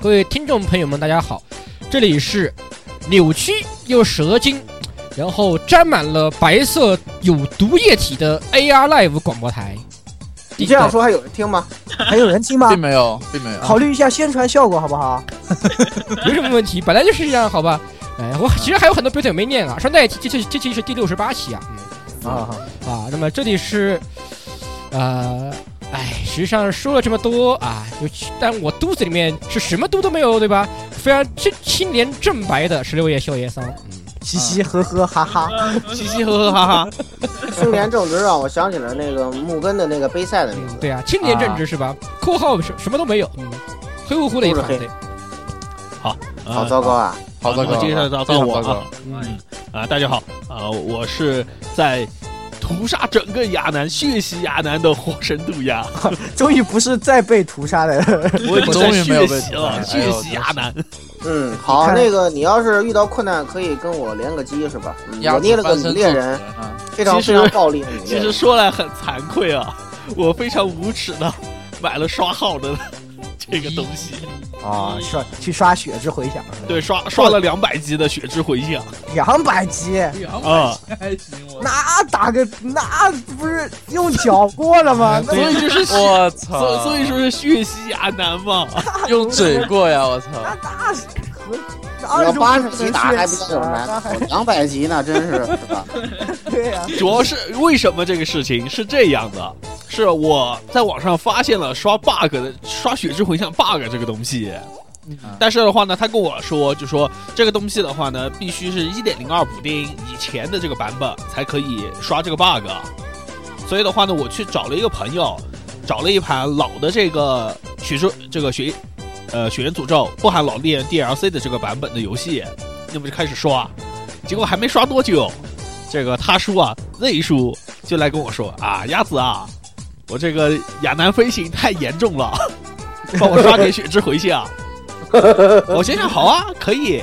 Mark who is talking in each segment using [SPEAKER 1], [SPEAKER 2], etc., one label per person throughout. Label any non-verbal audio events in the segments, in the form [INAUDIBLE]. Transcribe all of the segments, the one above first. [SPEAKER 1] 各位听众朋友们，大家好，这里是扭曲又蛇精，然后沾满了白色有毒液体的 AR Live 广播台。
[SPEAKER 2] 你这样说还有人听吗？还有人听吗？
[SPEAKER 3] 并没有，并没有。
[SPEAKER 2] 考虑一下宣传效果好
[SPEAKER 4] [LAUGHS]
[SPEAKER 2] 不好？
[SPEAKER 1] 没什么问题，本来就是这样，好吧？哎，我其实还有很多标准没念啊，顺带一提，这这这期是第六十八期啊，嗯
[SPEAKER 2] 啊，
[SPEAKER 1] 啊，那么这里是，呃，哎，实际上说了这么多啊，尤其但我肚子里面是什么毒都没有，对吧？非常清清廉正白的十六夜笑爷桑，嗯，
[SPEAKER 2] 嘻嘻呵呵哈
[SPEAKER 5] [LAUGHS]
[SPEAKER 2] 哈。
[SPEAKER 3] 嘻嘻呵呵哈哈，
[SPEAKER 4] 青年正直让啊我想起了那个木根的那个杯赛的名字，
[SPEAKER 1] 对啊，清廉正直是吧？括号什什么都没有，嗯，黑乎乎的一团队，
[SPEAKER 2] 嗯
[SPEAKER 4] 好糟糕啊！
[SPEAKER 3] 好糟
[SPEAKER 5] 我
[SPEAKER 3] 糕，
[SPEAKER 5] 接下来到到我
[SPEAKER 3] 非常糟
[SPEAKER 5] 啊
[SPEAKER 3] 糕
[SPEAKER 1] 嗯，
[SPEAKER 5] 啊！大家好啊，我是在屠杀整个亚南、血洗亚南的火神渡鸦，
[SPEAKER 2] 终于不是再被屠杀的，
[SPEAKER 5] 我已经在
[SPEAKER 3] 终于没有
[SPEAKER 5] 血
[SPEAKER 3] 被
[SPEAKER 5] 洗了，
[SPEAKER 3] 哎
[SPEAKER 5] 血
[SPEAKER 3] 呦
[SPEAKER 5] 洗亚南。
[SPEAKER 4] 嗯，好，
[SPEAKER 2] 看
[SPEAKER 4] 那个你要是遇到困难，可以跟我连个机是吧？嗯
[SPEAKER 3] 鸭
[SPEAKER 4] 我
[SPEAKER 3] 子
[SPEAKER 4] 捏了个
[SPEAKER 3] 翻
[SPEAKER 4] 女
[SPEAKER 3] 身
[SPEAKER 4] 猎
[SPEAKER 3] 做
[SPEAKER 4] 人
[SPEAKER 3] 主，人啊
[SPEAKER 4] 非常
[SPEAKER 5] 其
[SPEAKER 4] 非
[SPEAKER 5] 实
[SPEAKER 4] 常暴力的女
[SPEAKER 5] 其
[SPEAKER 4] 猎
[SPEAKER 5] 实
[SPEAKER 4] 人。
[SPEAKER 5] 说来很惭愧啊， [LAUGHS] 我非常无耻的买了刷号的 [LAUGHS] 这个东西，
[SPEAKER 2] 啊，刷去刷血之回响，
[SPEAKER 5] 对，刷刷了两百级的血之回响
[SPEAKER 2] 两百级，
[SPEAKER 6] 两百
[SPEAKER 5] 啊，
[SPEAKER 6] 斤还行，我
[SPEAKER 2] 那打个那不是用脚过了吗？
[SPEAKER 3] 哎
[SPEAKER 2] 那
[SPEAKER 5] 所以就是血
[SPEAKER 3] 我
[SPEAKER 5] 所
[SPEAKER 3] 操！
[SPEAKER 5] 所以说是血洗亚南嘛， [LAUGHS]
[SPEAKER 3] 用嘴过呀，我操！
[SPEAKER 2] 那那是
[SPEAKER 4] 你
[SPEAKER 2] 和二
[SPEAKER 4] 要
[SPEAKER 2] 十
[SPEAKER 4] 八十级打还比较有
[SPEAKER 2] 那
[SPEAKER 4] 难
[SPEAKER 2] 还，
[SPEAKER 4] 两百级呢，真是是吧？
[SPEAKER 2] 对呀、
[SPEAKER 5] 主要是为什么这个事情是这样的？是我在网上发现了刷 bug 的刷血之回响 bug 这个东西，但是的话呢，他跟我说，就说这个东西的话呢，必须是一点零二补丁以前的这个版本才可以刷这个 bug。所以的话呢，我去找了一个朋友，找了一盘老的这个血之这个血，呃，血人诅咒不含老猎人 DLC 的这个版本的游戏，那么就开始刷，结果还没刷多久，这个他叔啊，Z 叔就来跟我说啊，鸭子啊，我这个亚南飞行太严重了，帮我刷点血之回向。我心想好啊，可以。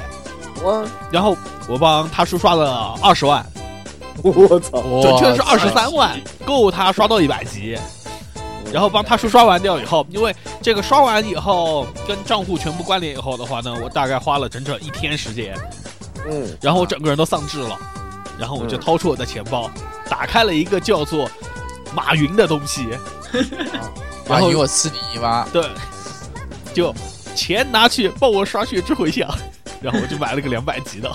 [SPEAKER 4] 我
[SPEAKER 5] 然后我帮他叔刷了二十万，
[SPEAKER 4] 我操！
[SPEAKER 1] 哦
[SPEAKER 5] 准确的是
[SPEAKER 3] 哇
[SPEAKER 5] 二十三万，够他刷到一百级。然后帮他叔刷完掉以后，因为这个刷完以后跟账户全部关联以后的话呢，我大概花了整整一天时间，
[SPEAKER 4] 嗯，
[SPEAKER 5] 然后我整个人都丧志了。然后我
[SPEAKER 3] 嗯
[SPEAKER 5] 就掏出我的钱包，打开了一个叫做马云的东
[SPEAKER 3] [LAUGHS]
[SPEAKER 5] 西，
[SPEAKER 3] 阿
[SPEAKER 5] 然后
[SPEAKER 3] 姨，我吃你姨妈！
[SPEAKER 5] 对，就钱拿去帮我刷血之回响，然后我就买了个两百
[SPEAKER 3] [LAUGHS]
[SPEAKER 5] 级的。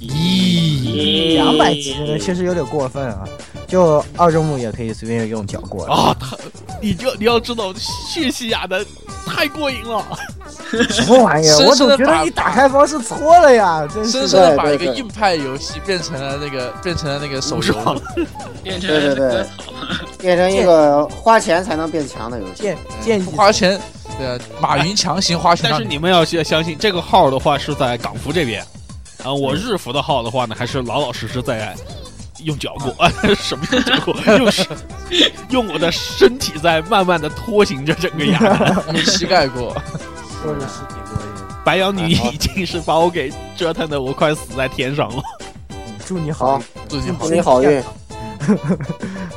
[SPEAKER 1] 咦，
[SPEAKER 2] 两百级确实有点过分
[SPEAKER 4] 嗯
[SPEAKER 2] 啊。就二周目也可以随便用脚过了，
[SPEAKER 5] 啊，他，你就你要知道，血洗亚南太过瘾了。
[SPEAKER 2] 什么玩意儿？我
[SPEAKER 3] 深深
[SPEAKER 2] 总
[SPEAKER 3] 地
[SPEAKER 2] 觉得
[SPEAKER 3] 打
[SPEAKER 2] 你打开方式错了呀，真
[SPEAKER 3] 深
[SPEAKER 2] 是
[SPEAKER 3] 深的把一
[SPEAKER 4] 对对
[SPEAKER 3] 个
[SPEAKER 4] 对
[SPEAKER 3] 硬派游戏变成了那个变成了那个手
[SPEAKER 5] 不是
[SPEAKER 3] 游
[SPEAKER 5] 吗，
[SPEAKER 6] 变成
[SPEAKER 4] 对对
[SPEAKER 6] 了
[SPEAKER 4] 对
[SPEAKER 6] 割草，
[SPEAKER 4] 变成一个花钱才能变强的游戏。
[SPEAKER 2] 建建议
[SPEAKER 3] 嗯花钱，对啊，马云强行花钱
[SPEAKER 5] [LAUGHS] 但
[SPEAKER 6] 哎
[SPEAKER 3] 让
[SPEAKER 5] 是
[SPEAKER 3] 你，
[SPEAKER 5] 你们要相相信，这个号的话是在港服这边，啊，我日服的号的话呢，还是老老实实在用脚过， [LAUGHS] 啊、什么用
[SPEAKER 3] [LAUGHS]
[SPEAKER 5] 脚过？用身用我的身体在慢慢的拖行着整个亚
[SPEAKER 3] [LAUGHS]
[SPEAKER 5] 南。
[SPEAKER 3] 你膝盖过，
[SPEAKER 2] 说的是挺过瘾。
[SPEAKER 5] 白羊女已经是把我给折腾的，我快死在天上了。
[SPEAKER 2] 祝你好，
[SPEAKER 3] 祝你好
[SPEAKER 4] 祝。你好运，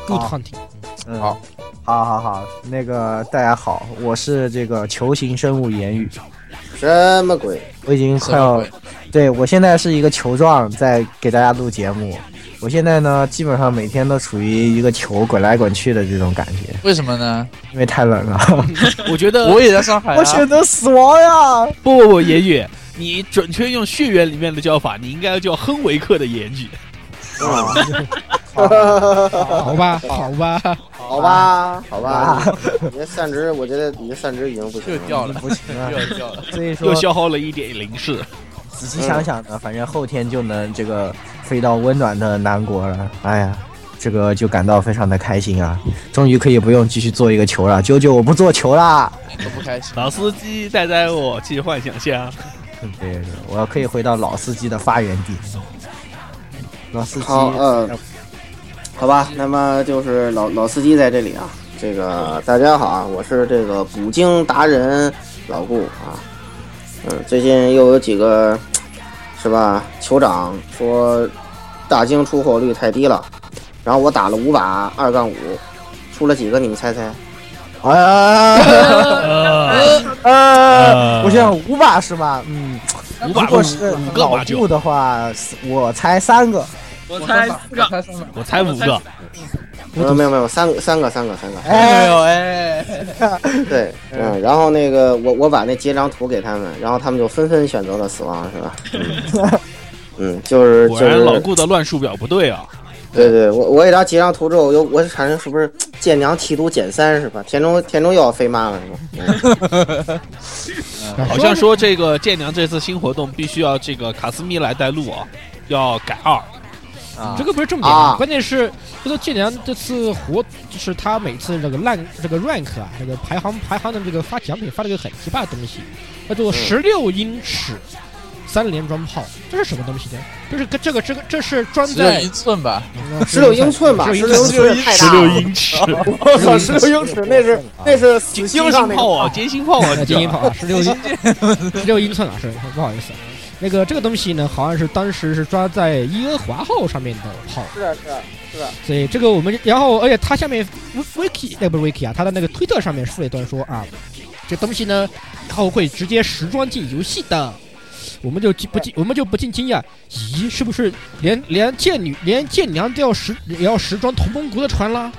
[SPEAKER 1] 杜康廷，
[SPEAKER 2] 嗯，
[SPEAKER 3] 好，
[SPEAKER 2] 好好好，那个大家好，我是这个球形生物言语，
[SPEAKER 4] 什么鬼？
[SPEAKER 2] 我已经
[SPEAKER 6] 哎
[SPEAKER 2] 快要
[SPEAKER 3] 嗯什么，
[SPEAKER 2] 对我现在是一个球状，在给大家录节目。我现在呢，基本上每天都处于一个球滚来滚去的这种感觉，
[SPEAKER 3] 为什么呢？
[SPEAKER 2] 因为太
[SPEAKER 3] [LAUGHS]
[SPEAKER 2] 冷了。 [LAUGHS]
[SPEAKER 5] [LAUGHS] 我觉
[SPEAKER 6] 哎
[SPEAKER 5] 得
[SPEAKER 3] [LAUGHS] 我也在上海
[SPEAKER 2] 我
[SPEAKER 3] 啊。
[SPEAKER 2] 选择死亡呀！
[SPEAKER 5] 不不不，言语，你准确用血缘里面的叫法，你应该叫亨维克的言语。
[SPEAKER 4] 啊
[SPEAKER 1] 好吧，好吧，
[SPEAKER 4] 好吧，好吧
[SPEAKER 2] 啊，
[SPEAKER 4] 你这散值，我觉得你这散值已经不行
[SPEAKER 3] 又
[SPEAKER 4] 了。
[SPEAKER 3] 掉了，
[SPEAKER 5] [LAUGHS]
[SPEAKER 2] 不行啊，
[SPEAKER 3] 又掉了。
[SPEAKER 2] [LAUGHS] 所以
[SPEAKER 5] 又
[SPEAKER 2] 说
[SPEAKER 5] 消耗了一点零式，
[SPEAKER 2] 仔细想想呢，反正后天就能这个飞到温暖的南国了。哎呀，这个就感到非常的开心啊！终于可以不用继续做一个球了。九九，我不做球啦！
[SPEAKER 3] 你都不开心。
[SPEAKER 5] 老司机带带我去幻想
[SPEAKER 3] [LAUGHS]
[SPEAKER 5] 乡。
[SPEAKER 2] 对嗯对对，我可以回到老司机的发源地。老司机，
[SPEAKER 4] 好呃好吧，那么就是老老司机在这里啊，这个大家好啊，我是这个捕鲸达人老顾啊，嗯，最近又有几个是吧，酋长说大鲸出货率太低了，然后我打了五把二杠五，出了几个你们猜猜？
[SPEAKER 2] 哎哎呀，
[SPEAKER 5] 呃，
[SPEAKER 2] 呃
[SPEAKER 5] 呃，
[SPEAKER 2] 我想五把是吧？嗯，
[SPEAKER 5] 五
[SPEAKER 2] 如
[SPEAKER 5] 把
[SPEAKER 2] 果是
[SPEAKER 5] 五个
[SPEAKER 2] 老
[SPEAKER 5] 马就
[SPEAKER 2] 布，的话，我猜三个。
[SPEAKER 6] 我
[SPEAKER 3] 我
[SPEAKER 6] 猜
[SPEAKER 3] 三把
[SPEAKER 6] 四个哎
[SPEAKER 3] 我，猜三把
[SPEAKER 5] 我猜五
[SPEAKER 6] 我
[SPEAKER 5] 个
[SPEAKER 6] 猜，
[SPEAKER 4] 没有没有没有，三个三个三个三个，
[SPEAKER 2] 哎，
[SPEAKER 3] 呦哎，
[SPEAKER 4] 对，嗯，然后那个我我把那截张图给他们，然后他们就纷纷选择了死亡，是吧？嗯，嗯就是
[SPEAKER 5] 果
[SPEAKER 4] 就
[SPEAKER 5] 然老
[SPEAKER 4] 是，
[SPEAKER 5] 顾的乱数表不对啊！
[SPEAKER 4] 对对，我我给他截张图之后，我又我产生是不是舰娘提督减三是吧？田中田中又要飞妈了是吧？嗯
[SPEAKER 2] 哎
[SPEAKER 5] 好像说这个舰娘这次新活动必须要这个卡斯米来带路啊，要改二。
[SPEAKER 2] 啊
[SPEAKER 1] 这个不是重点，
[SPEAKER 4] 啊
[SPEAKER 1] 关键是呃就是剑娘这次活，就是他每次这个烂这个 rank 啊，这个排行排行的这个发奖品发了个很奇葩的东西，叫做十六英尺三连装炮，这是什么东西呢？这是跟这个这个这是专
[SPEAKER 3] 只有
[SPEAKER 1] 在呃
[SPEAKER 3] 一寸吧，
[SPEAKER 4] 十六英寸吧，十
[SPEAKER 1] 16
[SPEAKER 4] 六英寸太大了，
[SPEAKER 5] 英尺，
[SPEAKER 4] 我操，十六英尺那是那是死
[SPEAKER 5] 金
[SPEAKER 4] 心上
[SPEAKER 5] 星
[SPEAKER 4] 那
[SPEAKER 5] 炮
[SPEAKER 4] 个
[SPEAKER 5] 啊，金星炮
[SPEAKER 1] [LAUGHS]
[SPEAKER 5] 啊，
[SPEAKER 1] 呃，
[SPEAKER 5] [LAUGHS]
[SPEAKER 1] 精英炮啊，十六英，十六英寸啊，是不好意思，那个这个东西呢，好像是当时是抓在伊恩华号上面的炮，
[SPEAKER 4] 是啊是啊是啊，
[SPEAKER 1] 所以这个我们，然后而且它下面 wiki 那不是 wiki 啊，它的那个推特上面附了一段说啊，这东西呢以后会直接时装进游戏的，我们就不禁我们就不禁惊讶，咦，是不是连连剑女连剑娘都要时也要时装同盟国的船啦？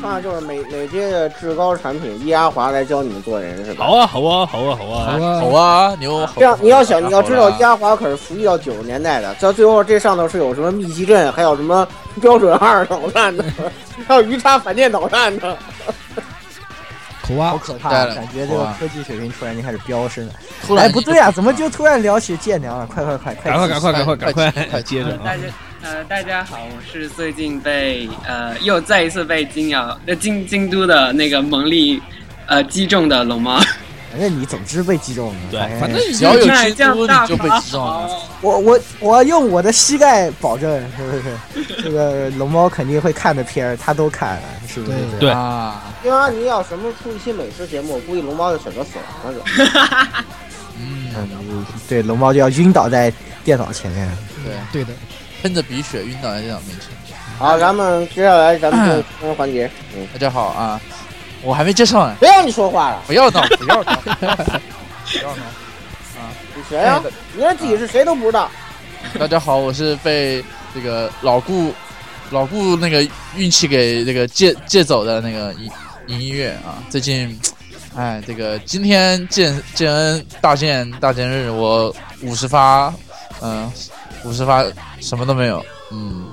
[SPEAKER 4] 剩下就是美美这个至高产品伊阿华来教你们做人是吧？
[SPEAKER 5] 好啊，好啊，好啊，好啊！
[SPEAKER 3] 好啊，牛好
[SPEAKER 4] 这样你要想，你要知道
[SPEAKER 3] 好啦
[SPEAKER 4] 伊阿华可是服役到九十年代的，到最后这上头是有什么密集阵，还有什么标准二导弹的，还有鱼叉反舰导弹的。
[SPEAKER 1] 口啊
[SPEAKER 2] 好，可怕！
[SPEAKER 3] 带了
[SPEAKER 2] 感觉这个
[SPEAKER 3] 哇
[SPEAKER 2] 科技水平突然间开始飙升了。
[SPEAKER 3] 突
[SPEAKER 2] 哎，
[SPEAKER 3] 然
[SPEAKER 2] 不对啊，怎么就突然聊起舰娘了？快快快快！
[SPEAKER 5] 赶快，赶快，赶快，赶快，
[SPEAKER 3] 快
[SPEAKER 5] 接着啊
[SPEAKER 6] 大！家呃，大家好，我是最近被呃又再一次被京瑶呃京京都的那个蒙力呃击中的龙猫， [LAUGHS]
[SPEAKER 2] 反正你总之被击中了。
[SPEAKER 5] 对啊
[SPEAKER 2] 哎
[SPEAKER 5] 反
[SPEAKER 1] 正
[SPEAKER 3] 只要有
[SPEAKER 6] 那
[SPEAKER 3] 蜘
[SPEAKER 6] 这样
[SPEAKER 3] 蛛
[SPEAKER 6] 大
[SPEAKER 3] 你就被
[SPEAKER 6] 法
[SPEAKER 3] 击中了。
[SPEAKER 6] 好
[SPEAKER 2] 我我我用我的膝盖保证，是不
[SPEAKER 5] [LAUGHS]
[SPEAKER 2] 是？这个龙猫肯定会看的片儿，他都看了，是不是？
[SPEAKER 1] 对
[SPEAKER 5] 对
[SPEAKER 3] 啊，
[SPEAKER 4] 因为你要什么出一期美食节目，我估计龙猫就选择死亡了。就
[SPEAKER 3] 嗯，
[SPEAKER 2] 嗯，对，龙猫就要晕倒在电脑前面。
[SPEAKER 5] [LAUGHS]
[SPEAKER 1] 对
[SPEAKER 3] 对，
[SPEAKER 1] 的，
[SPEAKER 3] 喷着鼻血晕倒在电脑面前。
[SPEAKER 4] 好，咱们接下来咱们进入环节。嗯，
[SPEAKER 3] 大家好啊，我还没介绍呢，
[SPEAKER 4] 别让你说话了，
[SPEAKER 3] 不要闹，不要闹，哎不
[SPEAKER 4] 哎
[SPEAKER 3] 要闹。
[SPEAKER 4] 你谁呀、你连自己是谁都不知道。
[SPEAKER 3] 大家好，我是被这个老顾老顾那个运气给这个借借走的那个银银音乐啊，最近。哎，这个今天建建恩大建大建日，我五十发，嗯、五十发什么都没有，嗯，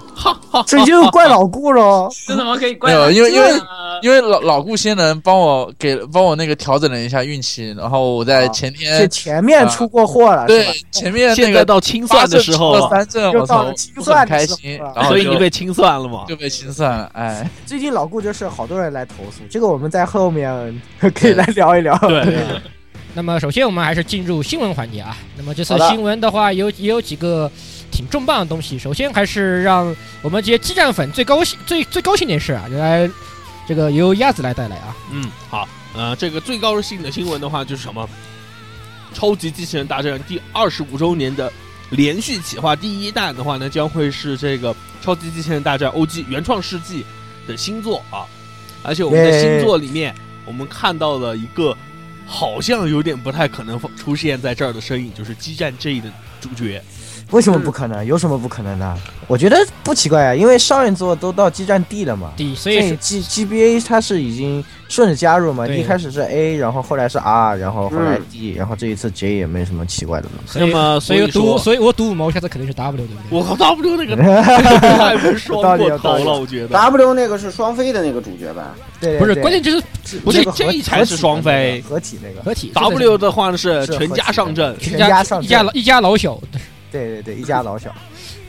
[SPEAKER 2] 这就怪老顾
[SPEAKER 5] [LAUGHS]
[SPEAKER 2] 喽。
[SPEAKER 6] 这怎么可以怪
[SPEAKER 3] 没有
[SPEAKER 6] 我？
[SPEAKER 3] 因为因为
[SPEAKER 6] 呃
[SPEAKER 3] 因为老老顾仙人帮我给帮我那个调整了一下运气，然后我在前天、
[SPEAKER 2] 啊是前
[SPEAKER 5] 啊
[SPEAKER 2] 面出过货了，是吧
[SPEAKER 3] 对？前面那
[SPEAKER 5] 现在
[SPEAKER 3] 个
[SPEAKER 5] 到清算的时候
[SPEAKER 3] 八阵出了
[SPEAKER 5] 了，
[SPEAKER 3] 三阵，
[SPEAKER 2] 啊又
[SPEAKER 3] 我
[SPEAKER 2] 到
[SPEAKER 3] 操
[SPEAKER 2] 了清，
[SPEAKER 3] 我
[SPEAKER 2] 算
[SPEAKER 3] 很
[SPEAKER 2] 的
[SPEAKER 3] 开
[SPEAKER 2] 时候
[SPEAKER 3] 心
[SPEAKER 2] 了，
[SPEAKER 3] 然后
[SPEAKER 5] 所以
[SPEAKER 3] 就
[SPEAKER 5] 你被清算了嘛？
[SPEAKER 3] 就被清算了，哎，
[SPEAKER 2] 最近老顾就是好多人来投诉，这个我们在后面 [LAUGHS] 可以来聊一聊。
[SPEAKER 5] 对，
[SPEAKER 1] 那么首先我们还是进入新闻环节啊。那么这次
[SPEAKER 4] 好的
[SPEAKER 1] 新闻的话，有也有几个挺重磅的东西。首先还是让我们这些激战粉最高兴、最最高兴的事啊，就来这个由鸭子来带来啊。
[SPEAKER 5] 嗯，好，呃，这个最高兴的新闻的话就是什么？超级机器人大战第二十五周年的连续企划第一弹的话呢，将会是这个超级机器人大战 OG 原创世纪的新作啊，而且我们的
[SPEAKER 2] 耶
[SPEAKER 5] 新作里面，我们看到了一个好像有点不太可能出现在这儿的身影，就是激战 J 的主角。
[SPEAKER 2] 为什么不可能？有什么不可能的？我觉得不奇怪啊，因为上一座都到基站 D 了嘛。
[SPEAKER 1] 第一，所以
[SPEAKER 2] 这
[SPEAKER 1] 是
[SPEAKER 2] G G B A 它是已经顺着加入嘛，
[SPEAKER 1] 对
[SPEAKER 2] 一开始是 A，然后后来是 R，然后后来
[SPEAKER 4] 嗯
[SPEAKER 2] D，然后这一次 J 也没什么奇怪的了。
[SPEAKER 1] 所以
[SPEAKER 5] 那么
[SPEAKER 1] 所
[SPEAKER 5] 所
[SPEAKER 1] 以
[SPEAKER 5] 以
[SPEAKER 1] 我赌，
[SPEAKER 5] 说
[SPEAKER 1] 所以我赌五毛，下次肯定是 W 对不对？
[SPEAKER 5] 我靠
[SPEAKER 2] [LAUGHS]
[SPEAKER 5] ，W 那个太不是
[SPEAKER 2] 道
[SPEAKER 5] 双
[SPEAKER 2] 理有
[SPEAKER 5] 过头
[SPEAKER 2] 道理
[SPEAKER 5] 了，我觉
[SPEAKER 2] [LAUGHS]
[SPEAKER 5] 得。
[SPEAKER 4] W 那个是双飞的那个主角吧？
[SPEAKER 2] 对，
[SPEAKER 1] 不是，
[SPEAKER 2] 对
[SPEAKER 1] 关键就是
[SPEAKER 5] 不是
[SPEAKER 2] 那个合
[SPEAKER 5] J 才是双飞
[SPEAKER 2] 合体那个，
[SPEAKER 1] 合体
[SPEAKER 5] W 的话呢是
[SPEAKER 2] 是合
[SPEAKER 5] 全家
[SPEAKER 2] 体
[SPEAKER 5] 上阵，
[SPEAKER 1] 全
[SPEAKER 2] 全家
[SPEAKER 1] 家
[SPEAKER 2] 上
[SPEAKER 1] 一家
[SPEAKER 2] 阵
[SPEAKER 1] 老一家老小，
[SPEAKER 2] 对对对，一家老小。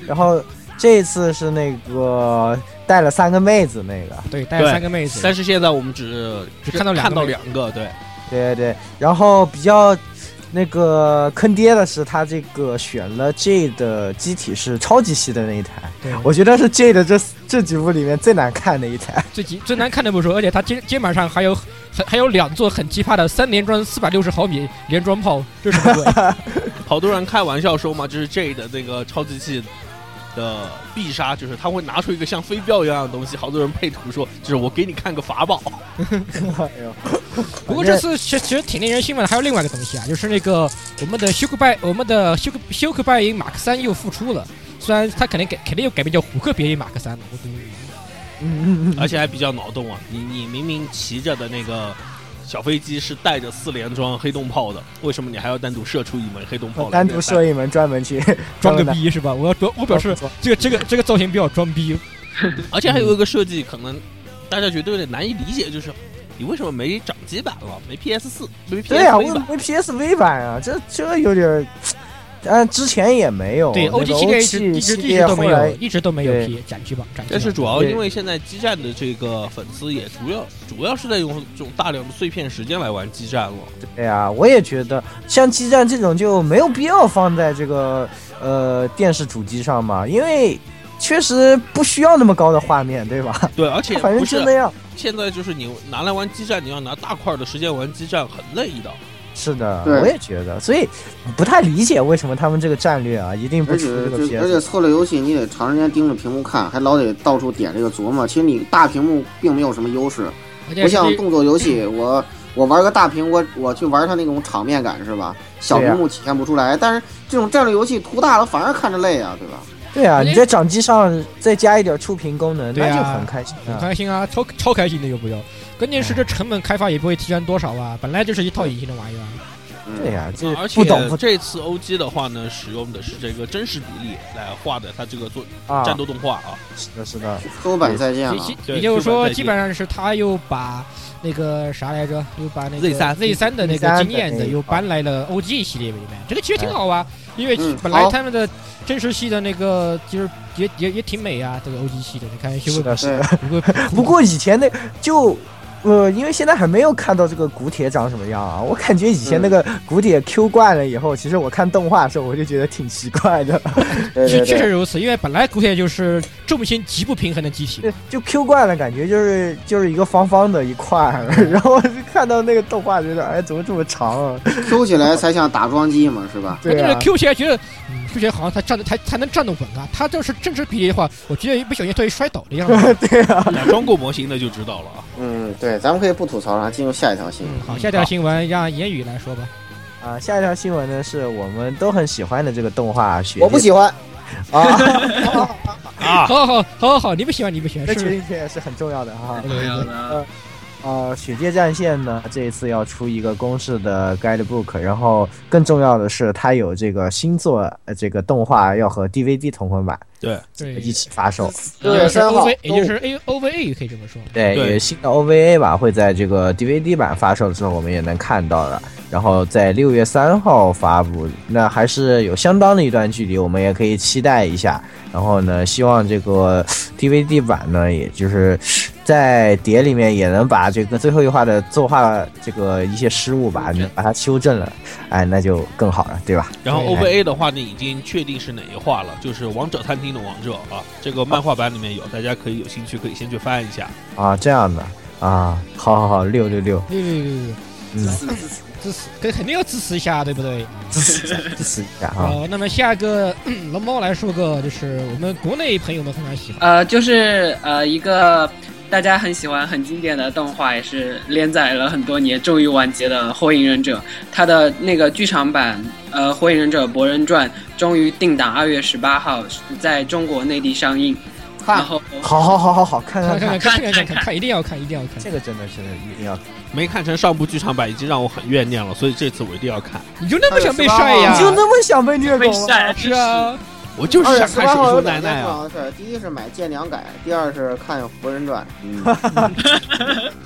[SPEAKER 2] 然后这一次是那个带了三个妹子那个，
[SPEAKER 1] 对，带了
[SPEAKER 5] 对
[SPEAKER 1] 三个妹子
[SPEAKER 5] 但，是现在我们只
[SPEAKER 1] 只看到两个
[SPEAKER 5] 看到
[SPEAKER 1] 妹子
[SPEAKER 5] 两个，对，
[SPEAKER 2] 对对对。然后比较那个坑爹的是，他这个选了 J 的机体是超级系的那一台，
[SPEAKER 1] 对，
[SPEAKER 2] 我觉得是 J 的这这几部里面最难看的一台。
[SPEAKER 1] 最急最难看的不说，而且他肩肩膀上还有很还有两座很奇葩的三连装四百六十毫米连装炮，这是什么鬼？
[SPEAKER 5] 好多人开玩笑说嘛，就是 J 的那个超级器的呃必杀，就是他会拿出
[SPEAKER 2] [LAUGHS]
[SPEAKER 5] 一个像飞镖一样的东西，好多人配图说，就是我给你看个法宝，
[SPEAKER 1] 不过这次其实其实挺令人兴奋的，还有另外一个东西啊，就是那个我们的休克拜，我们的休克休克拜因马克三又复出了，虽然他肯定改肯定又改名叫虎克别因马克三了，我估计
[SPEAKER 5] 而且还比较脑洞啊！你你明明骑着的那个小飞机是带着四连装黑洞炮的，为什么你还要单独射出一门黑洞炮来？
[SPEAKER 2] 哦单独设一门专门去
[SPEAKER 1] 装个，逼是吧？我要表我
[SPEAKER 2] 哦
[SPEAKER 1] 表示这个这个这个造型比较装逼，
[SPEAKER 5] 而且还有一个设计，可能大家觉得有点难以理解，就是你为什么没掌机版了，没 PS 四，没
[SPEAKER 2] 对呀、啊，为
[SPEAKER 5] PS
[SPEAKER 2] 什
[SPEAKER 5] 版
[SPEAKER 2] 么？没 PSV 版啊？这这有点儿，但之前也没有。
[SPEAKER 1] 对
[SPEAKER 2] 那个
[SPEAKER 1] OG 系列一
[SPEAKER 2] OG
[SPEAKER 1] 直一直
[SPEAKER 2] 系
[SPEAKER 1] 一直
[SPEAKER 2] 列
[SPEAKER 1] 都
[SPEAKER 2] 后
[SPEAKER 1] 没
[SPEAKER 2] 来
[SPEAKER 1] 有，一直都没有
[SPEAKER 2] 对
[SPEAKER 1] P 展区吧，展区
[SPEAKER 5] 但是
[SPEAKER 1] 版
[SPEAKER 5] 主要
[SPEAKER 2] 对
[SPEAKER 5] 因为现在基站的这个粉丝也主要主要是在用这种大量的碎片时间来玩基站了。
[SPEAKER 2] 对啊，我也觉得像基站这种就没有必要放在这个呃电视主机上嘛，因为确实不需要那么高的画面，对吧？
[SPEAKER 5] 对，而且
[SPEAKER 2] 反正
[SPEAKER 5] 不
[SPEAKER 2] 就是那样。
[SPEAKER 5] 现在就是你拿来玩基站，你要拿大块的时间玩基站很累的。
[SPEAKER 2] 是的，
[SPEAKER 4] 对
[SPEAKER 2] 我也觉得，所以不太理解为什么他们这个战略啊，一定不
[SPEAKER 4] 而
[SPEAKER 2] 出
[SPEAKER 4] 且
[SPEAKER 2] 这个
[SPEAKER 4] 这而且
[SPEAKER 2] PS。
[SPEAKER 4] 策略游戏你得长时间盯着屏幕看，还老得到处点这个琢磨。其实你大屏幕并没有什么优势，
[SPEAKER 1] 而且
[SPEAKER 4] 不像
[SPEAKER 1] 是
[SPEAKER 4] 动作游戏，我我玩个大屏，我我去玩它那种场面感是吧？小屏幕体现不出来，但是这种战略游戏图大了反而看着累啊，对吧？
[SPEAKER 2] 对啊，
[SPEAKER 1] 而且
[SPEAKER 2] 你在掌机上再加一点触屏功能，
[SPEAKER 1] 对啊
[SPEAKER 2] 那就很开心
[SPEAKER 1] 很
[SPEAKER 2] 了。
[SPEAKER 1] 开心啊，超超开心的又不要，关键是
[SPEAKER 2] 哎
[SPEAKER 1] 这成本开发也不会提升多少啊，本来就是一套隐形的玩意儿啊。
[SPEAKER 4] 嗯
[SPEAKER 2] 对呀、这
[SPEAKER 5] 呃而且
[SPEAKER 2] 不懂不
[SPEAKER 5] 这次 OG 的话呢，使用的是这个真实比例来画的，它这个做
[SPEAKER 2] 啊，
[SPEAKER 5] 战斗动画
[SPEAKER 2] [LAUGHS]
[SPEAKER 5] 啊。
[SPEAKER 2] 是的，是的，
[SPEAKER 4] 周版再见了。
[SPEAKER 2] 啊
[SPEAKER 1] 其其
[SPEAKER 5] 对
[SPEAKER 1] 也就是说，基
[SPEAKER 5] 基
[SPEAKER 1] 本
[SPEAKER 5] 本
[SPEAKER 1] 上是他又把那个啥来着，又把那个
[SPEAKER 5] Z 三
[SPEAKER 1] Z 三的那
[SPEAKER 2] Z 三
[SPEAKER 1] 个
[SPEAKER 2] 的
[SPEAKER 1] 经验的
[SPEAKER 2] 那一
[SPEAKER 1] 又
[SPEAKER 2] 套
[SPEAKER 1] 搬来了 OG 系列里面，这个其实挺好啊，因为
[SPEAKER 4] 嗯
[SPEAKER 1] 本来
[SPEAKER 4] 好
[SPEAKER 1] 他们的真实系的那个就是也也也挺美啊，这个 OG 系的，你
[SPEAKER 2] [LAUGHS]
[SPEAKER 1] 看修
[SPEAKER 2] 是
[SPEAKER 1] 个
[SPEAKER 2] 的，是的。
[SPEAKER 1] 不过
[SPEAKER 2] [LAUGHS] 不过以前那就。呃，因为现在还没有看到这个古铁长什么样啊，我感觉以前那个古铁 Q 惯了以后，其实我看动画的时候我就觉得挺奇怪 [LAUGHS] 的，
[SPEAKER 4] 对
[SPEAKER 1] 确
[SPEAKER 4] 对
[SPEAKER 1] 确实
[SPEAKER 4] 对，
[SPEAKER 1] 如此，因为本来古铁就是重心极不平衡的机体
[SPEAKER 2] 对，就 Q 惯了，感觉就是就是一个方方的一块儿， [LAUGHS] 然后就看到那个动画觉得哎怎么这么长 [LAUGHS] 啊？
[SPEAKER 4] q 起来才像打桩机嘛，是吧？
[SPEAKER 1] 关
[SPEAKER 2] 对
[SPEAKER 1] 键是
[SPEAKER 2] 啊，
[SPEAKER 1] Q 起来觉得，嗯，Q 起来好像才站得才才能站得稳啊。他要是正直比例的话，我觉得一不小心会摔倒的样
[SPEAKER 2] [LAUGHS]
[SPEAKER 1] 子。
[SPEAKER 2] 啊
[SPEAKER 5] 改装过模型的就知道了啊。
[SPEAKER 4] 嗯，对，咱们可以不吐槽了，进入下一条新闻
[SPEAKER 1] 嗯，。好，下条新闻让言语来说吧。
[SPEAKER 2] 啊，下一条新闻呢是我们都很喜欢的这个动画《雪
[SPEAKER 4] 我不喜欢，
[SPEAKER 2] 欢啊，
[SPEAKER 5] 啊，
[SPEAKER 1] 好好好好好好，你不喜欢你不喜欢
[SPEAKER 2] 这
[SPEAKER 1] 是
[SPEAKER 2] 决定权也是很重要的哈。
[SPEAKER 1] 对对
[SPEAKER 6] 有
[SPEAKER 1] 对
[SPEAKER 6] 了，
[SPEAKER 2] 呃，《雪界战线》呢，这一次要出一个公式的 guidebook，然后更重要的是，它有这个新作，呃这个动画要和 DVD 同捆版
[SPEAKER 1] 对，
[SPEAKER 2] 一起发售。
[SPEAKER 4] 六月三号
[SPEAKER 1] OV，也就是 A O V A 可以这么说。
[SPEAKER 2] 对，
[SPEAKER 5] 对
[SPEAKER 2] 有新的 OVA 吧，会在这个 DVD 版发售的时候，我们也能看到了。然后在六月三号发布，那还是有相当的一段距离，我们也可以期待一下。然后呢，希望这个 DVD 版呢，也就是在碟里面也能把这个最后一话的作画这个一些失误吧，能把它修正了，哎，那就更好了，对吧？
[SPEAKER 5] [LAUGHS] 然后
[SPEAKER 1] 对
[SPEAKER 5] OVA 的话呢，已经确定是哪一话了，就是《王者餐厅》的王者啊，这个漫画版里面有，大家可以有兴趣可以先去翻一下。
[SPEAKER 2] 啊，这样的啊，好好好，六六六，
[SPEAKER 1] 对对对对，
[SPEAKER 2] 嗯，
[SPEAKER 1] 支持，肯肯定要支持一下，对不对？
[SPEAKER 2] 支持一下，支持一下啊。
[SPEAKER 1] 好，那么下一个嗯龙猫来说个，就是我们国内朋友们非常喜欢。
[SPEAKER 6] 呃，就是呃一个大家很喜欢、很经典的动画，也是连载了很多年，终于完结的《火影忍者》，它的那个剧场版呃《火影忍者博人传》终于定档二月十八号在中国内地上映，然
[SPEAKER 4] 看
[SPEAKER 6] 后
[SPEAKER 2] 好好好好好，看看
[SPEAKER 1] 看看
[SPEAKER 2] 看
[SPEAKER 1] 看，看看看看，一定要看一定要
[SPEAKER 2] 这
[SPEAKER 1] 看。
[SPEAKER 2] 个真的是一定要，
[SPEAKER 5] 没看成上部剧场版已经让我很怨念了，所以这次我一定要看。
[SPEAKER 1] 你就那么想被晒呀
[SPEAKER 2] 你？就那么想被虐
[SPEAKER 6] 被
[SPEAKER 2] 狗吗？
[SPEAKER 6] 晒
[SPEAKER 1] 是啊，
[SPEAKER 5] 我就是
[SPEAKER 4] 二月
[SPEAKER 5] 想
[SPEAKER 4] 十
[SPEAKER 5] 看
[SPEAKER 4] 八
[SPEAKER 5] 手
[SPEAKER 4] 号有
[SPEAKER 5] 术
[SPEAKER 4] 两
[SPEAKER 5] 奶
[SPEAKER 4] 件
[SPEAKER 5] 奶
[SPEAKER 4] 重
[SPEAKER 5] 啊！
[SPEAKER 4] 要的事儿，第一是买《剑良改》，第二是看《活人传》。嗯，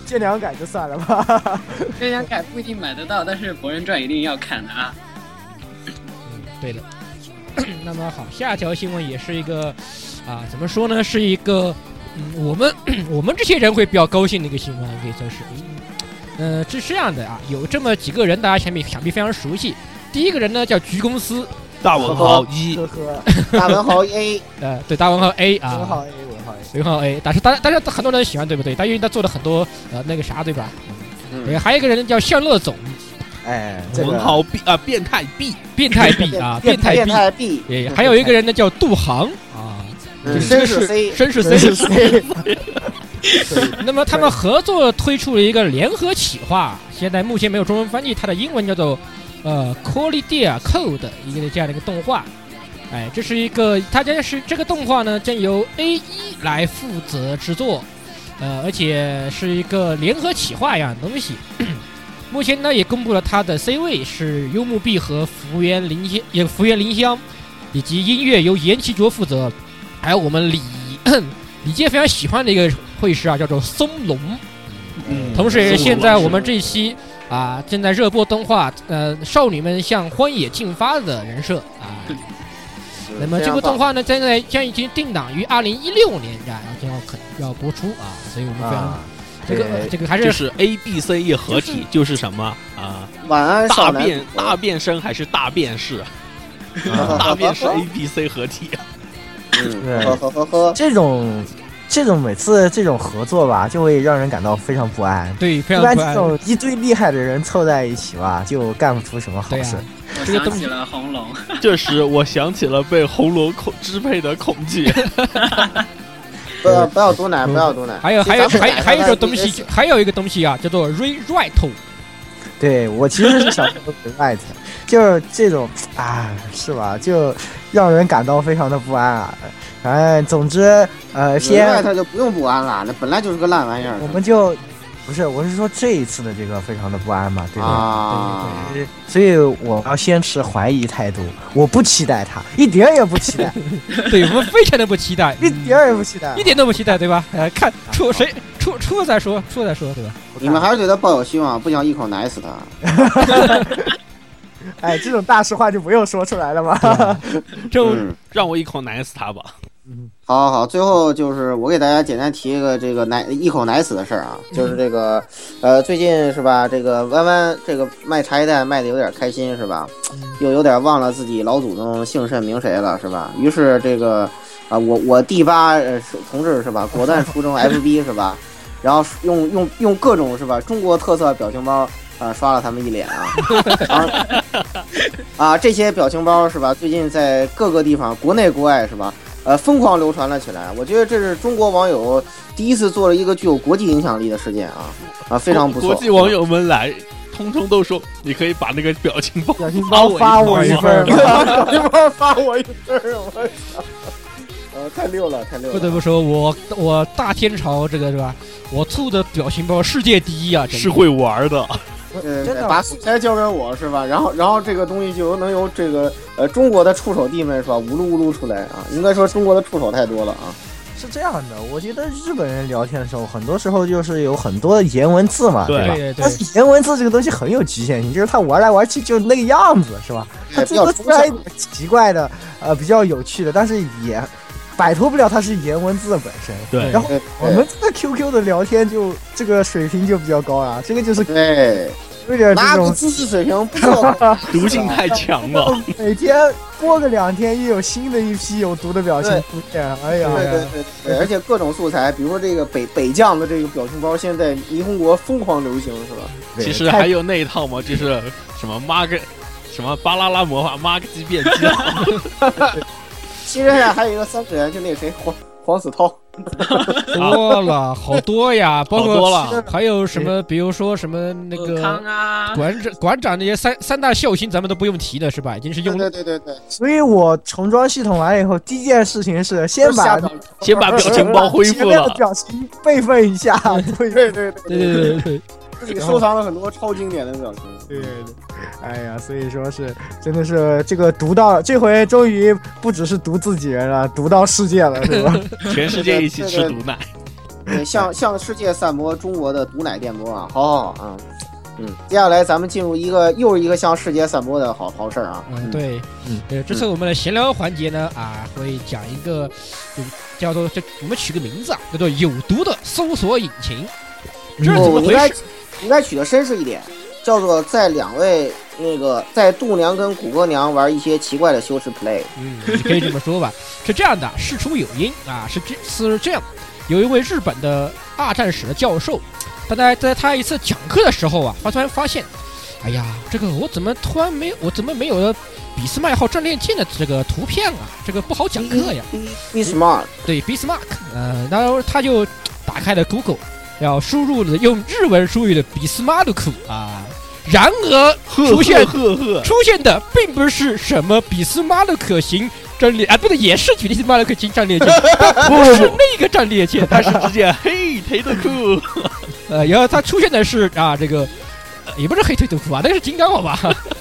[SPEAKER 2] 这两改就算了吧。
[SPEAKER 6] 这想改不一定买得到，但是《博人传》一定要看的啊！
[SPEAKER 1] 嗯对的。 [COUGHS] 那么好，下条新闻也是一个啊，怎么说呢？是一个嗯，我们 [COUGHS] 我们这些人会比较高兴的一个新闻，可以算是。嗯，呃，是这样的啊，有这么几个人，大家想必想必非常熟悉。第一个人呢叫菊公司，
[SPEAKER 5] 大文豪一，
[SPEAKER 2] 呵呵，
[SPEAKER 4] [LAUGHS] 大文豪 A，
[SPEAKER 1] 呃，对，大文豪 A 啊，
[SPEAKER 2] 文豪 A，文豪 A。
[SPEAKER 1] 文豪 A，但是大家但是很多人喜欢，对不对？但因为他做了很多呃那个啥，对吧？对，还有一个人叫向乐总，
[SPEAKER 2] 哎，这
[SPEAKER 5] 文
[SPEAKER 2] 个
[SPEAKER 5] 豪 B 啊，变态 B，
[SPEAKER 1] 变态
[SPEAKER 4] [LAUGHS]
[SPEAKER 1] B [LAUGHS] 啊，变态
[SPEAKER 4] 变
[SPEAKER 1] B，
[SPEAKER 4] 态 B，
[SPEAKER 1] 也还有一个人呢叫杜航啊，
[SPEAKER 4] 嗯
[SPEAKER 1] 这个是
[SPEAKER 4] 绅士 C，
[SPEAKER 1] 绅士 C，
[SPEAKER 2] 对
[SPEAKER 1] 那么他们合作推出了一个联合企划，现在目前没有中文翻译，它的英文叫做呃《Quality Code》一个这样的一个动画。哎，这是一个，它将是这个动画呢，将由 A 一来负责制作，呃，而且是一个联合企划一样的东西。目前呢，也公布了它的 C 位是幽木碧和福原绫香，也福原绫香，以及音乐由岩崎卓负责，还有我们李李健非常喜欢的一个会师啊，叫做松隆。
[SPEAKER 3] 嗯
[SPEAKER 1] 同时，现在我们这一期啊正在热播动画，呃，少女们向荒野进发的人设啊。那么这部动画呢，将在将已经定档于二零一六年啊，将要肯要播出啊，所以我们非常、
[SPEAKER 2] 啊，
[SPEAKER 1] 这个
[SPEAKER 2] 对
[SPEAKER 1] 这个还
[SPEAKER 5] 就是是 A B C E 合体就是什么啊？
[SPEAKER 4] 晚安
[SPEAKER 5] 大
[SPEAKER 4] 哎少男嗯
[SPEAKER 5] 变大变身还是大变式？
[SPEAKER 4] [LAUGHS]
[SPEAKER 5] 啊大变是 A B C 合体， [LAUGHS]
[SPEAKER 4] 嗯，呵呵呵呵，
[SPEAKER 2] 这种这种每次这种合作吧，就会让人感到非常不安。
[SPEAKER 1] 对非
[SPEAKER 2] 一
[SPEAKER 1] 常
[SPEAKER 2] 般
[SPEAKER 1] 不
[SPEAKER 2] 这
[SPEAKER 1] 安。
[SPEAKER 2] 种一堆厉害的人凑在一起吧，就干不出什么好
[SPEAKER 1] 对
[SPEAKER 2] 事。
[SPEAKER 1] 啊
[SPEAKER 6] 我
[SPEAKER 1] 这个
[SPEAKER 6] 想
[SPEAKER 1] 东西
[SPEAKER 6] 起了红龙，
[SPEAKER 5] 这时我想起了被红龙恐支配的恐
[SPEAKER 4] [LAUGHS]
[SPEAKER 5] 惧。
[SPEAKER 4] 不要不要毒奶，
[SPEAKER 2] 嗯
[SPEAKER 4] 不要毒奶。
[SPEAKER 1] 还有还有
[SPEAKER 4] 其实咱
[SPEAKER 1] 还
[SPEAKER 4] 们
[SPEAKER 1] 还有一种
[SPEAKER 4] 咱们
[SPEAKER 1] 东
[SPEAKER 4] 也
[SPEAKER 1] 西，
[SPEAKER 4] 是
[SPEAKER 1] 还有一个东西啊，叫做 rewrite。
[SPEAKER 2] 对我其实是想说 Red，就是这种啊，是吧？就让人感到非常的不安啊。反正总之，呃，
[SPEAKER 4] 另外
[SPEAKER 2] 先
[SPEAKER 4] 他就不用不安了，那本来就是个烂玩意儿
[SPEAKER 2] 我们就不是，我是说这一次的这个非常的不安嘛，对吧？
[SPEAKER 4] 啊。
[SPEAKER 2] 所以我要先持怀疑态度，我不期待它，一点儿也不期待，
[SPEAKER 1] 对我们非常的不期待，嗯
[SPEAKER 2] 一点儿也不期待
[SPEAKER 1] [LAUGHS] 一。点都不期待，对吧？呃，看出谁出出了再说，出了再说，对吧？
[SPEAKER 4] 你们还是对他抱有希望，不想一口奶死他。
[SPEAKER 2] 哎，这种大实话就不用说出来了吧？
[SPEAKER 1] 这种
[SPEAKER 4] 嗯，
[SPEAKER 5] 让我一口奶死他吧！
[SPEAKER 4] 好好好，最后就是我给大家简单提一个这个奶一口奶死的事儿啊，
[SPEAKER 2] 嗯
[SPEAKER 4] 就是这个，呃，最近是吧，这个弯弯这个卖茶叶蛋卖的有点开心是吧，又有点忘了自己老祖宗姓甚名谁了是吧？于是这个啊、我我第八呃是同志是吧，果断出征 [LAUGHS] FB 是吧，然后用用用各种是吧中国特色表情包。啊、刷了他们一脸啊！然后啊，这些表情包是吧？最近在各个地方，国内国外是吧？呃，疯狂流传了起来。我觉得这是中国网友第一次做了一个具有国际影响力的事件啊啊，非常不错。
[SPEAKER 5] 国际网友们来，通通都说你可以把那个表情
[SPEAKER 2] [LAUGHS]
[SPEAKER 5] 包
[SPEAKER 2] 表情
[SPEAKER 5] 包
[SPEAKER 2] 包
[SPEAKER 5] 发
[SPEAKER 2] 发
[SPEAKER 5] 我
[SPEAKER 2] 我
[SPEAKER 5] 一
[SPEAKER 2] 一
[SPEAKER 5] 份
[SPEAKER 2] 份 [LAUGHS]
[SPEAKER 5] 儿
[SPEAKER 2] 儿
[SPEAKER 5] 吗
[SPEAKER 2] 吗？
[SPEAKER 4] 一包发我一份儿，我操！呃，太溜了，太溜了。
[SPEAKER 1] 不得不说，我我大天朝这个是吧？我醋的表情包世界第一啊！真的
[SPEAKER 5] 是会玩的，
[SPEAKER 4] 呃，
[SPEAKER 2] 真的
[SPEAKER 4] 把素材交给我是吧？然后，然后这个东西就能由这个呃中国的触手弟们是吧，呜噜呜噜出来啊。应该说中国的触手太多了啊。
[SPEAKER 2] 是这样的，我觉得日本人聊天的时候，很多时候就是有很多颜文字嘛，
[SPEAKER 5] 对
[SPEAKER 2] 吧？
[SPEAKER 1] 对对
[SPEAKER 2] 但
[SPEAKER 1] 对，
[SPEAKER 2] 是颜文字这个东西很有局限性，就是他玩来玩去就那个样子，是吧？他 [LAUGHS]
[SPEAKER 4] 哎
[SPEAKER 2] 最多
[SPEAKER 4] 比较
[SPEAKER 2] 出来一
[SPEAKER 4] 抽象
[SPEAKER 2] 点奇怪的，呃，比较有趣的，但是也摆脱不了它是颜文字本身。
[SPEAKER 5] 对
[SPEAKER 2] 然后
[SPEAKER 4] 对
[SPEAKER 2] 我们这个 QQ 的聊天就这个水平就比较高了，这个就是
[SPEAKER 4] 对，
[SPEAKER 2] 有点这
[SPEAKER 4] 妈的
[SPEAKER 2] 种
[SPEAKER 4] 知识水平不错。
[SPEAKER 2] [LAUGHS]
[SPEAKER 5] 毒性太强了。
[SPEAKER 2] 每天过个两天又有新的一批有毒的表情
[SPEAKER 4] 对
[SPEAKER 2] 出现，哎呀，
[SPEAKER 4] 对对对对，而且各种素材，比如说这个北北酱的这个表情包，现在霓虹国疯狂流行，是吧？
[SPEAKER 2] 对
[SPEAKER 5] 其实还有那一套嘛，就是什么 mark 什么巴啦啦魔法 mark 级变机，
[SPEAKER 4] 其实啊还有一个三次元，就那个谁黄黄子韬，
[SPEAKER 1] 多了好多呀，包
[SPEAKER 5] 好多
[SPEAKER 1] 括
[SPEAKER 5] 了
[SPEAKER 1] 还有什么，比如说什么那
[SPEAKER 6] 尔康
[SPEAKER 1] 个
[SPEAKER 6] 啊，
[SPEAKER 1] 馆长馆长那些三三大孝心，咱们都不用提了是吧？已经是
[SPEAKER 4] 对
[SPEAKER 1] 用
[SPEAKER 4] 对对对对，
[SPEAKER 2] 所以我重装系统完了以后，第一件事情是先把
[SPEAKER 4] 下
[SPEAKER 5] [LAUGHS] 先把表情包恢
[SPEAKER 2] [LAUGHS] 前
[SPEAKER 5] 复
[SPEAKER 2] 面的
[SPEAKER 5] 了。
[SPEAKER 2] 表情备份
[SPEAKER 4] [LAUGHS]
[SPEAKER 2] 一下，对
[SPEAKER 4] 对对对
[SPEAKER 1] 对 [LAUGHS] 对对对对，
[SPEAKER 4] 自己收藏了很多超经典的表情。
[SPEAKER 2] 对对，对，哎呀，所以说是真的是这个毒到这回终于不只是毒自己人了，毒到世界
[SPEAKER 4] [LAUGHS]
[SPEAKER 2] 了，是吧？
[SPEAKER 5] 全世界一起吃毒奶，
[SPEAKER 4] 对，向向世界散播中国的毒奶电波啊！好好好啊，嗯，接下来咱们进入一个又是一个向世界散播的好好事儿啊！
[SPEAKER 1] 嗯对
[SPEAKER 2] 嗯，
[SPEAKER 1] 呃，这次我们的闲聊环节呢啊，会讲一个就叫做这我们取个名字啊，叫做有毒的搜索引擎，这是怎
[SPEAKER 4] 不，
[SPEAKER 1] 么
[SPEAKER 4] 你
[SPEAKER 1] 回
[SPEAKER 4] 应该
[SPEAKER 1] 事？
[SPEAKER 4] 应该取的绅士一点，叫做在两位那个在度娘跟谷歌娘玩一些奇怪的修饰 play。
[SPEAKER 1] 嗯，你可以这么说吧。是这样的，事出有因啊，是这是这样，有一位日本的二战史的教授，他在在他一次讲课的时候啊，他突然发现，哎呀，这个我怎么突然没有，我怎么没有了俾斯麦号战列舰的这个图片
[SPEAKER 4] 嗯
[SPEAKER 1] 啊？这个不好讲课呀。
[SPEAKER 4] Be smart，
[SPEAKER 1] 对，Bismarck，呃，然后他就打开了 Google，然后输入了用日文输入的比斯马鲁克啊，然而出现
[SPEAKER 5] 赫赫，
[SPEAKER 1] 出现的并不是什么比斯马勒克型战列啊，不对，也是比斯马勒克型战列舰，但不是那个战列舰，
[SPEAKER 5] 他是直接嘿，忒的酷，
[SPEAKER 1] 呃，然后它出现的是啊，这个、呃也不是黑腿豆腐啊，那个是金刚好吧？ [LAUGHS]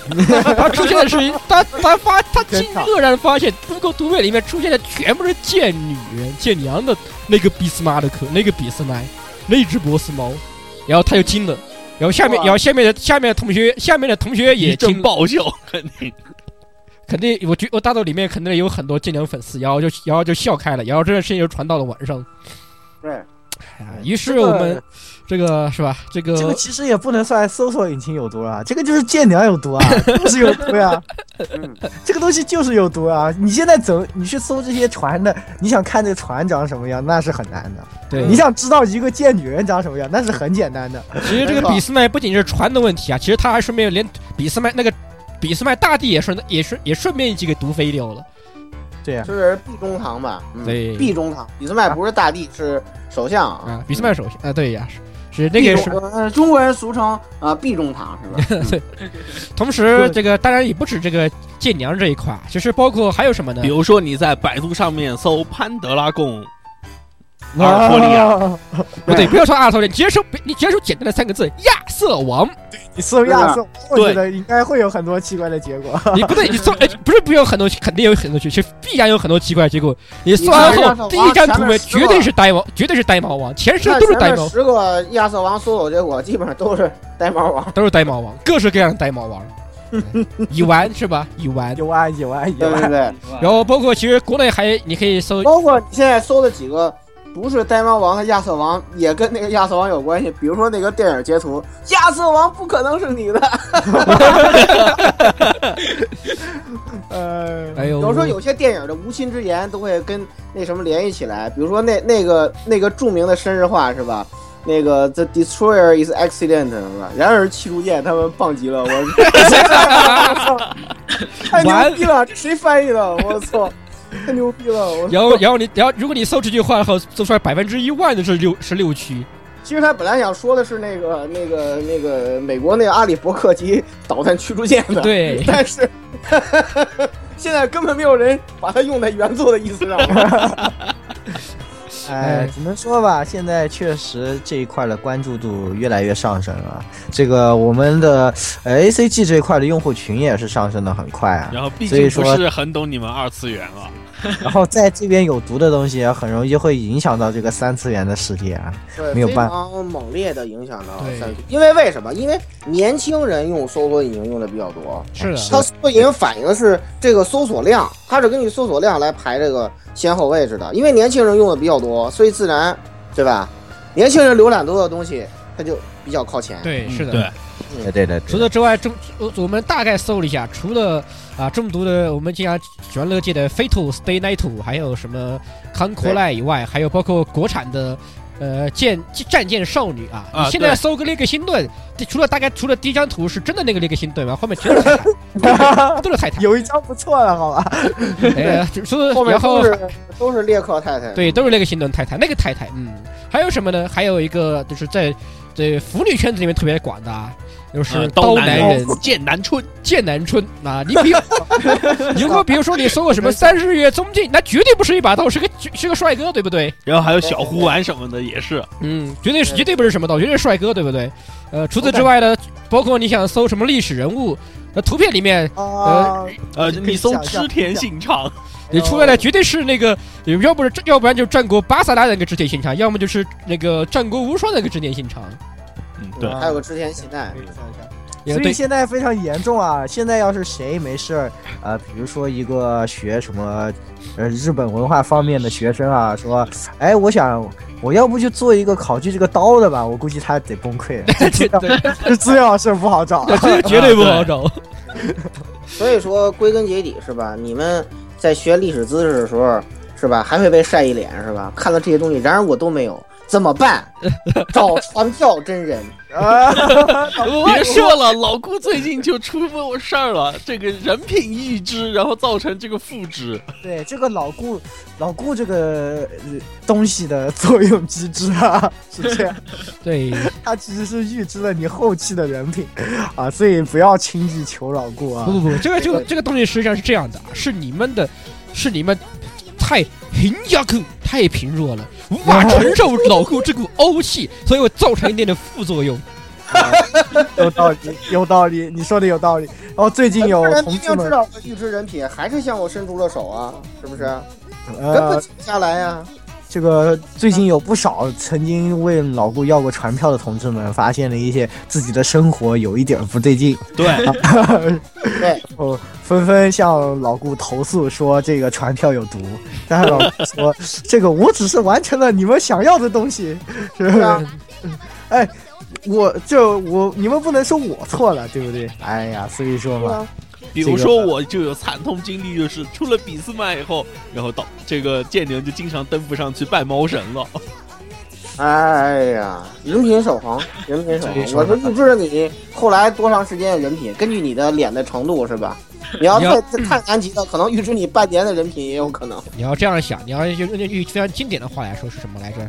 [SPEAKER 1] 它出现的是它它发它惊愕然发现 Google 读位里面出现的全部是贱女人贱娘的那个比斯马勒克，那个比斯麦，那只波斯猫，然后他就惊了。然后下面，
[SPEAKER 5] 哇
[SPEAKER 1] 然后下面的下面的同学，下面的同学 [LAUGHS] 也
[SPEAKER 5] 一
[SPEAKER 1] 惊
[SPEAKER 5] 阵
[SPEAKER 1] 了。
[SPEAKER 5] 爆笑，肯定。
[SPEAKER 1] 肯定，我觉我大豆里面肯定有很多剑娘粉丝，然后就然后就笑开了，然后这件事情就传到了晚上。
[SPEAKER 4] 对，
[SPEAKER 1] 哎呀于是我们这个是吧？这
[SPEAKER 2] 这个
[SPEAKER 1] 个
[SPEAKER 2] 其实也不能算搜索引擎有毒啊，这个就是剑娘有毒啊，
[SPEAKER 4] [LAUGHS]
[SPEAKER 2] 就是有毒呀、
[SPEAKER 4] 嗯，
[SPEAKER 2] 这个东西就是有毒啊！你现在走，你去搜这些船的，你想看这船长什么样，那是很难的。
[SPEAKER 1] 对，
[SPEAKER 2] 你想知道一个贱女人长什么样，那是很简单的。
[SPEAKER 1] 其实这个俾斯麦不仅是船的问题啊，其实他还顺便连俾斯麦那个俾斯麦大帝也顺也顺也顺便一起给毒飞掉了。
[SPEAKER 2] 对呀、
[SPEAKER 4] 是地中堂吧？嗯
[SPEAKER 1] 对
[SPEAKER 4] 地中堂，李斯麦不是大帝，是首相啊。
[SPEAKER 1] 啊，俾斯麦首先啊，对呀、是是那个也
[SPEAKER 4] 地
[SPEAKER 1] 是
[SPEAKER 4] 中。呃中国人俗称啊地中堂是吧？
[SPEAKER 1] 同时，这个当然也不止这个剑娘这一块，其实包括还有什么呢
[SPEAKER 5] 比？如说你在百度上面搜潘德拉贡，
[SPEAKER 2] 啊，
[SPEAKER 5] 阿尔托利亚，
[SPEAKER 1] 不对，不要说阿尔托利亚，你直接说你直接说简单的三个字：亚瑟王。
[SPEAKER 2] 你搜亚瑟，我觉
[SPEAKER 5] 对
[SPEAKER 2] 得应该会有很多奇怪的结果。
[SPEAKER 4] [LAUGHS]
[SPEAKER 1] 你不对，你搜哎，不是不有很多，肯定有很多去，必然有很多奇怪的结果。你搜完后，第一张
[SPEAKER 4] 啊
[SPEAKER 1] 图片绝对是呆毛，绝对是呆毛王，前十
[SPEAKER 4] 看
[SPEAKER 1] 都是呆
[SPEAKER 4] 前面
[SPEAKER 1] 毛，
[SPEAKER 4] 十个亚瑟王搜索结果基本上都是呆毛王。
[SPEAKER 1] 都是呆毛王，各式各样的呆毛王。哎乙烷是吧？乙
[SPEAKER 4] [LAUGHS]
[SPEAKER 1] 烷，
[SPEAKER 2] 有啊有啊有
[SPEAKER 4] 对
[SPEAKER 2] 啊
[SPEAKER 4] 对！
[SPEAKER 6] [LAUGHS]
[SPEAKER 4] 对，
[SPEAKER 1] 然后包括其实国内还你可以
[SPEAKER 4] [LAUGHS]
[SPEAKER 1] 搜，
[SPEAKER 4] 包括你现在搜的几个不是呆猫王和亚瑟王，也跟那个亚瑟王有关系。比如说那个电影截图，亚瑟王不可能是你
[SPEAKER 1] 哦
[SPEAKER 4] 的。
[SPEAKER 2] 呃，
[SPEAKER 1] 哎呦，
[SPEAKER 4] 有时候有些电影的无心之言都会跟那什么联系起来，比如说那那个那个著名的生日话是吧？那个 The Destroyer is accident 是吧？然而气如剑，他们棒
[SPEAKER 1] [LAUGHS]
[SPEAKER 4] 极了，我太牛逼了，这谁翻译的？我操，太牛逼了！
[SPEAKER 1] [LAUGHS]
[SPEAKER 4] 我
[SPEAKER 1] [LAUGHS] 然后然后你然后如果你搜这句话后，搜出来百分之一万的是六是六区，
[SPEAKER 4] 其实他本来想说的是那个那个那个美国那个阿里伯克级导弹驱逐舰的， [LAUGHS]
[SPEAKER 1] 对
[SPEAKER 4] 但是现在根本没有人把它用在原作的意思上。
[SPEAKER 1] [LAUGHS]
[SPEAKER 2] 哎，只能说吧，现在确实这一块的关注度越来越上升了。这个我们的呃 ACG 这一块的用户群也是上升的很快
[SPEAKER 5] [LAUGHS]
[SPEAKER 2] 啊。
[SPEAKER 5] 然后毕
[SPEAKER 2] 所以
[SPEAKER 5] 竟不
[SPEAKER 2] 说
[SPEAKER 5] 是很懂你们二次元了，
[SPEAKER 2] 然后在这边有毒的东西，啊很容易会影响到这个三次元的世界啊。
[SPEAKER 4] 对，
[SPEAKER 2] 没有办
[SPEAKER 4] 非常猛烈的影响到
[SPEAKER 1] 对
[SPEAKER 4] 三 C，因为为什么？因为年轻人用搜索引擎用的比较多，
[SPEAKER 1] 是的，
[SPEAKER 4] 它搜索引擎反映的是这个搜索量，它是根据搜索量来排这个先后位置的。因为年轻人用的比较多，所以自然对吧？年轻人浏览多的东西，它就比较靠前。
[SPEAKER 1] 对是的，
[SPEAKER 5] 对，
[SPEAKER 2] 对对对，
[SPEAKER 1] 除此之外，中我我们大概搜了一下，除了啊中毒的，我们经常喜欢乐界的 Fatal Stay Night，还有什么康科赖以外，还有包括国产的。呃，剑战舰少女啊！
[SPEAKER 5] 啊
[SPEAKER 1] 你现在
[SPEAKER 5] 对
[SPEAKER 1] 搜个列克星顿，这除了大概除了第一张图是真的那个列克星顿吧，后面全是泰
[SPEAKER 4] [LAUGHS]
[SPEAKER 1] 坦，都是泰坦。
[SPEAKER 2] 有一张不错了，好吧？
[SPEAKER 1] 呃，除
[SPEAKER 4] [LAUGHS] 后面
[SPEAKER 1] 然后
[SPEAKER 4] 都是都是列克太太。
[SPEAKER 1] 对，都是那个星顿太太，那个太太，嗯，还有什么呢？还有一个就是在这腐女圈子里面特别广的，啊，就是
[SPEAKER 5] 嗯
[SPEAKER 1] 刀
[SPEAKER 5] 刀
[SPEAKER 1] 男
[SPEAKER 5] 男
[SPEAKER 1] 人、
[SPEAKER 5] 剑南春，
[SPEAKER 1] 剑南春啊，你 [LAUGHS] 比如如果比如说你搜个什 [LAUGHS] 么三十月踪迹，那绝对不是一把刀，是个是个帅哥，对不对？
[SPEAKER 5] 然后还有小胡丸什么的也是，
[SPEAKER 1] 嗯，绝对是绝对不是什么刀，绝对是帅哥，对不对？呃，除此之外呢，包括你想搜什么历史人物，那图片里面
[SPEAKER 4] 啊，
[SPEAKER 5] 呃，
[SPEAKER 2] 可以
[SPEAKER 5] 你搜
[SPEAKER 2] 想象
[SPEAKER 5] 织田信长，
[SPEAKER 1] 你出来的绝对是那个，要不是要不然就是战国巴萨拉的那个织田信长，要么就是那个战国无双的那个织田信长。
[SPEAKER 5] 嗯，对，
[SPEAKER 4] 还有个织田信奈。
[SPEAKER 1] 也
[SPEAKER 2] 所以
[SPEAKER 1] 对，
[SPEAKER 2] 现在非常严重啊！现在要是谁没事儿，呃，比如说一个学什么，呃，日本文化方面的学生啊，说，哎，我想我要不就做一个考据这个刀的吧，我估计他得崩溃。这资料这资料是不好找。
[SPEAKER 1] 这绝啊对不好找。
[SPEAKER 4] 所以说，归根结底是吧？你们在学历史知识的时候，是吧，还会被晒一脸是吧？看到这些东西，然而我都没有。怎么办？找
[SPEAKER 1] [LAUGHS]
[SPEAKER 4] 传票真人。
[SPEAKER 2] 啊，
[SPEAKER 5] [LAUGHS] 别说了，老顾最近就出过事儿了，这个人品一知，然后造成这个负知。
[SPEAKER 2] 对这个老顾老顾这个、呃东西的作用机制啊，是这样，
[SPEAKER 1] 对，
[SPEAKER 2] 它其实是预知了你后期的人品 [LAUGHS] 啊，所以不要轻易求老顾
[SPEAKER 1] 不
[SPEAKER 4] [LAUGHS]
[SPEAKER 2] 啊。
[SPEAKER 1] 不不，这个这个这个东西实际上是这样的啊，是你们的，是你们太哎贫家口太贫弱了，无法承受老顾这股欧气，所以会造成一定的副作用。
[SPEAKER 2] 有道理，有道理，你说的有道理。然后最近有
[SPEAKER 4] 不然
[SPEAKER 2] 同
[SPEAKER 4] 明
[SPEAKER 2] 事
[SPEAKER 4] 明知
[SPEAKER 2] 们，
[SPEAKER 4] 道是预知人品，还是向我伸出了手啊，是不是？根本
[SPEAKER 2] 呃，
[SPEAKER 4] 停不下来呀、
[SPEAKER 2] 这个最近有不少曾经问老顾要过传票的同志们，发现了一些自己的生活有一点不对劲，
[SPEAKER 5] 对，
[SPEAKER 4] 对，
[SPEAKER 2] 哦，纷纷向老顾投诉说这个传票有毒，但是老顾说这个我只是完成了你们想要的东西，是
[SPEAKER 4] 是
[SPEAKER 2] 吧？
[SPEAKER 4] 啊，
[SPEAKER 2] 哎，我这我你们不能说我错了，对不对？哎呀，所以说嘛，
[SPEAKER 5] 比如说我就有惨痛经历，就是出了俾斯麦以后，然后到这个剑灵就经常登不上去拜猫神了。
[SPEAKER 4] 哎呀，人品守恒，人品守
[SPEAKER 2] 这
[SPEAKER 4] 恒。
[SPEAKER 2] 说
[SPEAKER 4] 我
[SPEAKER 2] 得
[SPEAKER 4] 就预知了你后来多长时间的人品，根据你的脸的程度是吧？你要
[SPEAKER 1] 你要
[SPEAKER 4] 再再看安吉的，可能预知你半年的人品也有可能。
[SPEAKER 1] 你要这样想，你要用用句非常经典的话来说是什么来着？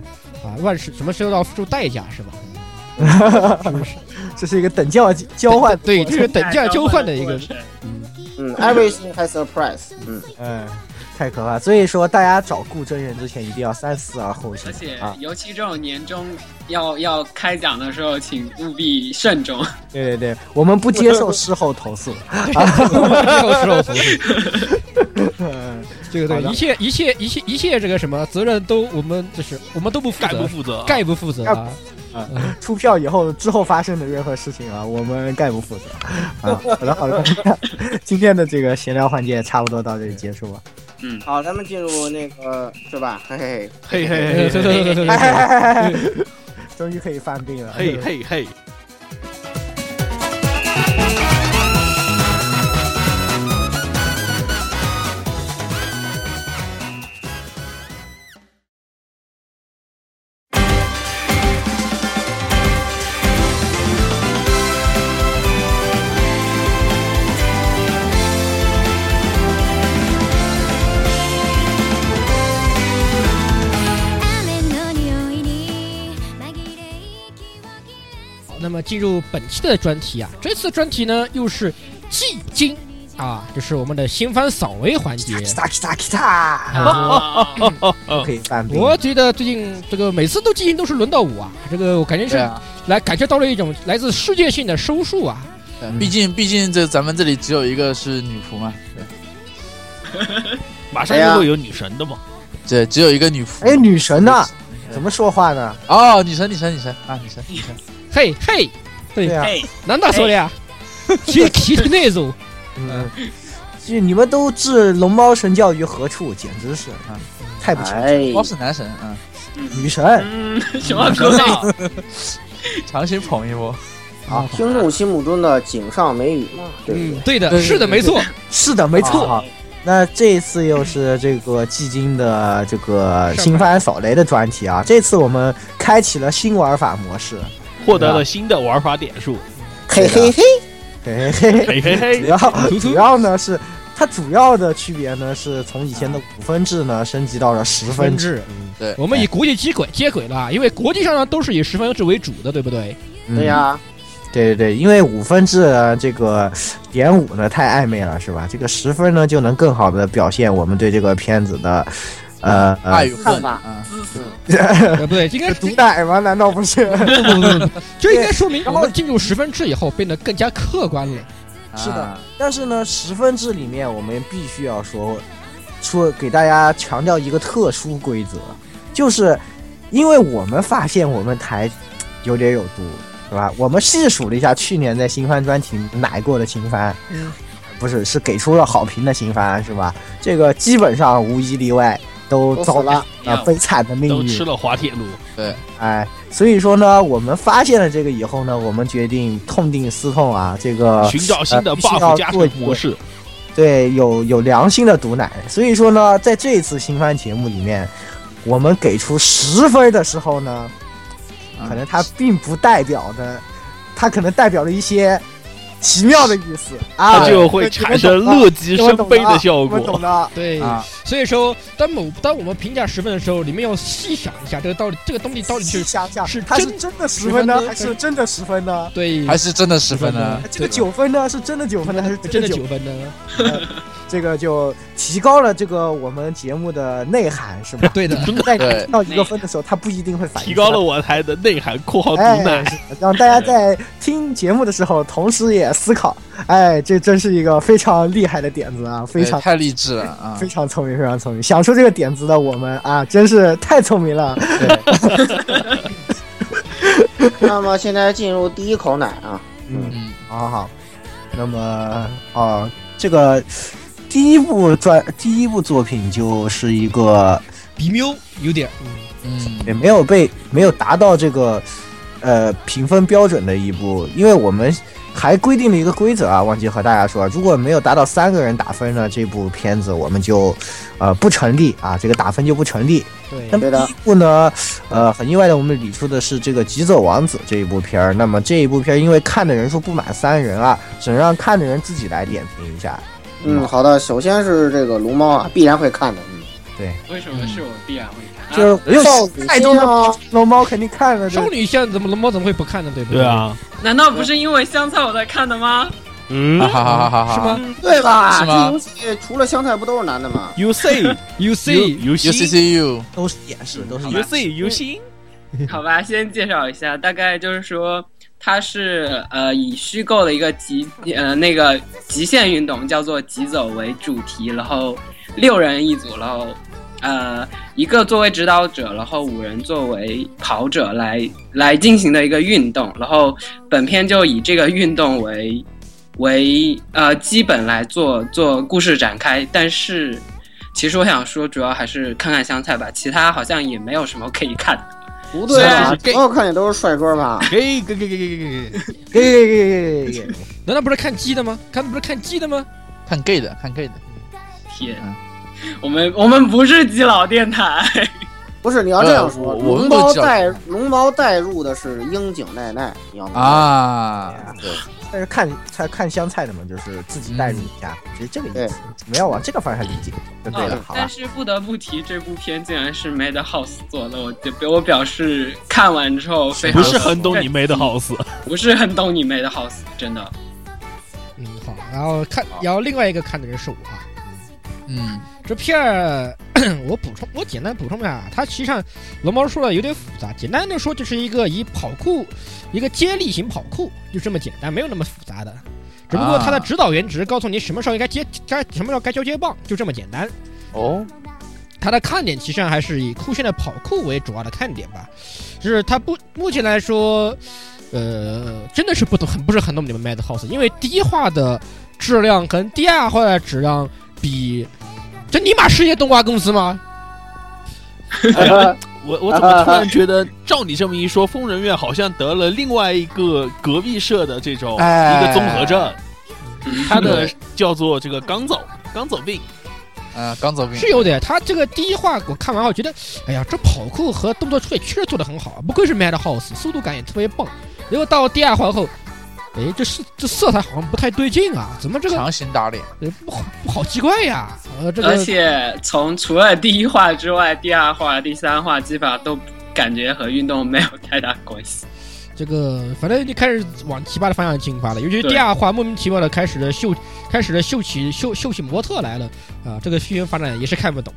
[SPEAKER 1] 啊，万事什么时候要付出代价是吧？
[SPEAKER 2] [LAUGHS]
[SPEAKER 1] 是不是？
[SPEAKER 2] 这是一个等价交换，
[SPEAKER 1] 对，这是等价交换的一个。啊
[SPEAKER 4] 嗯，everything has a price。嗯，
[SPEAKER 2] 嗯，太可怕。所以说大家找顾真人之前一定要三思而后
[SPEAKER 6] 而
[SPEAKER 2] 行
[SPEAKER 6] 且
[SPEAKER 2] 啊。
[SPEAKER 6] 尤其这种年终要要开奖的时候，请务必慎重。
[SPEAKER 2] 对对对，我们不接受事后投诉。
[SPEAKER 1] 这个是
[SPEAKER 2] 嗯，
[SPEAKER 1] [LAUGHS] 这个
[SPEAKER 2] 好
[SPEAKER 1] 对，
[SPEAKER 2] 的
[SPEAKER 1] 一切一切一切一切这个什么责任都我们就是我们都不负
[SPEAKER 5] 概不
[SPEAKER 1] 责，
[SPEAKER 5] 负责，
[SPEAKER 1] 概不负责啊。
[SPEAKER 2] 出票以后之后发生的任何事情啊，我们概不负责。啊，好的好的，今天的这个闲聊环节差不多到这里结束吧。
[SPEAKER 4] 好，咱们进入那个是吧？ [LAUGHS] 嘿嘿，
[SPEAKER 5] 嘿
[SPEAKER 1] 对
[SPEAKER 5] 嘿
[SPEAKER 1] 对
[SPEAKER 5] 嘿
[SPEAKER 1] 对
[SPEAKER 5] 嘿
[SPEAKER 1] 对对
[SPEAKER 2] 哎哎
[SPEAKER 1] 对，
[SPEAKER 2] 哎哎哎终于可以犯病了。
[SPEAKER 5] 嘿嘿嘿，
[SPEAKER 1] 好，那么进入本期的专题啊，这次专题呢又是祭经啊，就是我们的新番扫雷环节。
[SPEAKER 2] ，kita kita kita，
[SPEAKER 1] 啊 [LAUGHS]
[SPEAKER 6] 啊，
[SPEAKER 2] 可以犯病。
[SPEAKER 1] 我觉得最近这个每次都祭经都是轮到我啊，这个我感觉是
[SPEAKER 3] 对啊，
[SPEAKER 1] 来感觉到了一种来自世界性的收束啊。
[SPEAKER 3] 对
[SPEAKER 2] 嗯
[SPEAKER 3] 毕竟毕竟这咱们这里只有一个是女仆嘛，
[SPEAKER 5] 马上就会有女神的嘛。
[SPEAKER 3] 对，只有一个女仆。
[SPEAKER 2] 哎，女神呢？怎么说话呢？
[SPEAKER 3] 哦，女神女神女神啊女神女
[SPEAKER 1] 嗯
[SPEAKER 3] 神，
[SPEAKER 1] 嘿嘿，
[SPEAKER 2] 对啊呀、
[SPEAKER 6] 嘿，
[SPEAKER 1] 难道说的呀？啊
[SPEAKER 3] 哎
[SPEAKER 1] [LAUGHS] 其其实那
[SPEAKER 3] [LAUGHS]
[SPEAKER 1] 种，
[SPEAKER 2] 嗯，就你们都置龙猫神教于何处？简直是啊，太不行！
[SPEAKER 4] 哎，
[SPEAKER 3] 猫是男神啊，
[SPEAKER 2] 女神，
[SPEAKER 6] 嗯，什么频道？
[SPEAKER 3] 强行捧一波。
[SPEAKER 1] 好
[SPEAKER 4] 哎听众心目中的井上美语嘛，对不
[SPEAKER 1] 嗯，
[SPEAKER 4] 对？
[SPEAKER 1] 对
[SPEAKER 3] 对
[SPEAKER 1] 的，
[SPEAKER 3] 对
[SPEAKER 1] 是的，
[SPEAKER 3] 对
[SPEAKER 1] 没错。
[SPEAKER 2] 是的，没错。
[SPEAKER 3] 啊
[SPEAKER 2] 那这一次又是这个寂静的这个新番扫雷的专题啊！这次我们开启了新玩法模式，
[SPEAKER 5] 获得了新的玩法点数，
[SPEAKER 4] 嘿嘿嘿，
[SPEAKER 2] 嘿嘿嘿。
[SPEAKER 5] 嘿嘿
[SPEAKER 2] 主
[SPEAKER 5] 嘿，
[SPEAKER 2] 要主要呢是它主要的区别呢是从以前的五分制呢升级到了十分制，
[SPEAKER 1] 制，
[SPEAKER 3] 对，
[SPEAKER 2] 嗯
[SPEAKER 1] 我们以国际接轨接轨了，啊因为国际上呢都是以十分制为主的，对不
[SPEAKER 3] [LAUGHS]
[SPEAKER 1] 对？
[SPEAKER 2] 嗯
[SPEAKER 4] 对呀、
[SPEAKER 2] 对对对，因为五分制呢这个点五呢太暧昧了，是吧？这个十分呢就能更好的表现我们对这个片子的，呃
[SPEAKER 3] 爱
[SPEAKER 2] 呃，
[SPEAKER 3] 与恨
[SPEAKER 4] 看法
[SPEAKER 3] 啊，
[SPEAKER 1] 呃不对，这应该
[SPEAKER 2] 毒
[SPEAKER 1] 是
[SPEAKER 2] 奶吗？难道不是？
[SPEAKER 1] [LAUGHS] 这应该说明
[SPEAKER 2] 然
[SPEAKER 1] 我
[SPEAKER 2] 后
[SPEAKER 1] 们进入十分制以后变得更加客观了。
[SPEAKER 2] 是的，但是呢，十分制里面我们必须要说，说给大家强调一个特殊规则，就是因为我们发现我们台有点有毒，是吧？我们细数了一下去年在新番专题奶过的新番，
[SPEAKER 1] 嗯，
[SPEAKER 2] 不是，是给出了好评的新番，是吧？这个基本上无一例外都
[SPEAKER 4] 都死了
[SPEAKER 2] 遭了啊
[SPEAKER 6] 嗯哎
[SPEAKER 2] 悲惨的命
[SPEAKER 5] 都
[SPEAKER 2] 运
[SPEAKER 5] 吃，了滑铁卢。
[SPEAKER 2] 哎，所以说呢，我们发现了这个以后呢，我们决定痛定思痛啊，这个
[SPEAKER 5] 寻找新的
[SPEAKER 2] 必须要
[SPEAKER 5] buff 加
[SPEAKER 2] 做
[SPEAKER 5] 成
[SPEAKER 2] 一个
[SPEAKER 5] 模式，
[SPEAKER 2] 对，有有良心的毒奶。所以说呢，在这一次新番节目里面，我们给出十分的时候呢，
[SPEAKER 1] 啊
[SPEAKER 3] 嗯
[SPEAKER 2] 可能它并不代表的，它可能代表了一些奇妙的意思啊，
[SPEAKER 5] 它就会产生乐极生悲的效
[SPEAKER 2] 我懂
[SPEAKER 5] 果。
[SPEAKER 2] 了，
[SPEAKER 1] 对，
[SPEAKER 3] 啊
[SPEAKER 1] 所以说，当某当我们评价十分的时候，你们要细想一下，这个到底这个东西到底是
[SPEAKER 2] 想想
[SPEAKER 1] 是
[SPEAKER 2] 它是
[SPEAKER 1] 真
[SPEAKER 2] 真的十分呢，
[SPEAKER 1] 10
[SPEAKER 2] 还是真的十分呢？
[SPEAKER 1] 对
[SPEAKER 3] 还是真的十分啊呢？
[SPEAKER 1] 啊
[SPEAKER 2] 这个九分呢，是真的九分呢，还是
[SPEAKER 1] 真的
[SPEAKER 2] 九
[SPEAKER 1] 九分呢？？
[SPEAKER 2] 这个就提高了这个我们节目的内涵，是吧
[SPEAKER 1] 对的，
[SPEAKER 2] 在
[SPEAKER 3] 对
[SPEAKER 2] 到一个分的时候，它不一定会反应
[SPEAKER 5] 提高了
[SPEAKER 2] 出
[SPEAKER 5] 我台的内涵（括号毒
[SPEAKER 2] 哎
[SPEAKER 5] 奶
[SPEAKER 2] 来，让大家在听节目的时候，同时也思考。哎，这真是一个非常厉害的点子啊，非
[SPEAKER 3] 对
[SPEAKER 2] 常。
[SPEAKER 3] 太励志了啊
[SPEAKER 2] 非！常聪明，非常聪明，想出这个点子的我们啊，真是太聪明了。
[SPEAKER 4] 那么现在进入第一口奶啊，
[SPEAKER 2] 嗯，
[SPEAKER 3] 嗯，
[SPEAKER 2] 好好好。那么啊，这个第一部专第一部作品就是一个
[SPEAKER 1] [LAUGHS] 比喵有点，嗯
[SPEAKER 2] 也
[SPEAKER 3] 嗯，
[SPEAKER 2] 没有被没有达到这个呃评分标准的一部，因为我们还规定了一个规则啊，忘记和大家说，如果没有达到三个人打分呢，这部片子我们就呃不成立啊，这个打分就不成立。那
[SPEAKER 1] 对，
[SPEAKER 4] 对
[SPEAKER 2] 么
[SPEAKER 4] 的
[SPEAKER 2] 第一部呢，呃，很意外的，我们理出的是这个《极走王子》这一部片儿。那么这一部片儿因为看的人数不满三人啊，只能让看的人自己来点评一下。
[SPEAKER 4] 嗯，好的，首先是这个龙猫啊，必然会看的，嗯，
[SPEAKER 6] 为什么是我必然会看？
[SPEAKER 2] 就是
[SPEAKER 1] 啊
[SPEAKER 2] 我又
[SPEAKER 4] 少女
[SPEAKER 2] 太
[SPEAKER 4] 心
[SPEAKER 2] 多的
[SPEAKER 4] 啊，
[SPEAKER 2] 龙猫肯定看了，
[SPEAKER 1] 哦少
[SPEAKER 2] 对
[SPEAKER 1] 女像怎么龙猫怎么会不看呢？对不
[SPEAKER 5] 对，啊，
[SPEAKER 6] 难道不是因为香菜我在看的吗？
[SPEAKER 5] 嗯
[SPEAKER 3] 好好好好好，
[SPEAKER 1] 是吗
[SPEAKER 4] 对吧？
[SPEAKER 3] 是
[SPEAKER 4] 这
[SPEAKER 3] 吗
[SPEAKER 4] 游戏除了香菜不都是男的吗？
[SPEAKER 5] ？U C [LAUGHS]
[SPEAKER 1] ？U C
[SPEAKER 5] U
[SPEAKER 3] ？U C C U，
[SPEAKER 2] 都是掩饰，都是
[SPEAKER 6] 好吧
[SPEAKER 5] U C U 星，
[SPEAKER 6] 好吧，先介绍一下，大概就是说，它是呃以虚构的一个极呃那个极限运动叫做极走为主题，然后六人一组，然后呃一个作为指导者，然后五人作为跑者来来进行的一个运动，然后本片就以这个运动为为呃基本来做做故事展开，但是。其实我想说，主要还是看看香菜吧，其他好像也没有什么可以看的。
[SPEAKER 4] 不对
[SPEAKER 3] 是
[SPEAKER 4] 啊，
[SPEAKER 3] gay
[SPEAKER 4] 所有看见都是帅哥吧？
[SPEAKER 5] 给给给给给给给，
[SPEAKER 1] 啊
[SPEAKER 2] 给给给给给给。
[SPEAKER 1] 难道不是看鸡的吗？看不是看鸡的吗？
[SPEAKER 3] 看 gay 的，看 gay 的，
[SPEAKER 6] 天，我们我们不是基佬电台，
[SPEAKER 4] 不是，你要这样说，
[SPEAKER 3] 呃我我
[SPEAKER 4] 龙
[SPEAKER 3] 们
[SPEAKER 4] 猫
[SPEAKER 3] 都叫
[SPEAKER 4] 带龙猫带入的是樱井奈奈，你要明白，
[SPEAKER 3] 啊，对，
[SPEAKER 2] 但是看他看香菜的嘛，就是自己代入一下，其实这个意
[SPEAKER 4] 对
[SPEAKER 2] 思，我们要啊往这个方向理解，就对了，好
[SPEAKER 6] 嗯 [LAUGHS] 但
[SPEAKER 2] 吧？
[SPEAKER 6] 是不得不提，这部片竟然是 Mad House 做的，我就我表示看完之后非常
[SPEAKER 5] 不是很懂你妹的 house，
[SPEAKER 6] 不是很懂你 Mad House，真的。
[SPEAKER 1] 嗯，好，然后看，然后另外一个看的人是我啊。
[SPEAKER 3] 嗯
[SPEAKER 1] 这片儿我补充，我简单补充一下，啊它实际上龙猫说的有点复杂，简单的说就是一个以跑酷，一个接力型跑酷，就这么简单，没有那么复杂的。只不过它的
[SPEAKER 3] 啊
[SPEAKER 1] 指导员只是告诉你什么时候应该接，该什么时候该交接棒，就这么简单。
[SPEAKER 3] 哦，
[SPEAKER 1] 它的看点其实上还是以酷炫的跑酷为主要的看点吧，就是它不目前来说，呃，真的是不懂，很不是很懂你们 Madhouse，因为第一话的质量跟第二话的质量比，这尼玛是一个动画公司吗？
[SPEAKER 3] 啊
[SPEAKER 4] [LAUGHS]
[SPEAKER 5] 我我怎么突然觉得，照你这么一说，疯人院好像得了另外一个隔壁社的这种
[SPEAKER 2] 哎
[SPEAKER 5] 一个综合症， [LAUGHS] 他的叫做这个刚走刚走病，
[SPEAKER 3] 啊，刚
[SPEAKER 6] 嗯
[SPEAKER 3] 走病
[SPEAKER 1] 是，有点，他这个第一话我看完后觉得，哎呀，这跑酷和动作处理确实做得很好，不愧是 Madhouse，速度感也特别棒。结果到第二话后，哎，这是这色彩好像不太对劲啊，怎么这个
[SPEAKER 3] 强行打脸，
[SPEAKER 1] 哎不好不好奇怪呀、呃，这个
[SPEAKER 6] 而且从除了第一话之外，第二话、第三话基本上都感觉和运动没有太大关系。
[SPEAKER 1] 这个反正就开始往奇葩的方向进发了，尤其是
[SPEAKER 6] 对
[SPEAKER 1] 第二话莫名其妙的开始了秀，开始了秀起秀秀起模特来了啊、这个剧情发展也是看不懂，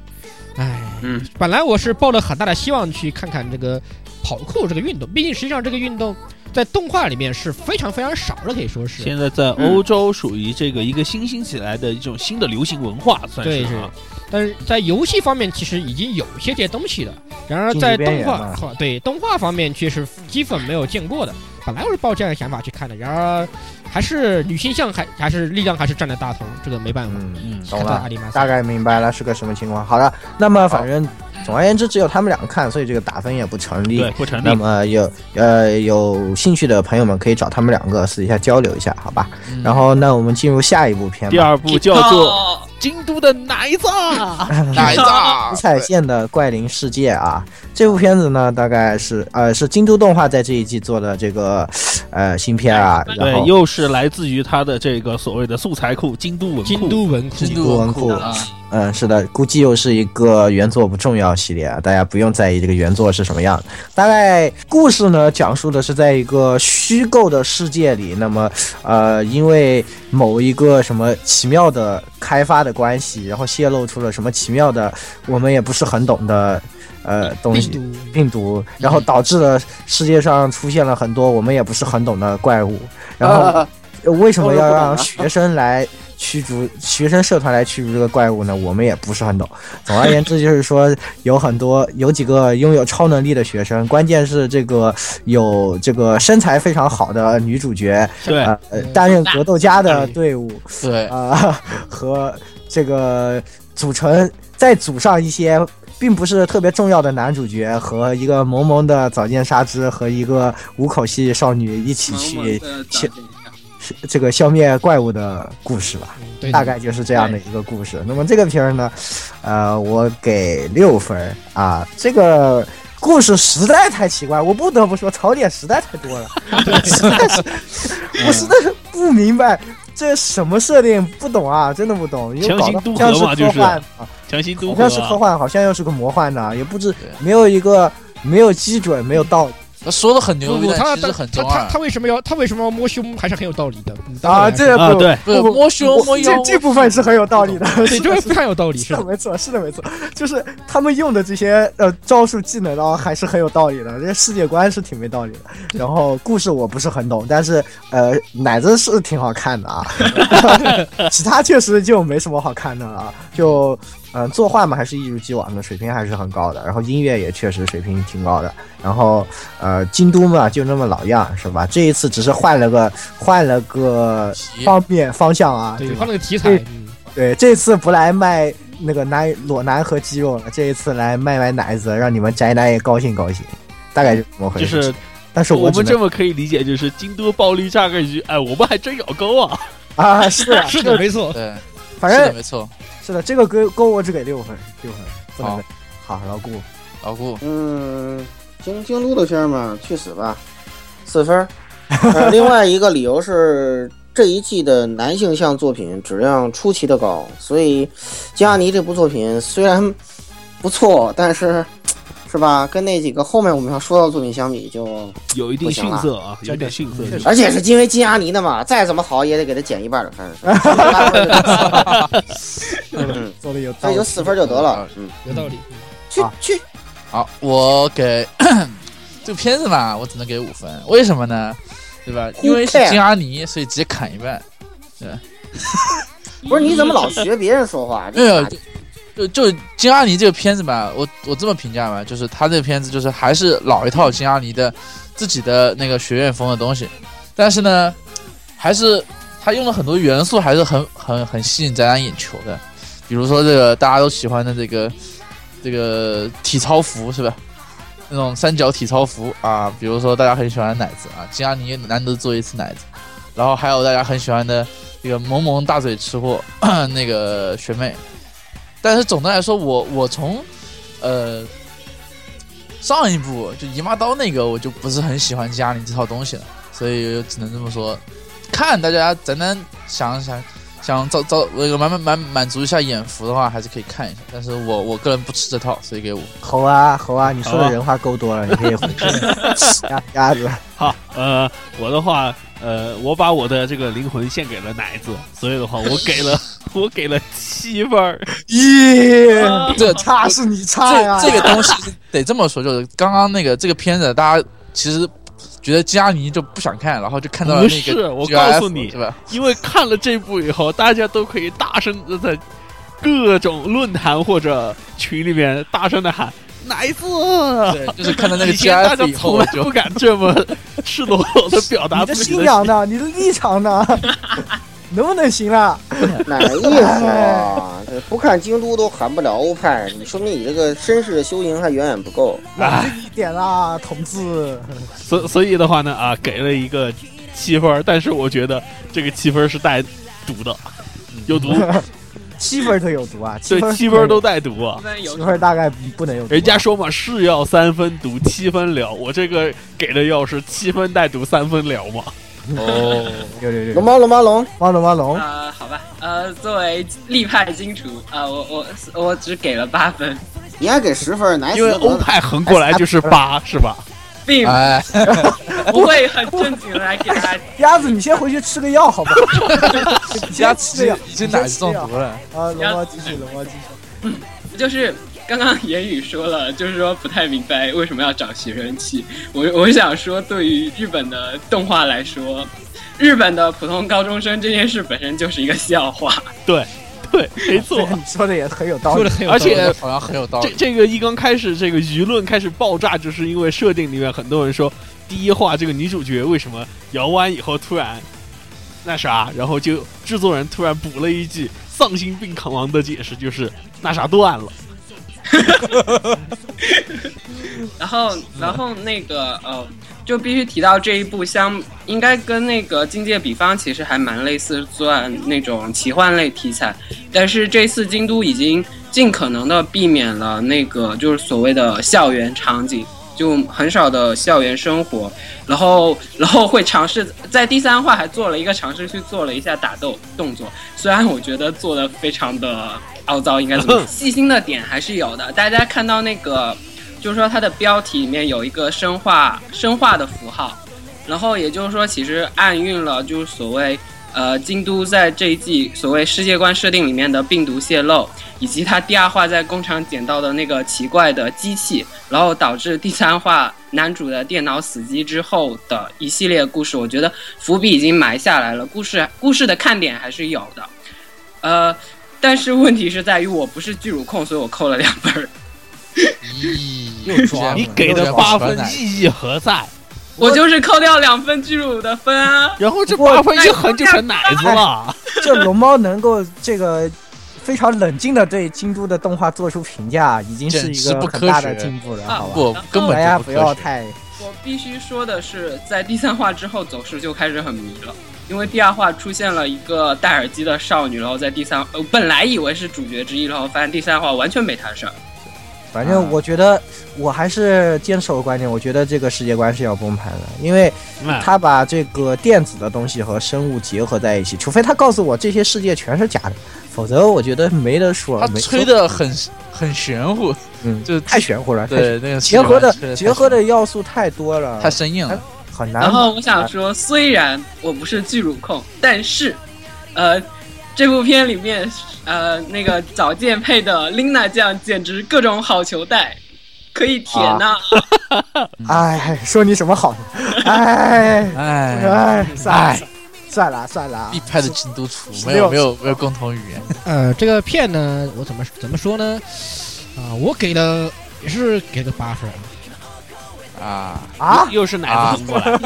[SPEAKER 1] 唉，
[SPEAKER 6] 嗯，
[SPEAKER 1] 本来我是抱着很大的希望去看看这个跑酷这个运动，毕竟实际上这个运动在动画里面是非常非常少的，可以说是。
[SPEAKER 5] 现在在欧洲属于这个一个新兴起来的一种新的流行文化，算
[SPEAKER 1] 对
[SPEAKER 5] 是
[SPEAKER 1] 是
[SPEAKER 5] 啊，
[SPEAKER 1] 但是在游戏方面其实已经有一些这些东西了，然而
[SPEAKER 2] 竞技
[SPEAKER 1] 在
[SPEAKER 2] 边
[SPEAKER 1] 动
[SPEAKER 2] 缘
[SPEAKER 1] 画
[SPEAKER 2] 嘛
[SPEAKER 1] 好对动画方面却是基本没有见过的。本来我是抱这样的想法去看的，然而还是女性向还还是力量还是占了大头，这个没办法。
[SPEAKER 2] 嗯，
[SPEAKER 5] 嗯，
[SPEAKER 2] 懂
[SPEAKER 1] 看到
[SPEAKER 2] 了
[SPEAKER 1] 阿，里玛斯
[SPEAKER 2] 大概明白了是个什么情况。好了，那么反正总而言之，只有他们两个看，所以这个打分也不成立。
[SPEAKER 5] 对，不成
[SPEAKER 2] 那
[SPEAKER 5] 立。
[SPEAKER 2] 么有呃有兴趣的朋友们可以找他们两个私底下交流一下，好吧？
[SPEAKER 3] 嗯
[SPEAKER 2] 然后那我们进入下一部片
[SPEAKER 5] 第
[SPEAKER 2] 吧，
[SPEAKER 5] 二部叫做《京都的哪一藏》，
[SPEAKER 2] [LAUGHS]
[SPEAKER 3] 哪一
[SPEAKER 2] 五
[SPEAKER 3] 大？
[SPEAKER 2] 彩线的怪灵世界啊，这部片子呢，大概是呃是京都动画在这一季做的这个呃新片啊，然
[SPEAKER 5] 对，
[SPEAKER 2] 后
[SPEAKER 5] 又是来自于他的这个所谓的素材库京都文库。
[SPEAKER 1] 京都文库
[SPEAKER 3] 对，京
[SPEAKER 2] 都
[SPEAKER 3] 都
[SPEAKER 2] 文
[SPEAKER 3] 文
[SPEAKER 2] 库
[SPEAKER 3] 库啊，
[SPEAKER 2] 嗯是的，估计又是一个原作不重要系列啊，大家不用在意这个原作是什么样。大概故事呢讲述的是在一个虚构的世界里，那么呃因为某一个什么奇妙的开发的关系，然后泄露出了什么奇妙的我们也不是很懂的呃东西
[SPEAKER 1] 病。毒
[SPEAKER 2] 病毒，然后导致了世界上出现了很多我们也不是很懂的怪物。然后
[SPEAKER 4] 啊
[SPEAKER 2] 呃为什么要
[SPEAKER 4] 我也不懂
[SPEAKER 2] 让
[SPEAKER 4] 啊
[SPEAKER 2] 学生来驱逐学生社团来驱逐这个怪物呢？我们也不
[SPEAKER 4] [LAUGHS]
[SPEAKER 2] 是很懂。总而言之，就是说有很多有几个拥有超能力的学生，关键是这个有这个身材非常好的女主角，
[SPEAKER 5] 对，
[SPEAKER 2] 呃，
[SPEAKER 4] 嗯
[SPEAKER 2] 呃担任格斗家的队伍
[SPEAKER 3] 对，
[SPEAKER 2] 啊、 [LAUGHS] 和这个组成再组上一些并不是特别重要的男主角和一个萌萌的早见沙织和一个五口系少女一起
[SPEAKER 6] 萌萌
[SPEAKER 2] 去
[SPEAKER 6] 的
[SPEAKER 2] 去
[SPEAKER 6] 长这样
[SPEAKER 2] 这个消灭怪物的故事吧，
[SPEAKER 1] 嗯对
[SPEAKER 2] 大概就是这样的一个故事。那么这个片儿呢，呃，我给六分儿啊，这个。故事实在太奇怪，我不得不说槽点实在太多
[SPEAKER 5] [LAUGHS]
[SPEAKER 2] 了，实在是，我实在是不明白这什么设定，不懂啊，真的不懂，因为
[SPEAKER 5] 强
[SPEAKER 2] 搞
[SPEAKER 5] 行
[SPEAKER 2] 得
[SPEAKER 5] 渡
[SPEAKER 2] 好
[SPEAKER 5] 河
[SPEAKER 2] 像
[SPEAKER 5] 嘛就是
[SPEAKER 2] 科幻啊
[SPEAKER 5] 强行都
[SPEAKER 2] 好像
[SPEAKER 5] 合
[SPEAKER 2] 是科
[SPEAKER 5] 啊。
[SPEAKER 2] 幻，好像又是个魔幻的，也不知没有一个没有基准，没有道理
[SPEAKER 3] 他说的很牛
[SPEAKER 1] 不
[SPEAKER 3] 逼，
[SPEAKER 1] 不，
[SPEAKER 3] 但
[SPEAKER 1] 他
[SPEAKER 3] 其实
[SPEAKER 1] 他
[SPEAKER 3] 很
[SPEAKER 1] 他
[SPEAKER 3] 中
[SPEAKER 1] 他
[SPEAKER 3] 二。
[SPEAKER 1] 他为什么要他为什么要摸胸还是很有道理的嗯当
[SPEAKER 2] 啊。
[SPEAKER 1] 然
[SPEAKER 2] 这
[SPEAKER 5] 啊，
[SPEAKER 2] 不
[SPEAKER 5] 对，
[SPEAKER 3] 不是
[SPEAKER 2] 不
[SPEAKER 3] 摸胸摸腰
[SPEAKER 2] 这，这部分是很有道理的，
[SPEAKER 1] [LAUGHS] 对，这个非常有道理，
[SPEAKER 2] 是
[SPEAKER 1] 是
[SPEAKER 2] 的，
[SPEAKER 1] 的，
[SPEAKER 2] 没错，是的，没错，就是他们用的这些呃招数技能呢，还是很有道理的，这世界观是挺没道理的。然后故事我不是很懂，但是呃奶子是挺好看
[SPEAKER 1] [LAUGHS]
[SPEAKER 2] 的啊， [LAUGHS] 其他确实就没什么好看的了，就。嗯，作画嘛还是一如既往的水平还是很高的，然后音乐也确实水平挺高的，然后呃京都嘛就那么老样是吧？这一次只是换了个换了个
[SPEAKER 3] 题
[SPEAKER 2] 方面方向啊，
[SPEAKER 1] 对，
[SPEAKER 2] 就
[SPEAKER 1] 换了个题材，嗯
[SPEAKER 2] 对，这次不来卖那个奶裸男和肌肉了，这一次来卖卖奶子，让你们宅男也高兴高兴，大概就这么回
[SPEAKER 5] 就
[SPEAKER 2] 事。
[SPEAKER 5] 是，
[SPEAKER 2] 但是
[SPEAKER 5] 我
[SPEAKER 2] 只
[SPEAKER 5] 们
[SPEAKER 2] 能
[SPEAKER 5] 这么可以理解，就是京都暴力炸开局，哎，我们还真有沟啊。
[SPEAKER 2] 啊，是的，
[SPEAKER 1] 是的，没错，
[SPEAKER 3] 对，
[SPEAKER 2] 反
[SPEAKER 3] 是的，
[SPEAKER 2] 正
[SPEAKER 3] 没错，
[SPEAKER 2] 是的，这个勾勾我只给六分，六分不能
[SPEAKER 3] 好
[SPEAKER 2] 再好，老顾
[SPEAKER 3] 老顾，
[SPEAKER 4] 嗯，京京都的片儿嘛，去死吧，四分儿。呃， [LAUGHS] 另外一个理由是这一季的男性向作品质量出奇的高，所以基阿尼这部作品虽然不错，但是是吧，跟那几个后面我们要说到的作品相比就，
[SPEAKER 5] 有一定逊色啊，有
[SPEAKER 2] 真
[SPEAKER 5] 一
[SPEAKER 2] 的
[SPEAKER 5] 定逊色。
[SPEAKER 4] 而且是因为基阿尼的嘛，再怎么好也得给他减一半的分儿，嗯，
[SPEAKER 2] 做的有道
[SPEAKER 4] 所以
[SPEAKER 2] 理
[SPEAKER 4] 就，四分就得了，嗯，
[SPEAKER 1] 有道理。嗯
[SPEAKER 4] 去
[SPEAKER 2] 好
[SPEAKER 4] 去，
[SPEAKER 3] 好，我给 [CLEARS THROAT] 这个片子嘛，我只能给五分，为什么呢？对吧？因为是
[SPEAKER 4] cares？
[SPEAKER 3] 金阿尼，所以直接砍一半。
[SPEAKER 4] 不是你怎么老学别人说
[SPEAKER 2] 哎
[SPEAKER 4] 话？
[SPEAKER 3] 没
[SPEAKER 4] 这
[SPEAKER 3] 有，就就就金阿尼这个片子吧，我我这么评价吧，就是他这个片子就是还是老一套金阿尼的自己的那个学院风的东西，但是呢，还是他用了很多元素，还是很很很吸引宅男眼球的，比如说这个大家都喜欢的这个这个体操服是吧？那种三角体操服啊，比如说大家很喜欢的奶子啊，金阿尼难得做一次奶子，然后还有大家很喜欢的这个萌萌大嘴吃货 [COUGHS] 那个学妹，但是总的来说，我我从呃上一部就姨妈刀那个，我就不是很喜欢家里这套东西了，所以只能这么说，看大家咱咱想想想找找那个满满满满足一下眼福的话，还是可以看一下。但是我我个人不吃这套，所以给我
[SPEAKER 2] 猴啊猴啊，你说
[SPEAKER 5] 好
[SPEAKER 2] 的
[SPEAKER 5] 啊
[SPEAKER 2] 人话够多了，你可以回去鸭鸭子。
[SPEAKER 5] 好，呃，我的话，呃，我把我的这个灵魂献给了奶子，所以的话，我给了 [LAUGHS] 我给了七分儿。
[SPEAKER 6] 呃
[SPEAKER 2] 咦，
[SPEAKER 3] 这
[SPEAKER 2] 差是你差哎呀
[SPEAKER 3] 这！这个东西是得这么说，就是刚刚那个这个片子，大家其实觉得加尼就不想看，然后就看到了
[SPEAKER 5] 不
[SPEAKER 3] 那个
[SPEAKER 5] 是，我
[SPEAKER 3] GIF
[SPEAKER 5] 告诉你
[SPEAKER 3] 是，吧？
[SPEAKER 5] 因为看了这部以后，大家都可以大声的在各种论坛或者群里面大声的喊“奶子”。
[SPEAKER 3] 对，就是看到那
[SPEAKER 5] [LAUGHS]
[SPEAKER 3] 个
[SPEAKER 5] 以前大
[SPEAKER 3] GIF
[SPEAKER 5] 家
[SPEAKER 3] 以后，
[SPEAKER 5] 从
[SPEAKER 3] 我
[SPEAKER 5] 来
[SPEAKER 3] 就
[SPEAKER 5] 不
[SPEAKER 3] [LAUGHS]
[SPEAKER 5] 敢这么赤裸裸的表达
[SPEAKER 2] 你的
[SPEAKER 5] 自己
[SPEAKER 2] 信
[SPEAKER 5] 的
[SPEAKER 2] 仰呢？你的立场呢？ [LAUGHS] 能不能行啊了？
[SPEAKER 4] 哪个意思啊？这不看京都都喊不了欧派，你说明你这个绅士的修行还远远不够。
[SPEAKER 2] 冷静一点啦，同志。
[SPEAKER 5] 所所以的话呢啊，给了一个七分儿，但是我觉得这个七分儿是带毒的，
[SPEAKER 3] 嗯
[SPEAKER 2] [LAUGHS]
[SPEAKER 5] 有毒，
[SPEAKER 2] 七分儿都有毒啊，
[SPEAKER 5] 对，
[SPEAKER 2] 分
[SPEAKER 5] 七分儿都带毒啊
[SPEAKER 6] 一。般有
[SPEAKER 2] 七分儿大概不能有毒啊。
[SPEAKER 5] 人家说嘛，是药三分毒，七分疗。我这个给的药是七分带毒，三分疗嘛。
[SPEAKER 3] 哦，
[SPEAKER 2] 六六
[SPEAKER 4] 龙
[SPEAKER 2] 六，
[SPEAKER 4] 猫龙猫龙，
[SPEAKER 2] 猫龙猫龙，
[SPEAKER 6] 呃，好吧，呃，作为力派金主啊、呃我我我只给了八分，
[SPEAKER 4] 你还给十分，哪
[SPEAKER 5] 因为
[SPEAKER 2] 啊
[SPEAKER 5] 欧派横过来就是八，是吧？
[SPEAKER 6] 并
[SPEAKER 3] 哎，
[SPEAKER 6] [LAUGHS] 不会很正经的来给大家。
[SPEAKER 2] 鸭子，你先回去吃个药好不好？你先吃个药
[SPEAKER 3] 已经奶中毒了，
[SPEAKER 2] 啊！龙猫继续，龙猫继续。
[SPEAKER 6] 就是刚刚言语说了，就是说不太明白为什么要找学生气。我我想说，对于日本的动画来说，日本的普通高中生这件事本身就是一个笑话。
[SPEAKER 5] 对，对，没
[SPEAKER 2] 这
[SPEAKER 5] 错
[SPEAKER 2] 个。你说的也很有道
[SPEAKER 1] 说
[SPEAKER 2] 理
[SPEAKER 1] 的。
[SPEAKER 2] [LAUGHS]
[SPEAKER 1] 很有道
[SPEAKER 5] 而
[SPEAKER 1] 理，
[SPEAKER 5] 且
[SPEAKER 3] 好像很有道
[SPEAKER 5] 这
[SPEAKER 3] 理。
[SPEAKER 5] 这个一刚开始，这个舆论开始爆炸，就是因为设定里面很多人说，第一话这个女主角为什么摇完以后突然那啥，然后就制作人突然补了一句丧心病狂的解释，就是那啥断了。
[SPEAKER 6] 然后，然后那个呃，就必须提到这一部相应该跟那个《境界比方》其实还蛮类似，算那种奇幻类题材。但是这次京都已经尽可能的避免了那个就是所谓的校园场景，就很少的校园生活。然后，然后会尝试在第三话还做了一个尝试去做了一下打斗动作，虽然我觉得做的非常的凹糟，应该怎么说细心的点还是有的。大家看到那个。就是说它的标题里面有一个生化生化的符号，然后也就是说其实暗蕴了就是所谓呃京都在这一季所谓世界观设定里面的病毒泄露，以及他第二话在工厂捡到的那个奇怪的机器，然后导致第三话男主的电脑死机之后的一系列故事，我觉得伏笔已经埋下来了，故事故事的看点还是有的，呃，但是问题是在于我不是巨乳控，所以我扣了两分儿。
[SPEAKER 3] 咦
[SPEAKER 2] 又装了
[SPEAKER 5] 你给的八分意义何在？
[SPEAKER 6] 我就是扣掉两分巨乳的分啊！
[SPEAKER 5] 然后这八分一横就成奶子 [LAUGHS] 了。
[SPEAKER 2] 这龙猫能够这个非常冷静的对京都的动画做出评价，已经是一
[SPEAKER 3] 简直
[SPEAKER 2] 个
[SPEAKER 3] 不
[SPEAKER 2] 很大
[SPEAKER 3] 科
[SPEAKER 2] 的
[SPEAKER 3] 学
[SPEAKER 2] 进步了，
[SPEAKER 6] 啊
[SPEAKER 2] 好吧？
[SPEAKER 3] 不根
[SPEAKER 2] 大家
[SPEAKER 3] 本就
[SPEAKER 2] 不
[SPEAKER 3] 科
[SPEAKER 2] 要
[SPEAKER 3] 学
[SPEAKER 2] 太
[SPEAKER 6] 我必须说的是，在第三话之后走势就开始很迷了，因为第二话出现了一个戴耳机的少女，然后在第三，呃，本来以为是主角之一，然后发现第三话完全没她事儿。
[SPEAKER 2] 反正我觉得，我还是坚守观点，我觉得这个世界观是要崩盘的，因为
[SPEAKER 5] 嗯
[SPEAKER 2] 他把这个电子的东西和生物结合在一起，除非他告诉我这些世界全是假的，否则我觉得没得说。
[SPEAKER 3] 他
[SPEAKER 2] 没
[SPEAKER 3] 吹
[SPEAKER 2] 说
[SPEAKER 3] 的很很玄乎，
[SPEAKER 2] 嗯，
[SPEAKER 3] 就
[SPEAKER 2] 太玄乎了，太
[SPEAKER 3] 对那个
[SPEAKER 2] 结合
[SPEAKER 3] 吹
[SPEAKER 2] 的
[SPEAKER 3] 太
[SPEAKER 2] 结合的要素太多了，
[SPEAKER 3] 太生硬了。
[SPEAKER 2] 很难。
[SPEAKER 6] 然后我想说，虽然我不是巨乳控，但是，呃，这部片里面，呃，那个早见配的 Lina 酱简直各种好球带，可以舔呐、
[SPEAKER 2] 哎，说你什么好呢？哎哎，
[SPEAKER 3] 哎，
[SPEAKER 2] 算了算了算了，
[SPEAKER 3] 必拍的京都厨
[SPEAKER 2] 十
[SPEAKER 3] 没
[SPEAKER 2] 六
[SPEAKER 3] 有没有没有共同语言，
[SPEAKER 1] 呃，这个片呢，我怎么怎么说呢？啊、我给了也是给了八分啊。
[SPEAKER 2] [LAUGHS]
[SPEAKER 3] 啊，
[SPEAKER 2] 啊，
[SPEAKER 5] 又是奶子横过来，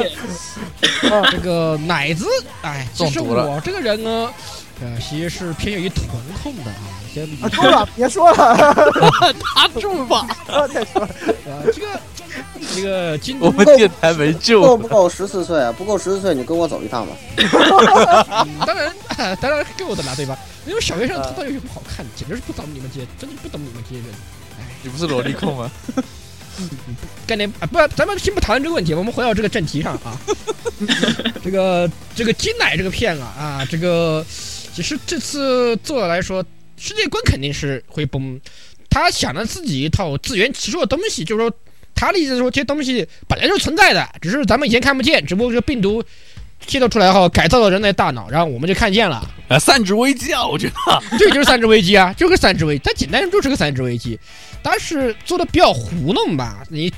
[SPEAKER 1] 这个奶子，哎，其实
[SPEAKER 3] 中毒了
[SPEAKER 1] 我这个人呢，呃，其实是偏向于臀控的啊。这里
[SPEAKER 2] 啊，够了，别说了，
[SPEAKER 5] 他住吧。
[SPEAKER 2] 再说了，
[SPEAKER 1] 呃，这个这个京
[SPEAKER 3] 我
[SPEAKER 1] 都
[SPEAKER 3] 们电台没救
[SPEAKER 4] 够
[SPEAKER 3] 了。
[SPEAKER 4] 不够十四岁啊？不够十四岁，你跟我走一趟吧。
[SPEAKER 1] 嗯当然、啊当然够的啦，对吧？因为小学生他到底有什么好看的？简直是不懂你们这些，真的不懂你们这些人。
[SPEAKER 3] 你不是萝莉控吗？
[SPEAKER 1] 概念啊，不，咱们先不讨论这个问题，我们回到这个正题上啊。这个这个金奶这个片啊啊，这个其实这次做来说，世界观肯定是会崩。他想了自己一套自圆其说的东西，就是说他的意思是说这些东西本来就是存在的，只是咱们以前看不见，只不过这个病毒泄露出来后改造了人类大脑，然后我们就看见了。
[SPEAKER 5] 啊，散值危机啊，我觉得。
[SPEAKER 1] 这就是三只危机啊，就是个三只危机，它简单就是个三只危机，但是做的比较糊弄吧。你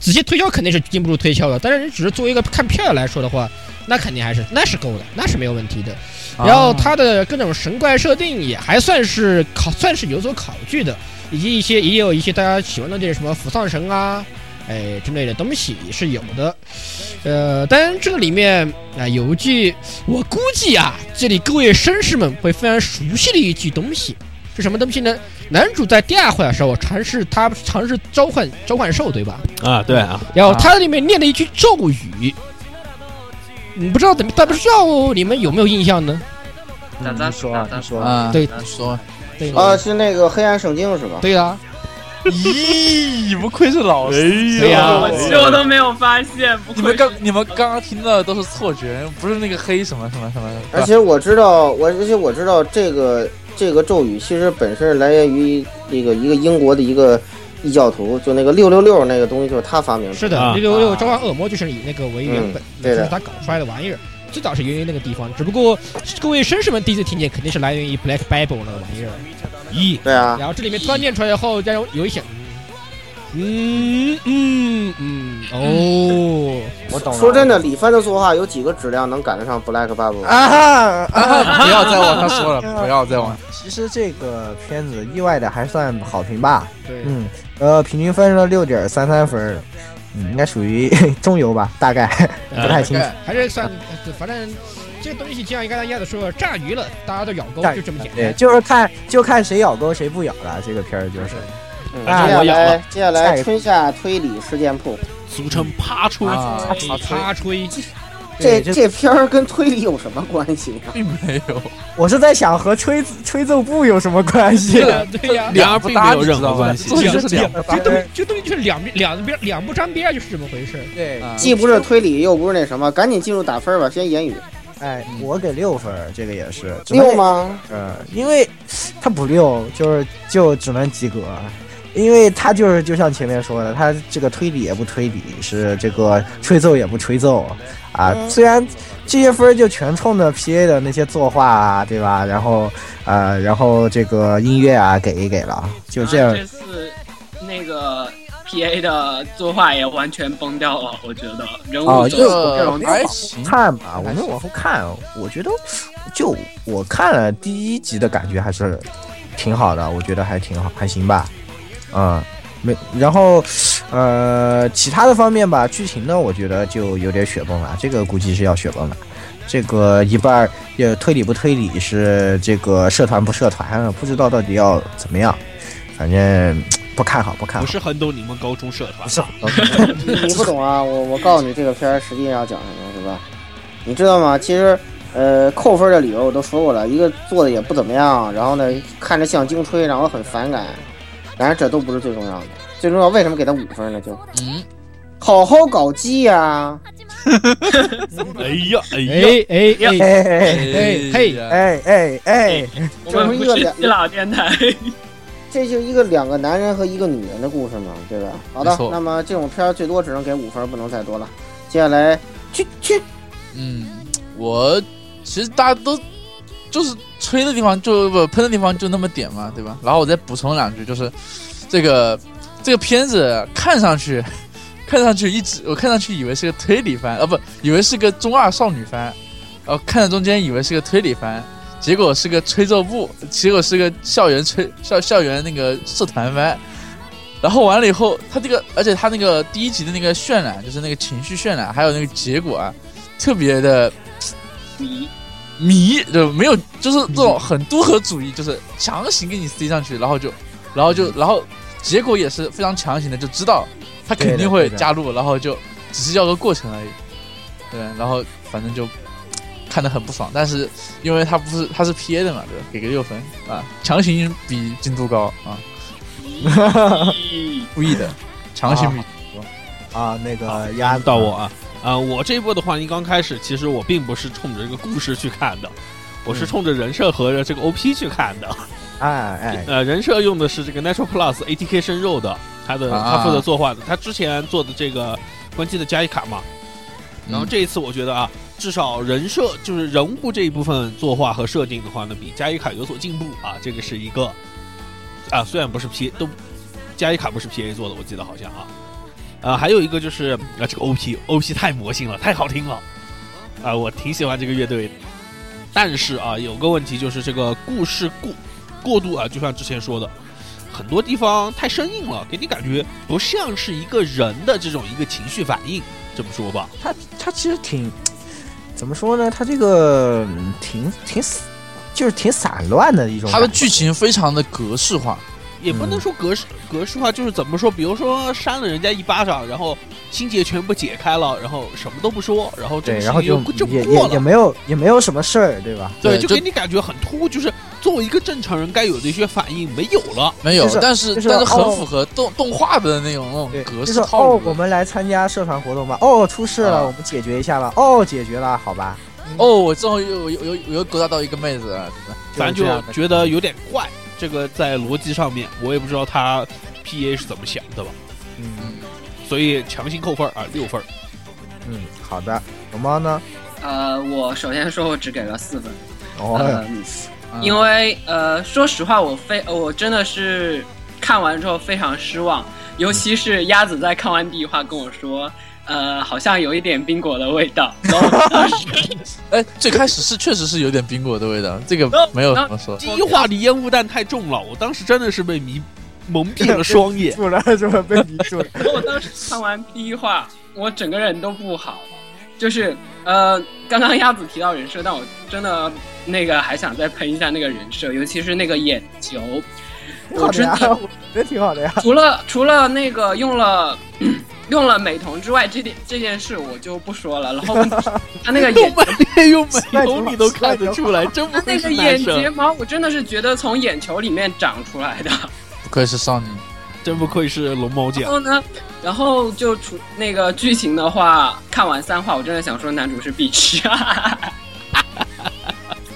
[SPEAKER 1] 仔细推敲肯定是经不住推敲的，但是你只是作为一个看片儿来说的话，那肯定还是那是够的，那是没有问题的。
[SPEAKER 3] 啊
[SPEAKER 1] 然后它的各种神怪设定也还算是考，算是有所考据的，以及一些也有一些大家喜欢的这些什么扶丧神啊，哎之类的东西是有的。呃，当然这个里面啊、有一句，我估计啊，这里各位绅士们会非常熟悉的一句东西是什么东西呢？男主在第二话的时候尝试他尝试召唤召唤兽，对吧？
[SPEAKER 5] 啊，对啊，
[SPEAKER 1] 然后他里面念了一句咒语，你不知道怎么，但不知道你们有没有印象呢？
[SPEAKER 6] 咋
[SPEAKER 2] 嗯
[SPEAKER 6] 咋
[SPEAKER 2] 你说啊，你说啊，
[SPEAKER 3] 啊，
[SPEAKER 1] 对
[SPEAKER 3] 说
[SPEAKER 1] 对
[SPEAKER 4] 啊，是那个黑暗圣经是吧？
[SPEAKER 1] 对啊，
[SPEAKER 3] 咦，不愧是老师。
[SPEAKER 5] 哎
[SPEAKER 1] 对呀、
[SPEAKER 6] 我其实我都没有发现，不
[SPEAKER 3] 你
[SPEAKER 6] 愧
[SPEAKER 3] 们
[SPEAKER 6] 是
[SPEAKER 3] 刚你们刚刚听到的都是错觉，不是那个黑什么什么什么的。
[SPEAKER 2] 哎
[SPEAKER 4] 而且我知道，我而且我知道这个这个咒语其实本身来源于那个一个英国的一个异教徒，就那个六六六那个东西就是他发明的。
[SPEAKER 1] 是的，
[SPEAKER 5] 啊
[SPEAKER 1] 六六六召唤恶魔就是以那个为原本，
[SPEAKER 4] 嗯对的
[SPEAKER 1] 就是他搞出来的玩意儿。最早是源于那个地方，只不过各位绅士们第一次听见，肯定是来源于 Black Bible 那个玩意儿。
[SPEAKER 5] 咦，
[SPEAKER 4] 对啊，
[SPEAKER 1] 然后这里面突然念出来以后，家人有一想，嗯嗯嗯，哦，
[SPEAKER 2] 我懂了。
[SPEAKER 4] 说真的，李帆的作画有几个质量能赶得上 Black Bible？
[SPEAKER 2] 啊啊！
[SPEAKER 3] [LAUGHS] 不要再往上
[SPEAKER 5] [LAUGHS]
[SPEAKER 3] 说了，不要再往。
[SPEAKER 2] 其实这个片子意外的还算好评吧，
[SPEAKER 1] 对，
[SPEAKER 2] 嗯，呃，平均分是六点三三分儿，嗯，应该属于中游吧，大概不太清楚。
[SPEAKER 1] 还是算，呃反正这个东西就像刚才鸭子说，炸鱼了，大家都咬钩，
[SPEAKER 2] 炸鱼
[SPEAKER 1] 就这么简
[SPEAKER 2] 对，
[SPEAKER 1] 单。
[SPEAKER 2] 就是看就看谁咬钩谁不咬了，这个片儿就是。
[SPEAKER 4] 嗯接
[SPEAKER 5] 哎
[SPEAKER 4] 下
[SPEAKER 5] 我养
[SPEAKER 4] 来接下
[SPEAKER 2] 下一
[SPEAKER 4] 来
[SPEAKER 2] 个
[SPEAKER 4] 春夏推理事件铺，
[SPEAKER 5] 俗称趴出
[SPEAKER 3] 啊，
[SPEAKER 1] 哎插吹，
[SPEAKER 4] 这
[SPEAKER 2] 对这
[SPEAKER 4] 这片儿跟推理有什么关系啊？
[SPEAKER 3] 并没
[SPEAKER 5] [LAUGHS]
[SPEAKER 3] 有，
[SPEAKER 2] 我是在想和吹吹奏部有什么关系？ [LAUGHS]
[SPEAKER 1] 对呀，
[SPEAKER 5] 两并没有任何关系
[SPEAKER 3] 这
[SPEAKER 1] 两
[SPEAKER 3] 就是
[SPEAKER 5] [LAUGHS]
[SPEAKER 3] 两个
[SPEAKER 1] 这东西这东西就是两边两边两不沾边，就是这么回事。
[SPEAKER 2] 对
[SPEAKER 3] 啊
[SPEAKER 4] 既不是推理，又不是那什么，赶紧进入打分吧，先言语
[SPEAKER 2] 哎，我给六分儿，这个也是
[SPEAKER 4] 六？吗？
[SPEAKER 2] 嗯，因为他不六，就是就只能及格，因为他就是就像前面说的，他这个推理也不推理，是这个吹奏也不吹奏啊。虽然这些分儿就全冲着 P A 的那些作画啊，对吧？然后呃，然后这个音乐啊给一给了，就这样
[SPEAKER 6] 啊这。次那个 P A 的作画也完全崩掉了，我觉得人物
[SPEAKER 2] 哦
[SPEAKER 6] 走
[SPEAKER 2] 这
[SPEAKER 6] 这种
[SPEAKER 3] 还行，
[SPEAKER 2] 看吧，
[SPEAKER 5] 嗯
[SPEAKER 2] 我们往后看，我觉得就我看了第一集的感觉还是挺好的，我觉得还挺好，还行吧，嗯，没，然后呃，其他的方面吧，剧情呢，我觉得就有点雪崩了，这个估计是要雪崩了。这个一半儿也推理不推理是这个社团不社团，不知道到底要怎么样，反正不看好，不看
[SPEAKER 5] 不
[SPEAKER 2] 好。
[SPEAKER 5] 是很懂你们高中社团。
[SPEAKER 4] 你你不懂 [LAUGHS] 啊，我我告诉你这个片儿实际上要讲什么，是吧？你知道吗？其实，呃，扣分的理由我都说过了，一个做的也不怎么样，然后呢，看着像精吹，让我很反感。然而这都不是最重要的，最重要为什么给他五分呢？就
[SPEAKER 3] 嗯，
[SPEAKER 4] 好好搞基呀、
[SPEAKER 5] 哎呀，哎呀，
[SPEAKER 1] 哎哎哎，
[SPEAKER 2] [LAUGHS] 哎哎
[SPEAKER 1] 哎嘿
[SPEAKER 3] 哎呀，
[SPEAKER 2] 哎哎哎，
[SPEAKER 6] 我们不是基佬电台，
[SPEAKER 4] 这就一个两个男人和一个女人的故事嘛，对吧？好的
[SPEAKER 3] 没，错
[SPEAKER 4] 那么这种片儿最多只能给五分，不能再多了。接下来，去去，
[SPEAKER 3] 嗯，我其实大家都就是吹的地方就不喷的地方就那么点嘛，对吧？然后我再补充两句，就是这个这个片子看上去 [LAUGHS] 看上去一直我看上去以为是个推理番，啊不，以为是个中二少女番，然后看到中间以为是个推理番，结果是个吹奏部，结果是个校园吹校校园那个社团番。然后完了以后，他这个，而且他那个第一集的那个渲染，就是那个情绪渲染，还有那个结果啊，特别的
[SPEAKER 6] 迷
[SPEAKER 3] 迷，就没有，就是这种很都合主义，就是强行给你塞上去，然后就，然后就，然后结果也是非常强行的，就知道他肯定会加入，然后就只是要个过程而已。对，然后反正就看得很不爽，但是因为他不是他是 P A 的嘛，对吧，给个六分啊，强行比进度高啊，
[SPEAKER 5] 嗯
[SPEAKER 3] [LAUGHS] 故意的，强行比。
[SPEAKER 2] 啊，那个鸭子
[SPEAKER 5] 到我啊啊！我这一波的话，一刚开始，其实我并不是冲着这个故事去看的，我
[SPEAKER 3] 嗯
[SPEAKER 5] 是冲着人设和这个 OP 去看的。
[SPEAKER 2] 哎哎，
[SPEAKER 5] [LAUGHS] 呃，人设用的是这个 Natural Plus ATK 生肉的，他的
[SPEAKER 3] 啊
[SPEAKER 5] 他负责作画的，他之前做的这个关机的加一卡嘛。然后这一次我觉得啊，至少人设就是人物这一部分作画和设定的话呢，比加一卡有所进步啊，这个是一个啊，虽然不是 P 都加一卡不是 PA 做的，我记得好像啊。啊，还有一个就是啊，这个 OP OP 太魔性了，太好听了，啊，我挺喜欢这个乐队的，但是啊，有个问题就是这个故事故过度啊，就像之前说的，很多地方太生硬了，给你感觉不像是一个人的这种一个情绪反应。这么说吧，
[SPEAKER 2] 他他其实挺怎么说呢？他这个嗯挺挺死就是挺散乱的一种
[SPEAKER 3] 它
[SPEAKER 2] 感
[SPEAKER 3] 嗯的
[SPEAKER 2] 觉。
[SPEAKER 3] 剧情非常的格式化，
[SPEAKER 5] 也不
[SPEAKER 2] 嗯
[SPEAKER 5] 能说格式、格式化，就是怎么说？比如说扇了人家一巴掌，然后心结全部解开了，然后什么都不说，然后这
[SPEAKER 2] 对，
[SPEAKER 5] 个事
[SPEAKER 2] 然后
[SPEAKER 5] 情
[SPEAKER 2] 就
[SPEAKER 5] 就这么
[SPEAKER 2] 也
[SPEAKER 5] 过
[SPEAKER 2] 也
[SPEAKER 5] 了
[SPEAKER 2] 也。没有也没有什么事儿，对吧？
[SPEAKER 5] 对，
[SPEAKER 3] 对
[SPEAKER 5] 就
[SPEAKER 3] 就
[SPEAKER 5] 给你感觉很突兀，就是作为一个正常人该有的一些反应没有了。
[SPEAKER 3] 没有
[SPEAKER 2] 就，是
[SPEAKER 3] 但是
[SPEAKER 2] 就是
[SPEAKER 3] 但是很
[SPEAKER 2] 哦
[SPEAKER 3] 符合动动画的那种那
[SPEAKER 2] 对，
[SPEAKER 3] 种格
[SPEAKER 2] 就
[SPEAKER 3] 式
[SPEAKER 2] 是
[SPEAKER 3] 套
[SPEAKER 2] 哦，
[SPEAKER 3] 路
[SPEAKER 2] 我们来参加社团活动吧。哦，出事了，
[SPEAKER 3] 啊
[SPEAKER 2] 我们解决一下吧。哦，解决了，好吧。
[SPEAKER 3] 哦，我终于有有有有勾搭到一个妹子了，
[SPEAKER 5] 反
[SPEAKER 2] 就是这
[SPEAKER 5] 正
[SPEAKER 2] 样
[SPEAKER 5] 就
[SPEAKER 2] 的
[SPEAKER 5] 觉得有点怪，这个在逻辑上面，我也不知道他 P A 是怎么想的吧，
[SPEAKER 2] 嗯
[SPEAKER 3] 嗯，
[SPEAKER 5] 所以强行扣分儿啊，六分儿。
[SPEAKER 2] 嗯，好的。龙猫呢？
[SPEAKER 6] 呃，我首先说我只给了四分，
[SPEAKER 2] 哦，
[SPEAKER 6] 嗯，
[SPEAKER 3] 嗯
[SPEAKER 6] 因为呃，说实话，我非我真的是看完之后非常失望，尤其是鸭子在看完第一话跟我说，呃，好像有一点冰果的味道，然后我当时
[SPEAKER 3] 哎，最开始是确实是有点冰果的味道，这个没有什
[SPEAKER 5] [LAUGHS]
[SPEAKER 3] 么说。
[SPEAKER 5] 第一话里烟雾弹太重了，我当时真的是被迷蒙蔽了双
[SPEAKER 2] [LAUGHS]
[SPEAKER 5] 眼。
[SPEAKER 2] 住了，住了，被你住了。
[SPEAKER 6] 然后我当时看完第一话，我整个人都不好，就是呃，刚刚鸭子提到人设，但我真的那个还想再喷一下那个人设，尤其是那个眼球，
[SPEAKER 2] 挺好
[SPEAKER 6] 我
[SPEAKER 2] 的
[SPEAKER 6] 真
[SPEAKER 2] 呀， [LAUGHS]
[SPEAKER 6] 的
[SPEAKER 2] 我觉得挺好的呀。
[SPEAKER 6] 除了除了那个用了 [COUGHS] 用了美瞳之外，这点这件事我就不说了。然后问题是他那个
[SPEAKER 5] 动
[SPEAKER 6] 眼
[SPEAKER 5] 漫恋用美
[SPEAKER 2] 那
[SPEAKER 5] 瞳
[SPEAKER 2] 种
[SPEAKER 5] 你都看得出来，真不
[SPEAKER 6] 他
[SPEAKER 5] 愧
[SPEAKER 6] 那
[SPEAKER 5] 是
[SPEAKER 6] 个
[SPEAKER 5] 男
[SPEAKER 6] 眼睫
[SPEAKER 5] 生，
[SPEAKER 6] 毛，我真的是觉得从眼球里面长出来的。
[SPEAKER 3] 不愧是少女，
[SPEAKER 5] 真不愧是龙猫
[SPEAKER 6] 然
[SPEAKER 5] 酱。
[SPEAKER 6] 后呢，然后就除那个剧情的话，看完三话，我真的想说男主是必吃。 [LAUGHS]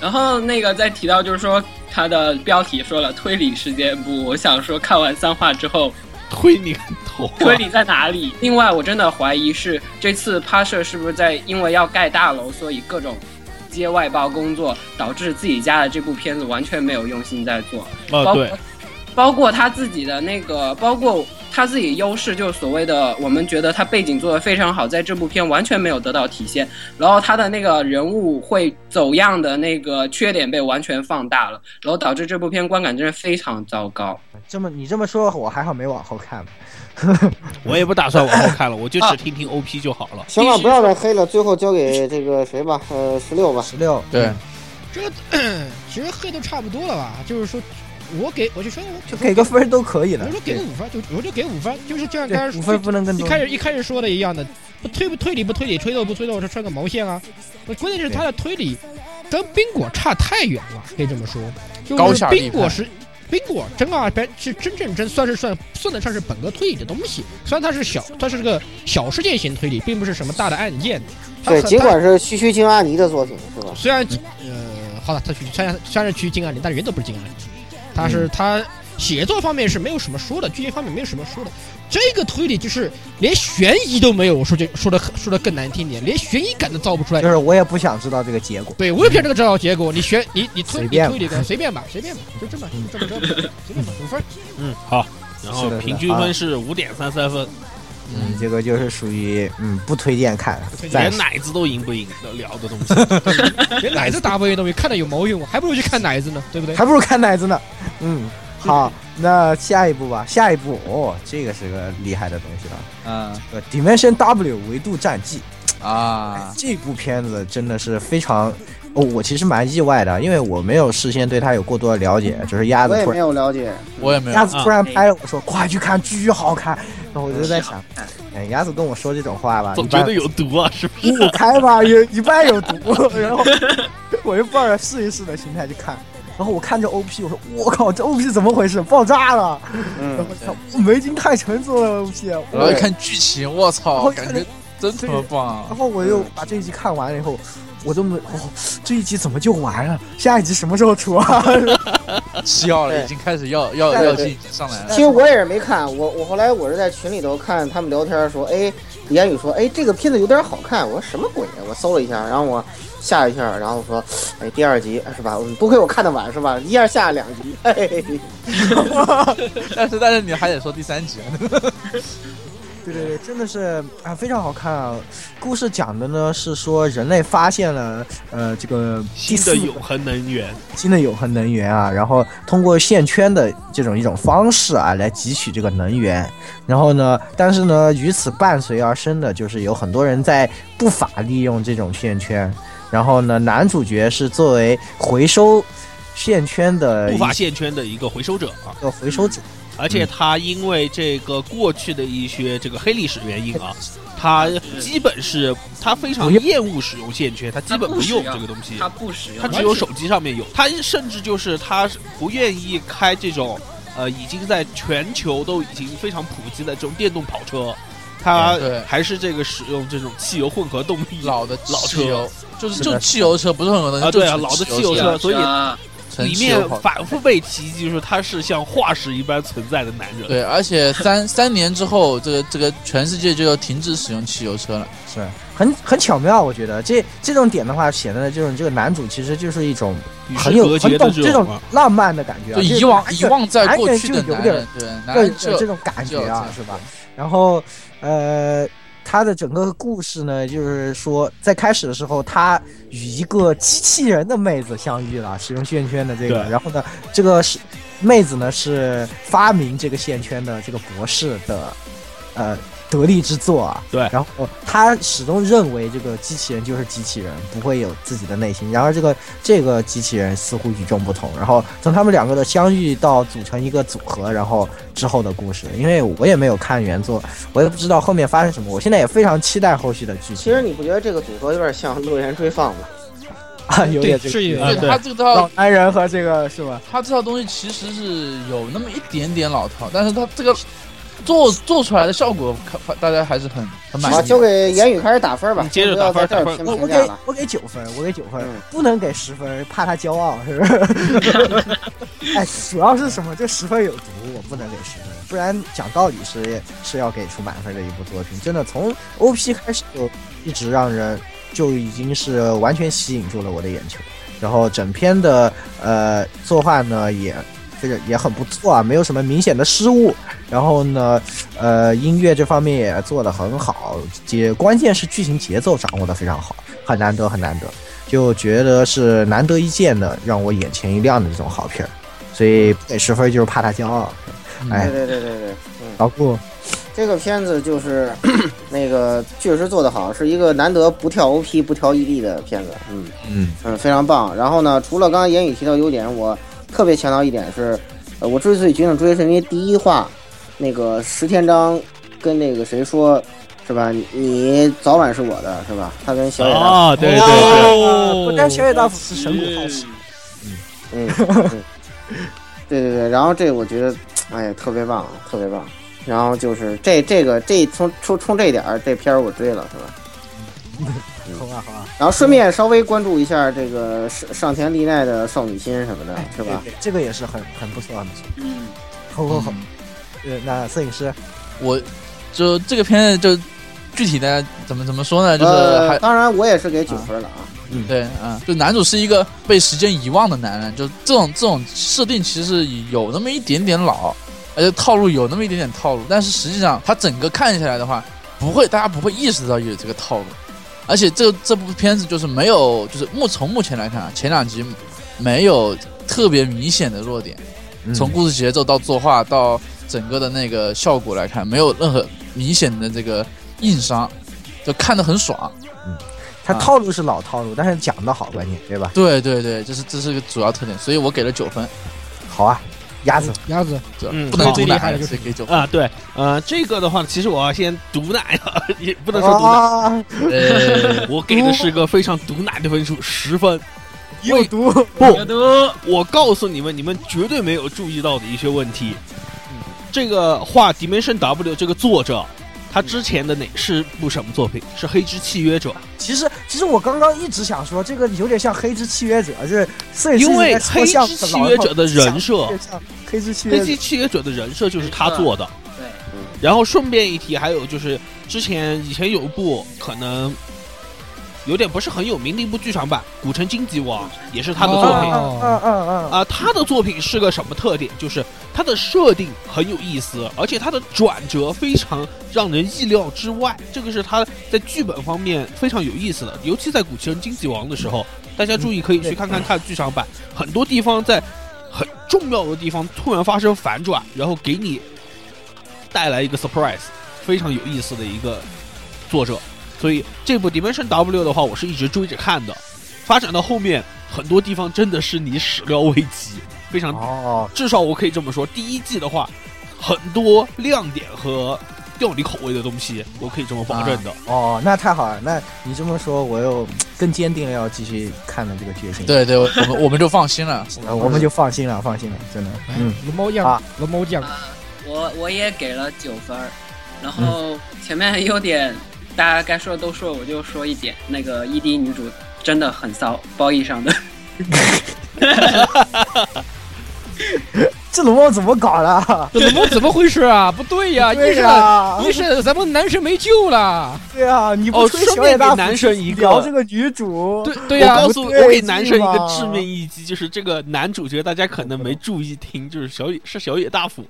[SPEAKER 6] 然后那个再提到就是说他的标题说了推理事件簿，我想说看完三话之后，
[SPEAKER 5] 推你个头啊！
[SPEAKER 6] 推理在哪里？另外，我真的怀疑是这次拍摄是不是在因为要盖大楼，所以各种接外包工作，导致自己家的这部片子完全没有用心在做。
[SPEAKER 5] 啊，
[SPEAKER 6] 包
[SPEAKER 5] 对，
[SPEAKER 6] 括包括他自己的那个，包括他自己优势，就是所谓的我们觉得他背景做的非常好，在这部片完全没有得到体现。然后他的那个人物会走样的那个缺点被完全放大了，然后导致这部片观感真的非常糟糕。
[SPEAKER 2] 这么你这么说，我还好没往后看。
[SPEAKER 5] 我也不打算往后
[SPEAKER 6] [LAUGHS]
[SPEAKER 5] 看了，我就只听听 OP 就好
[SPEAKER 6] 啊
[SPEAKER 5] 了。
[SPEAKER 4] 行了，不要再黑了，最后交给这个谁吧，呃，十六吧。
[SPEAKER 2] 十六，
[SPEAKER 3] 对，
[SPEAKER 1] 其实黑都差不多了吧，就是说，我给我就说我
[SPEAKER 2] 就给个分儿都可以
[SPEAKER 1] 我
[SPEAKER 2] 了。
[SPEAKER 1] 说给个五分，就我就给五分，就是这样。刚
[SPEAKER 2] 对，
[SPEAKER 1] 才
[SPEAKER 2] 五分不能更
[SPEAKER 1] 一
[SPEAKER 2] 多。
[SPEAKER 1] 开始一开始说的一样的，不推不推理不推理，吹斗不吹斗，这穿个毛线啊！我关键是他的推理跟冰果差太远了，可以这么说。
[SPEAKER 3] 高
[SPEAKER 1] 就是
[SPEAKER 3] 下
[SPEAKER 1] 冰
[SPEAKER 3] 立判
[SPEAKER 1] 果是冰果真啊，本是真正真算是算算得上是本格推理的东西，虽然它是小，它是个小事件型推理，并不是什么大的案件。它
[SPEAKER 4] 对，
[SPEAKER 1] 很
[SPEAKER 4] 尽
[SPEAKER 1] 大
[SPEAKER 4] 管是须须金阿尼的作品是吧？
[SPEAKER 1] 虽然
[SPEAKER 2] 嗯
[SPEAKER 1] 呃，好了，他去虽然虽然是去金安林，但是原则不是金安林，他
[SPEAKER 2] 嗯
[SPEAKER 1] 是他写作方面是没有什么说的，剧情方面没有什么说的。这个推理就是连悬疑都没有，说这说的说的更难听点，连悬疑感都造不出来
[SPEAKER 2] 就。是我也不想知道这个结果。
[SPEAKER 1] 对，我也不想这个知道结果，你悬你你推
[SPEAKER 2] 随
[SPEAKER 1] 你
[SPEAKER 2] 便吧
[SPEAKER 1] 推理的随便吧，随便吧，就这么这么着吧，随便吧，五分。
[SPEAKER 5] 嗯，好。然后
[SPEAKER 2] 是的啊
[SPEAKER 5] 平均分是五点三三分，
[SPEAKER 2] 嗯，这个就是属于嗯不推荐看
[SPEAKER 1] 不推，荐
[SPEAKER 2] 暂
[SPEAKER 5] 连
[SPEAKER 2] 时
[SPEAKER 5] 奶子都赢不赢得了
[SPEAKER 2] [LAUGHS]
[SPEAKER 5] 的东西。
[SPEAKER 1] 连奶子打不赢东西，看着有毛用，我还不如去看奶子呢，对不对？
[SPEAKER 2] 还不如看奶子呢。嗯，好，那下一步吧，下一步哦，这个是个厉害的东西了。
[SPEAKER 3] 嗯
[SPEAKER 2] 呃，Dimension W 维度战记，哎
[SPEAKER 3] 啊，
[SPEAKER 2] 这部片子真的是非常，哦，我其实蛮意外的，因为我没有事先对它有过多的了解，就是鸭
[SPEAKER 4] 我
[SPEAKER 2] 子
[SPEAKER 4] 也
[SPEAKER 2] 突
[SPEAKER 4] 没
[SPEAKER 2] 然
[SPEAKER 4] 有了解，
[SPEAKER 3] 我也没有
[SPEAKER 2] 鸭，子
[SPEAKER 5] 啊
[SPEAKER 2] 突
[SPEAKER 5] 哎
[SPEAKER 2] 然拍了我说快去看，巨好看，然后我就在想，
[SPEAKER 6] 看
[SPEAKER 2] 哎，鸭子跟我说这种话吧，一
[SPEAKER 5] 总觉
[SPEAKER 2] 般
[SPEAKER 5] 得有毒啊，是不是？
[SPEAKER 2] 五五开吧，有一半有
[SPEAKER 5] [LAUGHS]
[SPEAKER 2] 毒，然后我就抱着试一试的心态去看，然后我看着 OP，我说我靠，这 OP 怎么回事？爆炸了！然
[SPEAKER 4] 嗯
[SPEAKER 2] 后，我操，梅金太成做了 OP，
[SPEAKER 3] 然后一
[SPEAKER 2] 我
[SPEAKER 3] 看剧情，我操，感觉真他妈棒
[SPEAKER 2] 然
[SPEAKER 3] 啊！
[SPEAKER 2] 后我又把这一集看完了以后，我都没哦，这一集怎么就完了？下一集什么时候出啊？
[SPEAKER 3] 吃药了，
[SPEAKER 4] 对
[SPEAKER 3] 已经开始药药
[SPEAKER 4] 对
[SPEAKER 3] 药
[SPEAKER 4] 对
[SPEAKER 3] 劲已经上来了。
[SPEAKER 4] 其实我也是没看，我我后来我是在群里头看他们聊天说，哎，李安宇说，哎，这个片子有点好看，我说什么鬼啊？我搜了一下，然后我下一下，然后我说，哎，第二集是吧？嗯不亏我看的晚是吧？一下下两集，嘿嘿嘿。
[SPEAKER 3] 但是但是你还得说第三集啊，
[SPEAKER 2] 对对对，真的是啊，非常好看啊。故事讲的呢是说人类发现了呃这个第
[SPEAKER 5] 新
[SPEAKER 2] 四
[SPEAKER 5] 的永恒能源，
[SPEAKER 2] 新的永恒能源啊，然后通过线圈的这种一种方式啊，来汲取这个能源。然后呢，但是呢，与此伴随而生的就是有很多人在不法利用这种线圈。然后呢，男主角是作为回收线圈的
[SPEAKER 5] 不
[SPEAKER 2] 一嗯
[SPEAKER 5] 法线圈的一个回收者啊。
[SPEAKER 2] 个回收者，
[SPEAKER 5] 而且他因为这个过去的一些这个黑历史原因啊，
[SPEAKER 2] 嗯
[SPEAKER 5] 他基本是他非常厌恶使用线圈，他基本不用这个东西
[SPEAKER 6] 他，不使用，
[SPEAKER 5] 他只有手机上面有。他甚至就是他不愿意开这种呃已经在全球都已经非常普及的这种电动跑车，他
[SPEAKER 3] 对对
[SPEAKER 5] 还是这个使用这种汽油混合动力
[SPEAKER 3] 老的
[SPEAKER 5] 老
[SPEAKER 3] 汽
[SPEAKER 5] 车
[SPEAKER 3] 油，就是
[SPEAKER 2] 是
[SPEAKER 3] 就
[SPEAKER 2] 的
[SPEAKER 3] 汽油车，不是很可能
[SPEAKER 5] 啊
[SPEAKER 3] 就
[SPEAKER 5] 对啊
[SPEAKER 3] 纯
[SPEAKER 5] 老的
[SPEAKER 3] 汽
[SPEAKER 5] 汽油
[SPEAKER 3] 车
[SPEAKER 5] 车所以
[SPEAKER 6] 啊
[SPEAKER 3] 纯
[SPEAKER 5] 里
[SPEAKER 3] 汽油
[SPEAKER 5] 面
[SPEAKER 3] 跑
[SPEAKER 5] 反复被提及，就是他是像化石一般存在的男人。
[SPEAKER 3] 对，而且三三年之后，这个这个全世界就要停止使用汽油车了。
[SPEAKER 2] 是很很巧妙。我觉得这这种点的话，显得就是这个男主其实就是一种
[SPEAKER 5] 与世
[SPEAKER 2] 很有
[SPEAKER 5] 隔
[SPEAKER 2] 很
[SPEAKER 5] 绝
[SPEAKER 2] 懂
[SPEAKER 5] 的
[SPEAKER 2] 这种
[SPEAKER 5] 种啊
[SPEAKER 2] 浪漫的感觉啊、
[SPEAKER 3] 就
[SPEAKER 2] 这
[SPEAKER 3] 遗
[SPEAKER 2] 种
[SPEAKER 3] 忘
[SPEAKER 2] 男
[SPEAKER 3] 遗
[SPEAKER 2] 人
[SPEAKER 3] 忘在过去的
[SPEAKER 2] 男人就有
[SPEAKER 3] 男
[SPEAKER 2] 点
[SPEAKER 3] 人，对，男
[SPEAKER 2] 这
[SPEAKER 3] 人
[SPEAKER 2] 这这
[SPEAKER 3] 就
[SPEAKER 2] 种感觉
[SPEAKER 3] 就
[SPEAKER 2] 啊
[SPEAKER 3] 这，
[SPEAKER 2] 是吧？然后，呃，他的整个故事呢，就是说在开始的时候，他与一个机器人的妹子相遇了，使用线圈的这个，
[SPEAKER 5] 对
[SPEAKER 2] 然后呢，这个是妹子呢是发明这个线圈的这个博士的，呃。得力之作啊，
[SPEAKER 5] 对
[SPEAKER 2] 然后他始终认为这个机器人就是机器人，不会有自己的内心。然而这个这个机器人似乎与众不同。然后从他们两个的相遇到组成一个组合，然后之后的故事，因为我也没有看原作，我也不知道后面发生什么。我现在也非常期待后续的剧情。
[SPEAKER 4] 其实你不觉得这个组合有点像《乐园追放》吗？
[SPEAKER 2] 啊，有点
[SPEAKER 1] 对
[SPEAKER 2] 这
[SPEAKER 1] 是有
[SPEAKER 5] 啊
[SPEAKER 1] 点
[SPEAKER 5] 对
[SPEAKER 3] 对他这
[SPEAKER 2] 老
[SPEAKER 3] 套
[SPEAKER 2] 男人和这个是吧？
[SPEAKER 3] 他这套东西其实是有那么一点点老套，但是他这个做做出来的效果，看大家还是很很满
[SPEAKER 4] 好，
[SPEAKER 3] 意
[SPEAKER 4] 交
[SPEAKER 3] 的。
[SPEAKER 4] 给言语开始打分吧，
[SPEAKER 5] 你接着
[SPEAKER 4] 不要
[SPEAKER 5] 打
[SPEAKER 4] 在
[SPEAKER 5] 分
[SPEAKER 4] 这儿
[SPEAKER 5] 打分
[SPEAKER 4] 评
[SPEAKER 2] 我我
[SPEAKER 4] 评
[SPEAKER 2] 给
[SPEAKER 4] 价了。
[SPEAKER 2] 我给九分，我给九分
[SPEAKER 4] 嗯，
[SPEAKER 2] 不能给十分，怕他骄傲是不是？ [LAUGHS] 哎，主要是什么？这十分有毒，我不能给十分，不然讲道理是是要给出满分的一部作品。真的从 OP 开始就一直让人就已经是完全吸引住了我的眼球，然后整篇的呃作画呢也。这个也很不错啊，没有什么明显的失误。然后呢，呃，音乐这方面也做得很好，也关键是剧情节奏掌握得非常好，很难得很难得，就觉得是难得一见的，让我眼前一亮的这种好片儿。所以不给十分就是怕他骄傲。
[SPEAKER 4] 对
[SPEAKER 2] 哎，
[SPEAKER 4] 对对对对，嗯。
[SPEAKER 2] 老顾，
[SPEAKER 4] 这个片子就是 [COUGHS] 那个确实做得好，是一个难得不跳 OP 不跳 ED 的片子，嗯
[SPEAKER 2] 嗯，
[SPEAKER 4] 嗯，非常棒。然后呢，除了刚刚言语提到优点，我特别强调一点是，呃，我之所以决定追，是因为第一话那个石天章跟那个谁说，是吧？你你早晚是我的，是吧？他跟小野大
[SPEAKER 5] 啊，对对对。
[SPEAKER 1] 哦
[SPEAKER 2] 不但小野大辅是神谷浩史，
[SPEAKER 4] 嗯，嗯对对对，然后这我觉得，哎呀，特别棒，特别棒。然后就是这这个这从冲冲这点儿，这片儿我追了，是吧？
[SPEAKER 2] 好吧好吧，
[SPEAKER 4] 然后顺便稍微关注一下这个上上田丽奈的少女心什么的，是吧？
[SPEAKER 2] 对对这个也是很很不错很不错。
[SPEAKER 6] 嗯，
[SPEAKER 2] 好好好
[SPEAKER 3] 嗯，
[SPEAKER 2] 呃，那摄影师，
[SPEAKER 3] 我就这个片子就具体的怎么怎么说呢？就是还
[SPEAKER 4] 呃，当然我也是给九分了啊。
[SPEAKER 3] 对啊，就男主是一个被时间遗忘的男人，就这种这种设定其实有那么一点点老，而且套路有那么一点点套路，但是实际上他整个看下来的话，不会大家不会意识到有这个套路，而且这这部片子就是没有，就是目从目前来看啊，前两集没有特别明显的弱点，
[SPEAKER 2] 嗯
[SPEAKER 3] 从故事节奏到作画到整个的那个效果来看，没有任何明显的这个硬伤，就看得很爽。
[SPEAKER 2] 他
[SPEAKER 3] 啊
[SPEAKER 2] 套路是老套路，但是讲的好，关键对吧？
[SPEAKER 3] 对对对，这是这是个主要特点，所以我给了九分，
[SPEAKER 2] 好啊，鸭子，
[SPEAKER 1] 鸭子，
[SPEAKER 3] 这
[SPEAKER 5] 嗯
[SPEAKER 3] 不能
[SPEAKER 5] 好
[SPEAKER 3] 毒
[SPEAKER 1] 最厉
[SPEAKER 3] 奶
[SPEAKER 1] 害的
[SPEAKER 3] 了，
[SPEAKER 1] 就是
[SPEAKER 3] 所以给九分。
[SPEAKER 5] 啊，对，呃，这个的话，其实我要先毒奶了， [LAUGHS] 也不能说毒奶，
[SPEAKER 2] 啊，
[SPEAKER 3] 呃，
[SPEAKER 5] 我给的是个非常毒奶的分数，十分。因
[SPEAKER 2] 有
[SPEAKER 5] 为
[SPEAKER 2] 毒，
[SPEAKER 5] 不
[SPEAKER 6] 有，毒，
[SPEAKER 5] 我告诉你们，你们绝对没有注意到的一些问题。这个画《Dimension W》这个作者，他之前的哪是部什么作品？是《黑之契约者
[SPEAKER 2] 其实，其实我刚刚一直想说，这个有点像《黑之契约者》，哎就是摄影师
[SPEAKER 5] 因为
[SPEAKER 2] 在说相声
[SPEAKER 5] 黑之契约者的人设
[SPEAKER 2] 老套路像黑之》。契
[SPEAKER 5] 《黑
[SPEAKER 2] 约者
[SPEAKER 5] 之契约者》的人设就是他做的。
[SPEAKER 6] 对，
[SPEAKER 5] 然后顺便一提，还有就是之前以前有一部可能有点不是很有名的一部剧场版《古城荆棘王》，也是他的作
[SPEAKER 2] 啊
[SPEAKER 5] 品。
[SPEAKER 2] 啊啊啊啊！
[SPEAKER 5] 啊，他的作品是个什么特点？就是它的设定很有意思，而且它的转折非常让人意料之外，这个是它在剧本方面非常有意思的，尤其在《古奇人惊喜王》的时候，大家注意可以去看看看剧场版，很多地方在很重要的地方突然发生反转，然后给你带来一个 surprise，非常有意思的一个作者。所以这部《Dimension W》的话，我是一直追着看的。发展到后面，很多地方真的是你始料未及，非常
[SPEAKER 2] 哦，
[SPEAKER 5] 至少我可以这么说，第一季的话，很多亮点和吊你口味的东西，我可以这么保证的。
[SPEAKER 2] 哦，那太好了，那你这么说，我又更坚定了要继续看的这个决心。，呃
[SPEAKER 3] 对对，我们我们就放心了。
[SPEAKER 2] 我们就放心了，放心了，真的，
[SPEAKER 5] 哎
[SPEAKER 2] 嗯，
[SPEAKER 1] 龙猫酱
[SPEAKER 2] 啊，
[SPEAKER 1] 龙猫酱，
[SPEAKER 6] 啊，我我也给了九分儿，然后前面优点大家该说的都说，我就说一点，那个 ED 女主真的很骚，褒义上的。
[SPEAKER 2] 这龙猫怎么搞了？
[SPEAKER 1] 这龙猫怎么回事啊？不对
[SPEAKER 2] [LAUGHS]
[SPEAKER 5] 哎
[SPEAKER 1] 呀，医
[SPEAKER 2] 对
[SPEAKER 1] 生，
[SPEAKER 2] 呀，
[SPEAKER 5] 啊
[SPEAKER 1] 医生，咱们男神没救了。
[SPEAKER 2] 对呀，你
[SPEAKER 5] 哦
[SPEAKER 2] 不吹
[SPEAKER 5] 顺
[SPEAKER 2] 小
[SPEAKER 5] 便
[SPEAKER 2] 野大
[SPEAKER 5] 给
[SPEAKER 2] 辅
[SPEAKER 5] 男神一个
[SPEAKER 2] 聊这个女主，
[SPEAKER 1] 对对呀
[SPEAKER 5] 我，告诉
[SPEAKER 2] 不对
[SPEAKER 5] 我给男神一
[SPEAKER 2] 劲
[SPEAKER 5] 个
[SPEAKER 2] 嘛
[SPEAKER 5] 致命一击，就是这个男主角，大家可能没注意听，就是小野是小野大辅，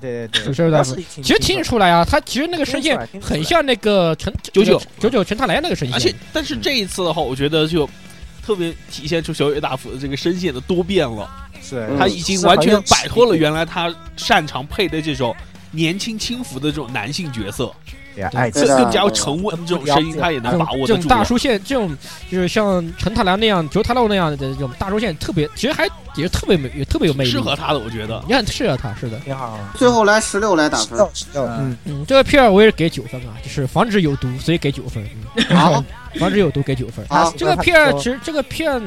[SPEAKER 2] 对对对，
[SPEAKER 1] 是是的其实听得出来啊，他其实那个声线
[SPEAKER 2] 听得出来
[SPEAKER 1] 很像那个陈
[SPEAKER 5] 九九
[SPEAKER 1] 九九陈塔来那个声线，
[SPEAKER 5] 而且但是这一次的话，我觉得就特别体现出小野大辅的这个声线的多变了。
[SPEAKER 2] 是
[SPEAKER 4] 嗯
[SPEAKER 5] 他已经完全摆脱了原来他擅长配的这种年轻轻浮的这种男性角色，
[SPEAKER 2] 呀，哎，
[SPEAKER 5] 这
[SPEAKER 4] 对的
[SPEAKER 5] 更加沉稳这种声音，他也
[SPEAKER 1] 这
[SPEAKER 5] 能把
[SPEAKER 1] 种
[SPEAKER 5] 握
[SPEAKER 1] 这
[SPEAKER 5] 得
[SPEAKER 1] 种
[SPEAKER 5] 住。啊
[SPEAKER 1] 大叔线，这种就是像陈太郎那样、九太郎那样的这种大叔线，特别其实还也特别美，也特别有魅力，
[SPEAKER 5] 适合他的，我觉得。
[SPEAKER 1] 也很适合他，是的。
[SPEAKER 2] 挺好，
[SPEAKER 4] 最后来十六来打分，
[SPEAKER 2] 嗯，
[SPEAKER 1] 嗯，这个片儿我也给九分啊，就是防止有毒，所以给九分。嗯
[SPEAKER 4] 好，
[SPEAKER 1] 防止有毒给九
[SPEAKER 5] 嗯
[SPEAKER 1] 分。
[SPEAKER 4] 好
[SPEAKER 1] 这个片儿其实这个片儿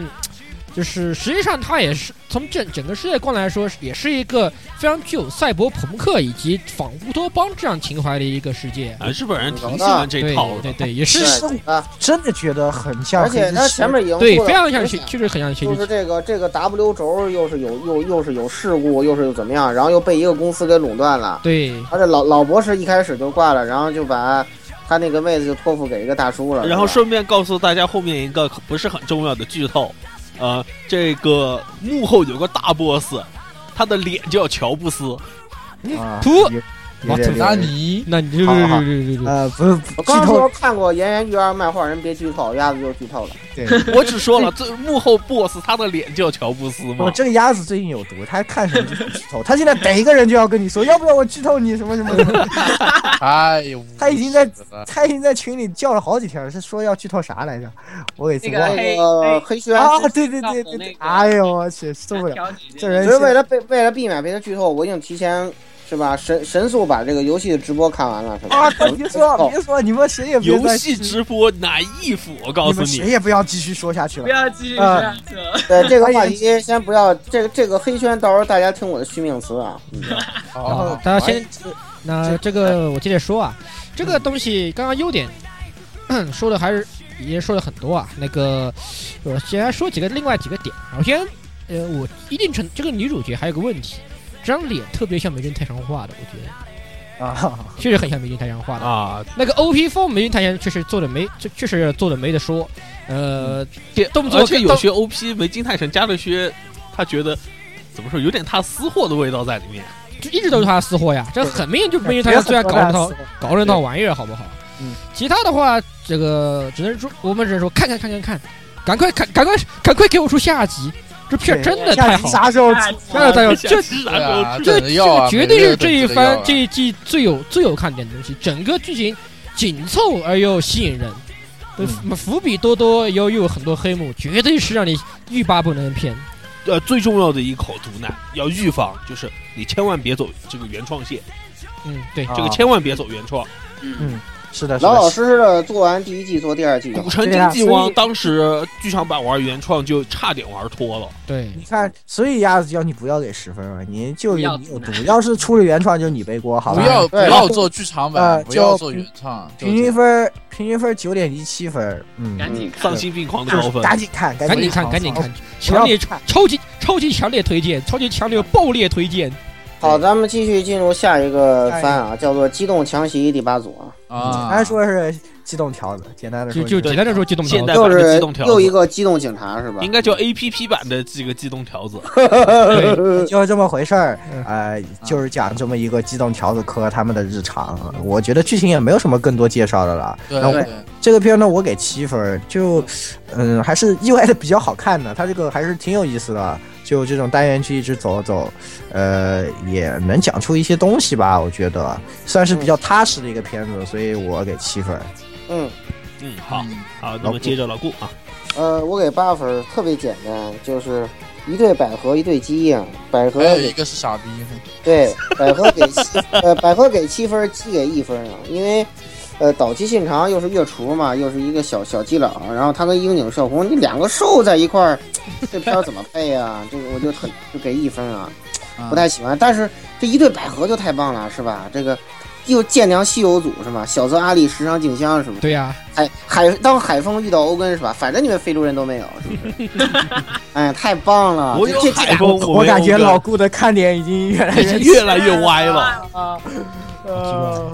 [SPEAKER 1] 就是实际上它也是从整整个世界观来说，也是一个非常具有赛博朋克以及仿乌托邦这样情怀的一个世界。
[SPEAKER 5] 啊，日本人挺喜欢这
[SPEAKER 1] 对
[SPEAKER 5] 套的，
[SPEAKER 1] 对对，也是
[SPEAKER 2] 是
[SPEAKER 4] 对啊，
[SPEAKER 2] 真的觉得很像
[SPEAKER 4] 而
[SPEAKER 2] 黑之
[SPEAKER 4] 且它
[SPEAKER 2] 士
[SPEAKER 4] 前面已经
[SPEAKER 1] 对
[SPEAKER 4] 说，了
[SPEAKER 1] 非常像
[SPEAKER 4] 我
[SPEAKER 1] 学，
[SPEAKER 4] 想
[SPEAKER 1] 就是很像学
[SPEAKER 4] 就
[SPEAKER 1] 习
[SPEAKER 4] 是这个这个 W 轴又是有又又是有事故，又是怎么样，然后又被一个公司给垄断了。
[SPEAKER 1] 对，
[SPEAKER 4] 而且老老博士一开始就挂了，然后就把他那个妹子就托付给一个大叔了。
[SPEAKER 5] 然后
[SPEAKER 4] 是吧
[SPEAKER 5] 顺便告诉大家后面一个不是很重要的剧透，呃，这个幕后有个大 boss，他的脸叫乔布斯，
[SPEAKER 2] 啊，
[SPEAKER 1] 图
[SPEAKER 2] 也
[SPEAKER 1] 老
[SPEAKER 2] 也
[SPEAKER 1] 土
[SPEAKER 2] 也
[SPEAKER 1] 那
[SPEAKER 3] 你
[SPEAKER 1] 那你就
[SPEAKER 2] 好好好
[SPEAKER 1] 对对对对，
[SPEAKER 2] 呃，不是
[SPEAKER 4] 我
[SPEAKER 2] 剧
[SPEAKER 4] 刚
[SPEAKER 2] 透
[SPEAKER 4] 说，看过《妍妍育儿》漫画，人别剧透，鸭子就剧透了。
[SPEAKER 2] 对，
[SPEAKER 5] 我只说了，这幕后 boss 他的脸叫乔布斯
[SPEAKER 2] 我
[SPEAKER 5] 嘛，
[SPEAKER 2] 这个鸭子最近有毒，他看什么就剧透，他现在逮一个人就要跟你说，要不然我剧透你什么什么什 [LAUGHS] 么。
[SPEAKER 3] 哎呦，
[SPEAKER 2] 他已经在
[SPEAKER 3] 了
[SPEAKER 2] 他已经在群里叫了好几天，是说要剧透啥来着？我给自己
[SPEAKER 6] 那
[SPEAKER 2] 忘
[SPEAKER 6] 个
[SPEAKER 2] 了。
[SPEAKER 4] 那个黑轩，
[SPEAKER 2] 啊，对对对对
[SPEAKER 6] 那
[SPEAKER 2] 对，
[SPEAKER 6] 个
[SPEAKER 2] 哎呦我去，受不了，
[SPEAKER 6] 挑几句
[SPEAKER 2] 这人
[SPEAKER 4] 所以为了被为了避免被他剧透，我已经提前是吧神神速把这个游戏的直播看完了，是吧？
[SPEAKER 2] 啊，快别
[SPEAKER 4] 哦
[SPEAKER 2] 说别说，你们谁也别
[SPEAKER 5] 游
[SPEAKER 2] 再
[SPEAKER 5] 戏直播难易服，我告
[SPEAKER 2] 你
[SPEAKER 5] 诉
[SPEAKER 2] 们
[SPEAKER 5] 你
[SPEAKER 2] 谁，也不要继续说下去
[SPEAKER 6] 不
[SPEAKER 2] 了。
[SPEAKER 6] 要继续这
[SPEAKER 2] 呃
[SPEAKER 6] 样说。
[SPEAKER 4] 对
[SPEAKER 2] 哎
[SPEAKER 4] 这个话题先不要，这个这个黑轩到时候大家听我的续命词啊。
[SPEAKER 2] 嗯
[SPEAKER 1] 啊大家先那这个我接着说啊，这个东西刚刚优点说的还是也说了很多啊。那个我先说几个另外几个点，首先呃，我一定程这个女主角还有个问题，这张脸特别像梅根太上画的，我觉得
[SPEAKER 2] 啊，
[SPEAKER 1] 确实很像梅根太上画的。
[SPEAKER 5] 啊，
[SPEAKER 1] 那个 OP Four 梅根太上确实做的没，确确实做的没得说。呃，动作
[SPEAKER 5] 而且
[SPEAKER 1] 跟
[SPEAKER 5] 有
[SPEAKER 1] 动
[SPEAKER 5] 些 OP 没金泰神加了些，他觉得怎么说，有点他私货的味道在里 [LAUGHS] 面。
[SPEAKER 1] 就一直都是他私货呀，这很明显就梅根太上最爱搞这套搞那套玩意儿，好不好？
[SPEAKER 2] 嗯，
[SPEAKER 1] 其他的话，这个只能说我们只能说看看看看看，赶快看，赶快赶快给我出下集，这片儿真的太
[SPEAKER 2] 下
[SPEAKER 1] 好
[SPEAKER 2] 集
[SPEAKER 1] 了，
[SPEAKER 2] 啥时
[SPEAKER 4] 哎
[SPEAKER 2] 候？
[SPEAKER 1] 太好太
[SPEAKER 5] [LAUGHS]
[SPEAKER 1] 好，这
[SPEAKER 5] 下期啥时候出
[SPEAKER 1] 这
[SPEAKER 3] 等着要啊
[SPEAKER 1] 这绝对是这一
[SPEAKER 3] 每个月
[SPEAKER 1] 番
[SPEAKER 3] 都等着要啊
[SPEAKER 1] 这一季最有最有看点的东西，整个剧情紧凑而又吸引人，
[SPEAKER 3] 嗯
[SPEAKER 1] 伏伏笔多多，又又有很多黑幕，绝对是让你欲罢不能的片。
[SPEAKER 5] 呃，最重要的一口毒奶要预防，就是你千万别走这个原创线，
[SPEAKER 1] 嗯，对，
[SPEAKER 2] 啊
[SPEAKER 5] 这个千万别走原创。
[SPEAKER 6] 嗯，
[SPEAKER 2] 是的，
[SPEAKER 4] 老老实实的做完第一季，做第二季就
[SPEAKER 5] 古
[SPEAKER 4] 好。
[SPEAKER 5] 城
[SPEAKER 2] 对啊
[SPEAKER 5] 经济
[SPEAKER 2] 所以
[SPEAKER 5] 王当时剧场版玩原创就差点玩脱了，
[SPEAKER 1] 对，
[SPEAKER 2] 你看，所以鸭子叫你不要给十分嘛，你就
[SPEAKER 6] 不
[SPEAKER 2] 你
[SPEAKER 6] 要
[SPEAKER 2] 有毒。要是出了原创，就你背锅，好
[SPEAKER 3] 不
[SPEAKER 2] 吧？
[SPEAKER 3] 要不
[SPEAKER 4] 对
[SPEAKER 3] 要做剧场版
[SPEAKER 2] 呃，
[SPEAKER 3] 不要
[SPEAKER 2] 就
[SPEAKER 3] 做原创，就
[SPEAKER 2] 平
[SPEAKER 3] 这
[SPEAKER 2] 均
[SPEAKER 3] 样
[SPEAKER 2] 分，平均分九点一七分，嗯，
[SPEAKER 6] 赶紧看
[SPEAKER 5] 丧。心病狂的
[SPEAKER 2] 就
[SPEAKER 5] 高
[SPEAKER 2] 是
[SPEAKER 5] 分。
[SPEAKER 2] 赶紧看，
[SPEAKER 1] 赶
[SPEAKER 2] 赶
[SPEAKER 1] 紧
[SPEAKER 2] 紧
[SPEAKER 1] 看，
[SPEAKER 3] 好
[SPEAKER 1] 赶紧
[SPEAKER 3] 好
[SPEAKER 1] 看，
[SPEAKER 2] 不要
[SPEAKER 1] 强烈
[SPEAKER 2] 看，
[SPEAKER 1] 超级超级强烈推荐，超级强烈爆裂推荐。
[SPEAKER 4] 好，咱们继续进入下一个番啊，叫做《机动强袭》第八组啊。
[SPEAKER 2] 他
[SPEAKER 3] 啊！
[SPEAKER 2] 说是机动条子，简单的
[SPEAKER 1] 就
[SPEAKER 2] 说
[SPEAKER 1] 就
[SPEAKER 2] 对
[SPEAKER 1] 简单的说机动条
[SPEAKER 5] 现代
[SPEAKER 1] 子，
[SPEAKER 4] 就
[SPEAKER 5] 版的
[SPEAKER 4] 是
[SPEAKER 5] 机动条
[SPEAKER 4] 又一
[SPEAKER 5] 子，
[SPEAKER 4] 个机动警察是吧？
[SPEAKER 5] 应该 [LAUGHS] 叫 A P P 版的这个机动条子。
[SPEAKER 1] 对
[SPEAKER 2] [LAUGHS] 就是这么回事儿
[SPEAKER 1] 嗯，
[SPEAKER 2] 呃，就是讲这么一个机动条子科他们的日常。啊我觉得剧情也没有什么更多介绍的了。
[SPEAKER 3] 对
[SPEAKER 2] 然后
[SPEAKER 3] 对
[SPEAKER 2] 这个片呢，我给七分儿，就，嗯，还是意外的比较好看的，它这个还是挺有意思的。就这种单元剧一直走走，呃，也能讲出一些东西吧，我觉得算是比较踏实的一个片子，所以我给七分儿。
[SPEAKER 4] 嗯，
[SPEAKER 5] 嗯，好
[SPEAKER 3] 嗯
[SPEAKER 5] 好，那
[SPEAKER 2] 老
[SPEAKER 5] 么
[SPEAKER 2] 顾
[SPEAKER 5] 接着老顾啊，
[SPEAKER 4] 呃，我给八分儿，特别简单，就是一对百合，一对鸡呀、百合
[SPEAKER 3] 还有一个是傻逼，
[SPEAKER 4] 对，百合给七，呃，百合给七分儿，鸡给一分儿啊，因为，呃，岛崎信长又是月厨嘛，又是一个小小基佬，然后他跟樱井孝宏，你两个兽在一块儿，这片儿怎么配啊？这个我就特就给一分儿啊，
[SPEAKER 3] 嗯
[SPEAKER 4] 不太喜欢。但是这一对百合就太棒了，是吧？这个又建良西游组是吧？小泽阿里时尚静香是吧？
[SPEAKER 1] 对啊呀，
[SPEAKER 4] 海哎海当海风遇到欧根是吧？反正你们非洲人都没有，是不是？哎，太棒
[SPEAKER 2] 啊
[SPEAKER 4] 了！
[SPEAKER 5] 我
[SPEAKER 4] 这
[SPEAKER 5] 有
[SPEAKER 4] 这
[SPEAKER 5] 海风，
[SPEAKER 2] 我
[SPEAKER 5] 没有
[SPEAKER 2] 感觉
[SPEAKER 5] 个
[SPEAKER 2] 老哎顾的看点已经越来
[SPEAKER 5] 已
[SPEAKER 2] 越
[SPEAKER 5] 经 [LAUGHS] 越来越歪了。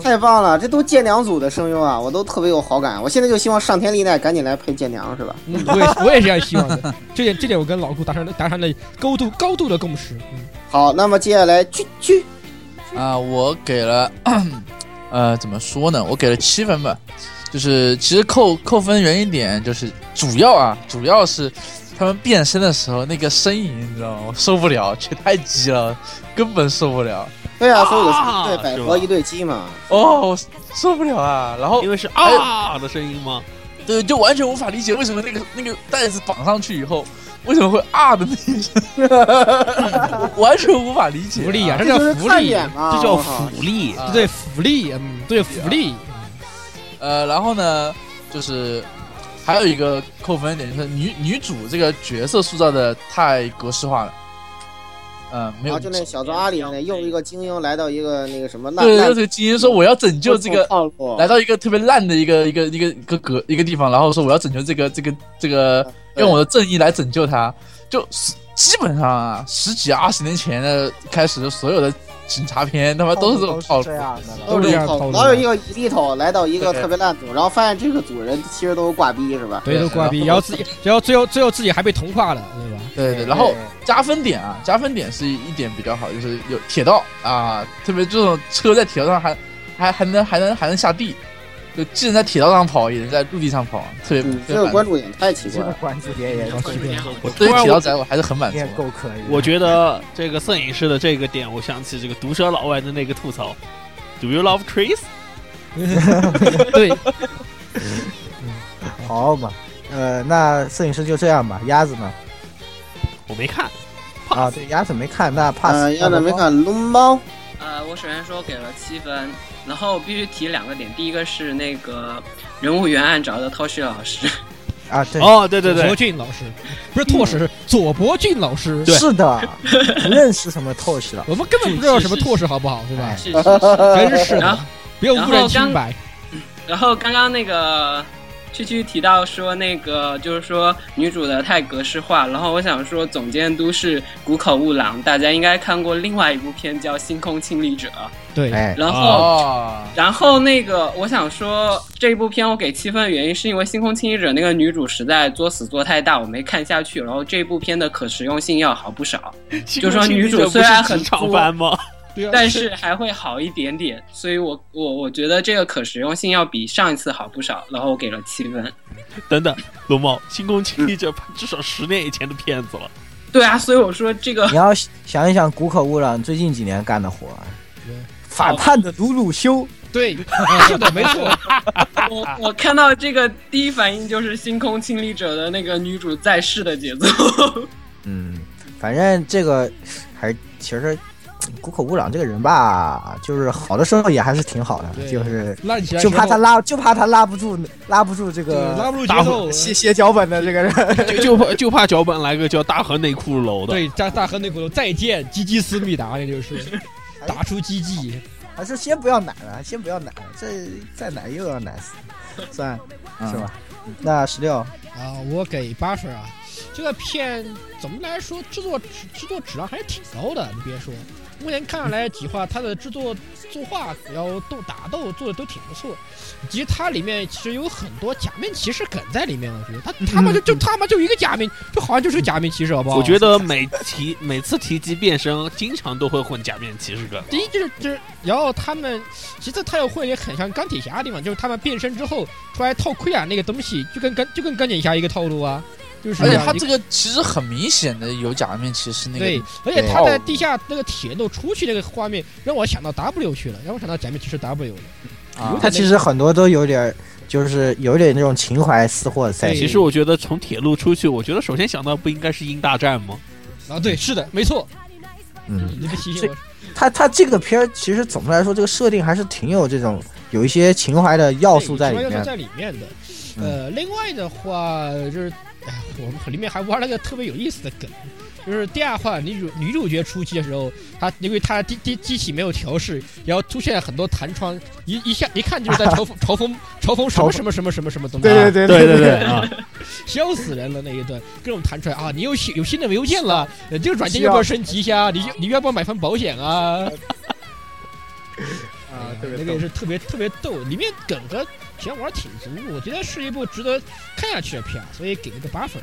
[SPEAKER 4] 太棒了，这都建良组的声优啊，我都特别有好感。我现在就希望上天历代赶紧来配建良，是吧？
[SPEAKER 1] 嗯我也我也是这样希望的，这点这点我跟老顾达成了达成了高度高度的共识，嗯
[SPEAKER 4] 好，那么接下来去去，
[SPEAKER 3] 啊，我给了， [CLEARS THROAT] 呃，怎么说呢？我给了七分吧，就是其实扣扣分原因点就是主要啊，主要是他们变身的时候那个呻吟，你知道吗？我受不了，这太急了，根本受不了。
[SPEAKER 4] 对啊，所以我
[SPEAKER 5] 啊
[SPEAKER 4] 说对百
[SPEAKER 5] 是
[SPEAKER 4] 合
[SPEAKER 5] 吧
[SPEAKER 4] 一对鸡嘛，
[SPEAKER 3] 哦，我受不了啊！然后 [LAUGHS]
[SPEAKER 5] 因为是啊的声音吗？
[SPEAKER 3] 对，就完全无法理解为什么那个那个袋子绑上去以后，为什么会啊的那一声，我啊 [LAUGHS] 完全无法理解、
[SPEAKER 1] 福利啊，
[SPEAKER 4] 这
[SPEAKER 1] 叫
[SPEAKER 4] 就是
[SPEAKER 1] 福
[SPEAKER 4] 看
[SPEAKER 1] 利，
[SPEAKER 4] 点嘛，
[SPEAKER 5] 这叫
[SPEAKER 4] 我靠
[SPEAKER 5] 福利。
[SPEAKER 3] 啊
[SPEAKER 1] 对福利，嗯，对福利，
[SPEAKER 3] 呃，然后呢，就是还有一个扣分点就是女女主这个角色塑造的太格式化了，嗯、没有、
[SPEAKER 4] 啊，就那小泽阿里那又一个精英来到一个那个什么烂
[SPEAKER 3] 对，就
[SPEAKER 4] 烂
[SPEAKER 3] 是金英说我要拯救这个，
[SPEAKER 4] 套路
[SPEAKER 3] 来到一个特别烂的一个一个一个一个格一个地方，然后说我要拯救这个这个这个，用我的正义来拯救他，就是基本上啊十几二十年前的开始，所有的警察片他妈都是这种套路
[SPEAKER 2] 哦这，样的
[SPEAKER 1] 都是这样套
[SPEAKER 4] 套
[SPEAKER 1] 路
[SPEAKER 4] 路，老有一个一头来到一个
[SPEAKER 3] 对
[SPEAKER 4] 特别烂组，然后发现这个组人其实都是挂逼是吧？
[SPEAKER 1] 对，都挂逼，然后自己，然后最后最后自己还被同化了，对吧？
[SPEAKER 3] 对对，然后加分点啊，加分点是一点比较好，就是有铁道啊，特别这种车在铁道上还还还能还能还能下地，就既能在铁道上跑，也能在陆地上跑，特别
[SPEAKER 4] 嗯，这
[SPEAKER 3] 特别
[SPEAKER 4] 个
[SPEAKER 3] 满足。
[SPEAKER 4] 关注点太奇
[SPEAKER 2] 这
[SPEAKER 4] 怪
[SPEAKER 2] 个
[SPEAKER 4] 了。
[SPEAKER 2] 关注点也
[SPEAKER 1] 然后随便说
[SPEAKER 5] 我
[SPEAKER 3] 对
[SPEAKER 5] 突
[SPEAKER 3] 于
[SPEAKER 5] 然
[SPEAKER 3] 铁道
[SPEAKER 5] 我
[SPEAKER 3] 宅我还是很满足
[SPEAKER 2] 也
[SPEAKER 3] 的。
[SPEAKER 2] 够可以。
[SPEAKER 5] 我觉得这个摄影师的这个点，我想起这个毒舌老外的那个吐槽：Do you love trees？
[SPEAKER 1] 对，
[SPEAKER 2] 好嘛，呃，那摄影师就这样吧。鸭子呢？
[SPEAKER 5] 我没看，
[SPEAKER 2] 啊，对，鸭子没看，那 pass。
[SPEAKER 4] 嗯，要子没看撸
[SPEAKER 2] [LAUGHS]
[SPEAKER 4] 猫，
[SPEAKER 6] 呃，我首先说给了七分，然后必须提两个点，第一个是那个人物原案找的涛旭老师，
[SPEAKER 2] 啊，对，
[SPEAKER 5] 哦，对对
[SPEAKER 1] 左
[SPEAKER 5] 对
[SPEAKER 1] 伯，俊老师，不是拓史，是左伯俊老师，
[SPEAKER 2] 是的，不认识什么透析了。
[SPEAKER 1] 我们根本不知道什么拓史好不好，对吧？
[SPEAKER 6] 是是是。
[SPEAKER 1] 真
[SPEAKER 4] [LAUGHS]
[SPEAKER 1] 是
[SPEAKER 6] 然
[SPEAKER 1] 的
[SPEAKER 6] 后，
[SPEAKER 1] 不要污染清白。
[SPEAKER 6] 然后刚刚那个区区提到说那个就是说女主的太格式化，然后我想说总监督是谷口悟郎，大家应该看过另外一部片叫《星空亲历者》，
[SPEAKER 1] 对，
[SPEAKER 2] 哎，
[SPEAKER 6] 然后。
[SPEAKER 3] 哦，
[SPEAKER 6] 然后那个，我想说这一部片我给七分的原因，是因为《星空侵袭者》那个女主实在作死做太大，我没看下去。然后这部片的可食用性要好不少，就说女主虽然很
[SPEAKER 5] 不是职场番吗？ [LAUGHS]
[SPEAKER 1] 对啊
[SPEAKER 6] 但是还会好一点点。所以我我我觉得这个可食用性要比上一次好不少，然后我给了七分。
[SPEAKER 5] 等等，龙猫，星空亲历者至少十年以前的片子了。
[SPEAKER 6] 对啊，所以我说这个
[SPEAKER 2] [LAUGHS] 你要想一想谷口悟朗最近几年干的活儿
[SPEAKER 1] 嗯，
[SPEAKER 2] 反叛的鲁鲁修，
[SPEAKER 1] 对，啊是的，没错，
[SPEAKER 6] 我我看到这个第一反应就是《星空亲历者》的那个女主在世的节奏。
[SPEAKER 2] 嗯，反正这个还是其实谷口悟朗这个人吧，就是好的时候也还是挺好的，
[SPEAKER 1] 对
[SPEAKER 2] 就是
[SPEAKER 1] 烂起来
[SPEAKER 2] 就怕他
[SPEAKER 1] 拉
[SPEAKER 2] 拉，就怕他拉不住，拉不住这
[SPEAKER 1] 拉
[SPEAKER 2] 个
[SPEAKER 1] 不住
[SPEAKER 5] 大
[SPEAKER 1] 节奏，
[SPEAKER 2] 写写脚本的这个人。
[SPEAKER 5] 就就怕就怕脚本来个叫大河内骷髅的，
[SPEAKER 1] 对，大大河内骨头再见，吉吉思密达，那
[SPEAKER 2] 哎
[SPEAKER 1] 就是打出吉吉，
[SPEAKER 2] 还是先不要奶了，先不要奶了，这再奶又要奶死，算了
[SPEAKER 3] 嗯
[SPEAKER 2] 是吧？那十六
[SPEAKER 1] 啊，我给八分啊。这个片总的来说制作质制作质量还是挺高的，你别说，目前看下来几话，它的制作、作画，然后斗打斗做的都挺不错。以及它里面其实有很多假面骑士梗在里面，我觉得他他
[SPEAKER 2] [LAUGHS]
[SPEAKER 1] 妈就就他妈就一个假面，就好像就是个假面骑士，好不好？
[SPEAKER 5] 我觉得每提每次提及变身，经常都会混假面骑士梗。
[SPEAKER 1] 第一就是就是，然后他们其次他又会有很像钢铁侠的地方，就是他们变身之后出来套盔啊那个东西，就跟钢就跟钢铁侠一个套路啊，就是
[SPEAKER 3] 而且
[SPEAKER 1] 啊
[SPEAKER 3] 他
[SPEAKER 1] 你
[SPEAKER 3] 这个其实很明显的有假面骑士那个
[SPEAKER 1] 对，而且
[SPEAKER 2] 对
[SPEAKER 1] 他在地下那个铁路出去那个画面，让我想到 W 去了，让我想到假面骑士 W 了。
[SPEAKER 3] 啊
[SPEAKER 1] 有
[SPEAKER 2] 它其实很多都有点儿，就是有点那种情怀私货在
[SPEAKER 1] 对
[SPEAKER 2] 里
[SPEAKER 5] 其实我觉得从铁路出去，我觉得首先想到不应该是英大战吗？
[SPEAKER 1] 啊，对，是的，没错，
[SPEAKER 2] 嗯，
[SPEAKER 1] 你的提醒我。
[SPEAKER 2] 它它这个片儿其实总的来说，这个设定还是挺有这种有一些情怀的要素在里
[SPEAKER 1] 对有情怀要素
[SPEAKER 2] 面。嗯
[SPEAKER 1] 在里面的。呃，另外的话就是，哎，我们里面还玩了个特别有意思的梗，就是第二话女主女主角出击的时候，她因为她 [LAUGHS] 机机机体没有调试，然后出现很多弹窗，一一下一看就是
[SPEAKER 2] [LAUGHS]
[SPEAKER 1] 在嘲讽嘲讽嘲讽什么什么什么什么什么东西，啊
[SPEAKER 2] 对
[SPEAKER 5] 对对对啊！
[SPEAKER 1] 笑死人了那一段，各种弹出来啊，你有新有新的邮件了，呃这个软件要不要升级一下？你你要不要买份保险啊？
[SPEAKER 7] 啊
[SPEAKER 1] 哎呀，
[SPEAKER 7] 特别
[SPEAKER 1] 那个
[SPEAKER 7] 逗
[SPEAKER 1] 也是特别特别逗，里面梗和其实玩挺足，我觉得是一部值得看下去的片，所以给了个八分。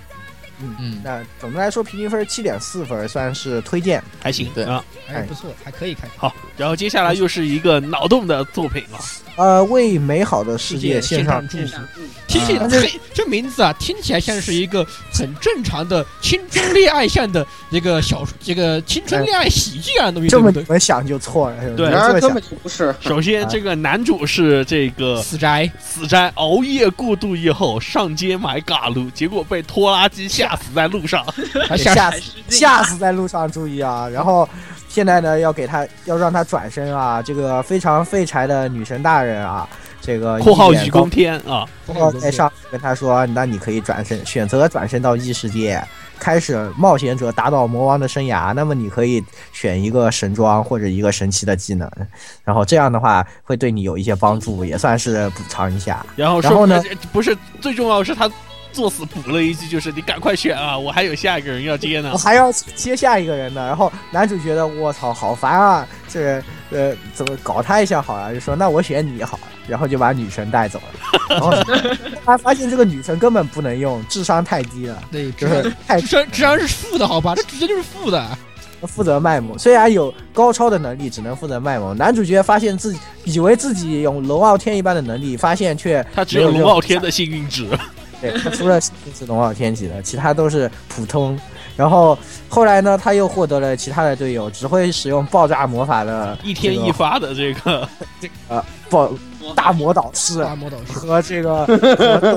[SPEAKER 3] 嗯，
[SPEAKER 2] 那总的来说，平均分七点四分，算是推荐。
[SPEAKER 5] 还行
[SPEAKER 3] 对
[SPEAKER 5] 啊。
[SPEAKER 1] 还是不错，还可以看。
[SPEAKER 5] 好，然后接下来又是一个脑洞的作品
[SPEAKER 2] [LAUGHS]
[SPEAKER 5] 了。
[SPEAKER 2] 呃，为美好的世界献
[SPEAKER 1] 献
[SPEAKER 2] 上
[SPEAKER 1] 上祝
[SPEAKER 6] 是
[SPEAKER 1] 福
[SPEAKER 6] 的，，嗯，
[SPEAKER 1] 听起
[SPEAKER 2] 啊
[SPEAKER 1] 这这名字啊，听起来像是一个很正常的青春恋爱向的这个小这个青春恋爱喜剧啊，东西
[SPEAKER 2] 这
[SPEAKER 1] 对不
[SPEAKER 2] 么
[SPEAKER 1] 对
[SPEAKER 2] 你？们想就错了，是吧
[SPEAKER 5] 对
[SPEAKER 2] 你
[SPEAKER 4] 然
[SPEAKER 2] 们这
[SPEAKER 4] 而根
[SPEAKER 2] 么想
[SPEAKER 4] 本就不是。
[SPEAKER 5] 首先，这个男主是这个
[SPEAKER 1] 死宅
[SPEAKER 5] 死宅熬夜过度以后上街买嘎撸，结果被拖拉机吓死在
[SPEAKER 2] [LAUGHS]
[SPEAKER 5] 路上。
[SPEAKER 1] 还
[SPEAKER 2] 得
[SPEAKER 1] 下
[SPEAKER 2] 吓
[SPEAKER 6] 还
[SPEAKER 2] 死
[SPEAKER 6] 是这样
[SPEAKER 2] 吓死在路上，注意啊！然后现在呢，要给他要让他转身啊，这个非常废柴的女神大人啊，这个
[SPEAKER 5] （括号
[SPEAKER 2] 一脸
[SPEAKER 5] 愚公天
[SPEAKER 2] 哎
[SPEAKER 5] 啊
[SPEAKER 1] 括
[SPEAKER 2] 高
[SPEAKER 1] 号
[SPEAKER 2] 高在上跟他说，那你可以转身，选择转身到异世界。开始冒险者打倒魔王的生涯，那么你可以选一个神装或者一个神奇的技能，然后这样的话会对你有一些帮助，也算是补偿一下。），
[SPEAKER 5] 然后
[SPEAKER 2] 然后
[SPEAKER 5] 说呃
[SPEAKER 2] 呢
[SPEAKER 5] 不是最重要的是他作死补了一句，就是你赶快选啊，我还有下一个人要
[SPEAKER 2] [LAUGHS]
[SPEAKER 5] 接呢
[SPEAKER 2] 我。还要接下一个人呢。然后男主觉得我操好烦啊，这呃怎么搞他一下好啊？就说那我选你好了，然后就把女神带走了。 [LAUGHS] 然后他发现这个女神根本不能用，智商太低了，
[SPEAKER 1] 对，智
[SPEAKER 2] 就
[SPEAKER 1] 商
[SPEAKER 2] 是太
[SPEAKER 1] 智商智商是负的，好吧？这直接就是负的。
[SPEAKER 2] 负责卖萌。虽然有高超的能力，只能负责卖萌。男主角发现自己以为自己有龙傲天一般的能力，发现却
[SPEAKER 5] 他只有
[SPEAKER 2] 没有
[SPEAKER 5] 龙
[SPEAKER 2] 用
[SPEAKER 5] 傲天的幸运值。
[SPEAKER 2] 对，他除了是龙傲天级的，其他都是普通。然后后来呢，他又获得了其他的队友，只会使用爆炸魔法的
[SPEAKER 5] 一天
[SPEAKER 2] 这个
[SPEAKER 5] 一发的这个，
[SPEAKER 2] 爆
[SPEAKER 6] 我
[SPEAKER 2] 大魔导师
[SPEAKER 1] 大魔导师。
[SPEAKER 2] 和这个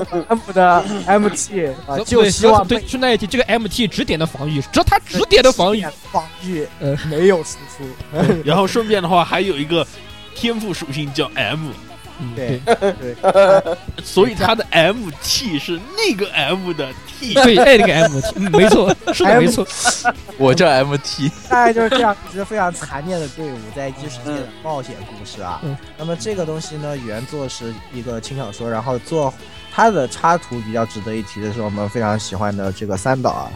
[SPEAKER 2] 和 M 的 MT 啊，
[SPEAKER 1] 对
[SPEAKER 2] 就希望
[SPEAKER 1] 对
[SPEAKER 2] 被
[SPEAKER 1] 顺带一提，这个 MT 只点的防御，只要他只点的防御，
[SPEAKER 2] 防御
[SPEAKER 1] 呃
[SPEAKER 2] 没有输出。
[SPEAKER 5] [LAUGHS] 然后顺便的话还有一个天赋属性叫 M，
[SPEAKER 1] 嗯
[SPEAKER 2] 对
[SPEAKER 5] 所以他的 M T 是那个 M 的 T。
[SPEAKER 1] 对，哎，那个 M，嗯没错，是的，
[SPEAKER 2] M
[SPEAKER 1] 没错，
[SPEAKER 3] 我叫 MT，
[SPEAKER 2] 大概就是这样一支非常残念的队伍在异世界
[SPEAKER 5] 嗯
[SPEAKER 2] 的冒险故事啊
[SPEAKER 1] 嗯。
[SPEAKER 2] 那么这个东西呢，原作是一个轻小说，然后做它的插图比较值得一提的是我们非常喜欢的这个三岛啊，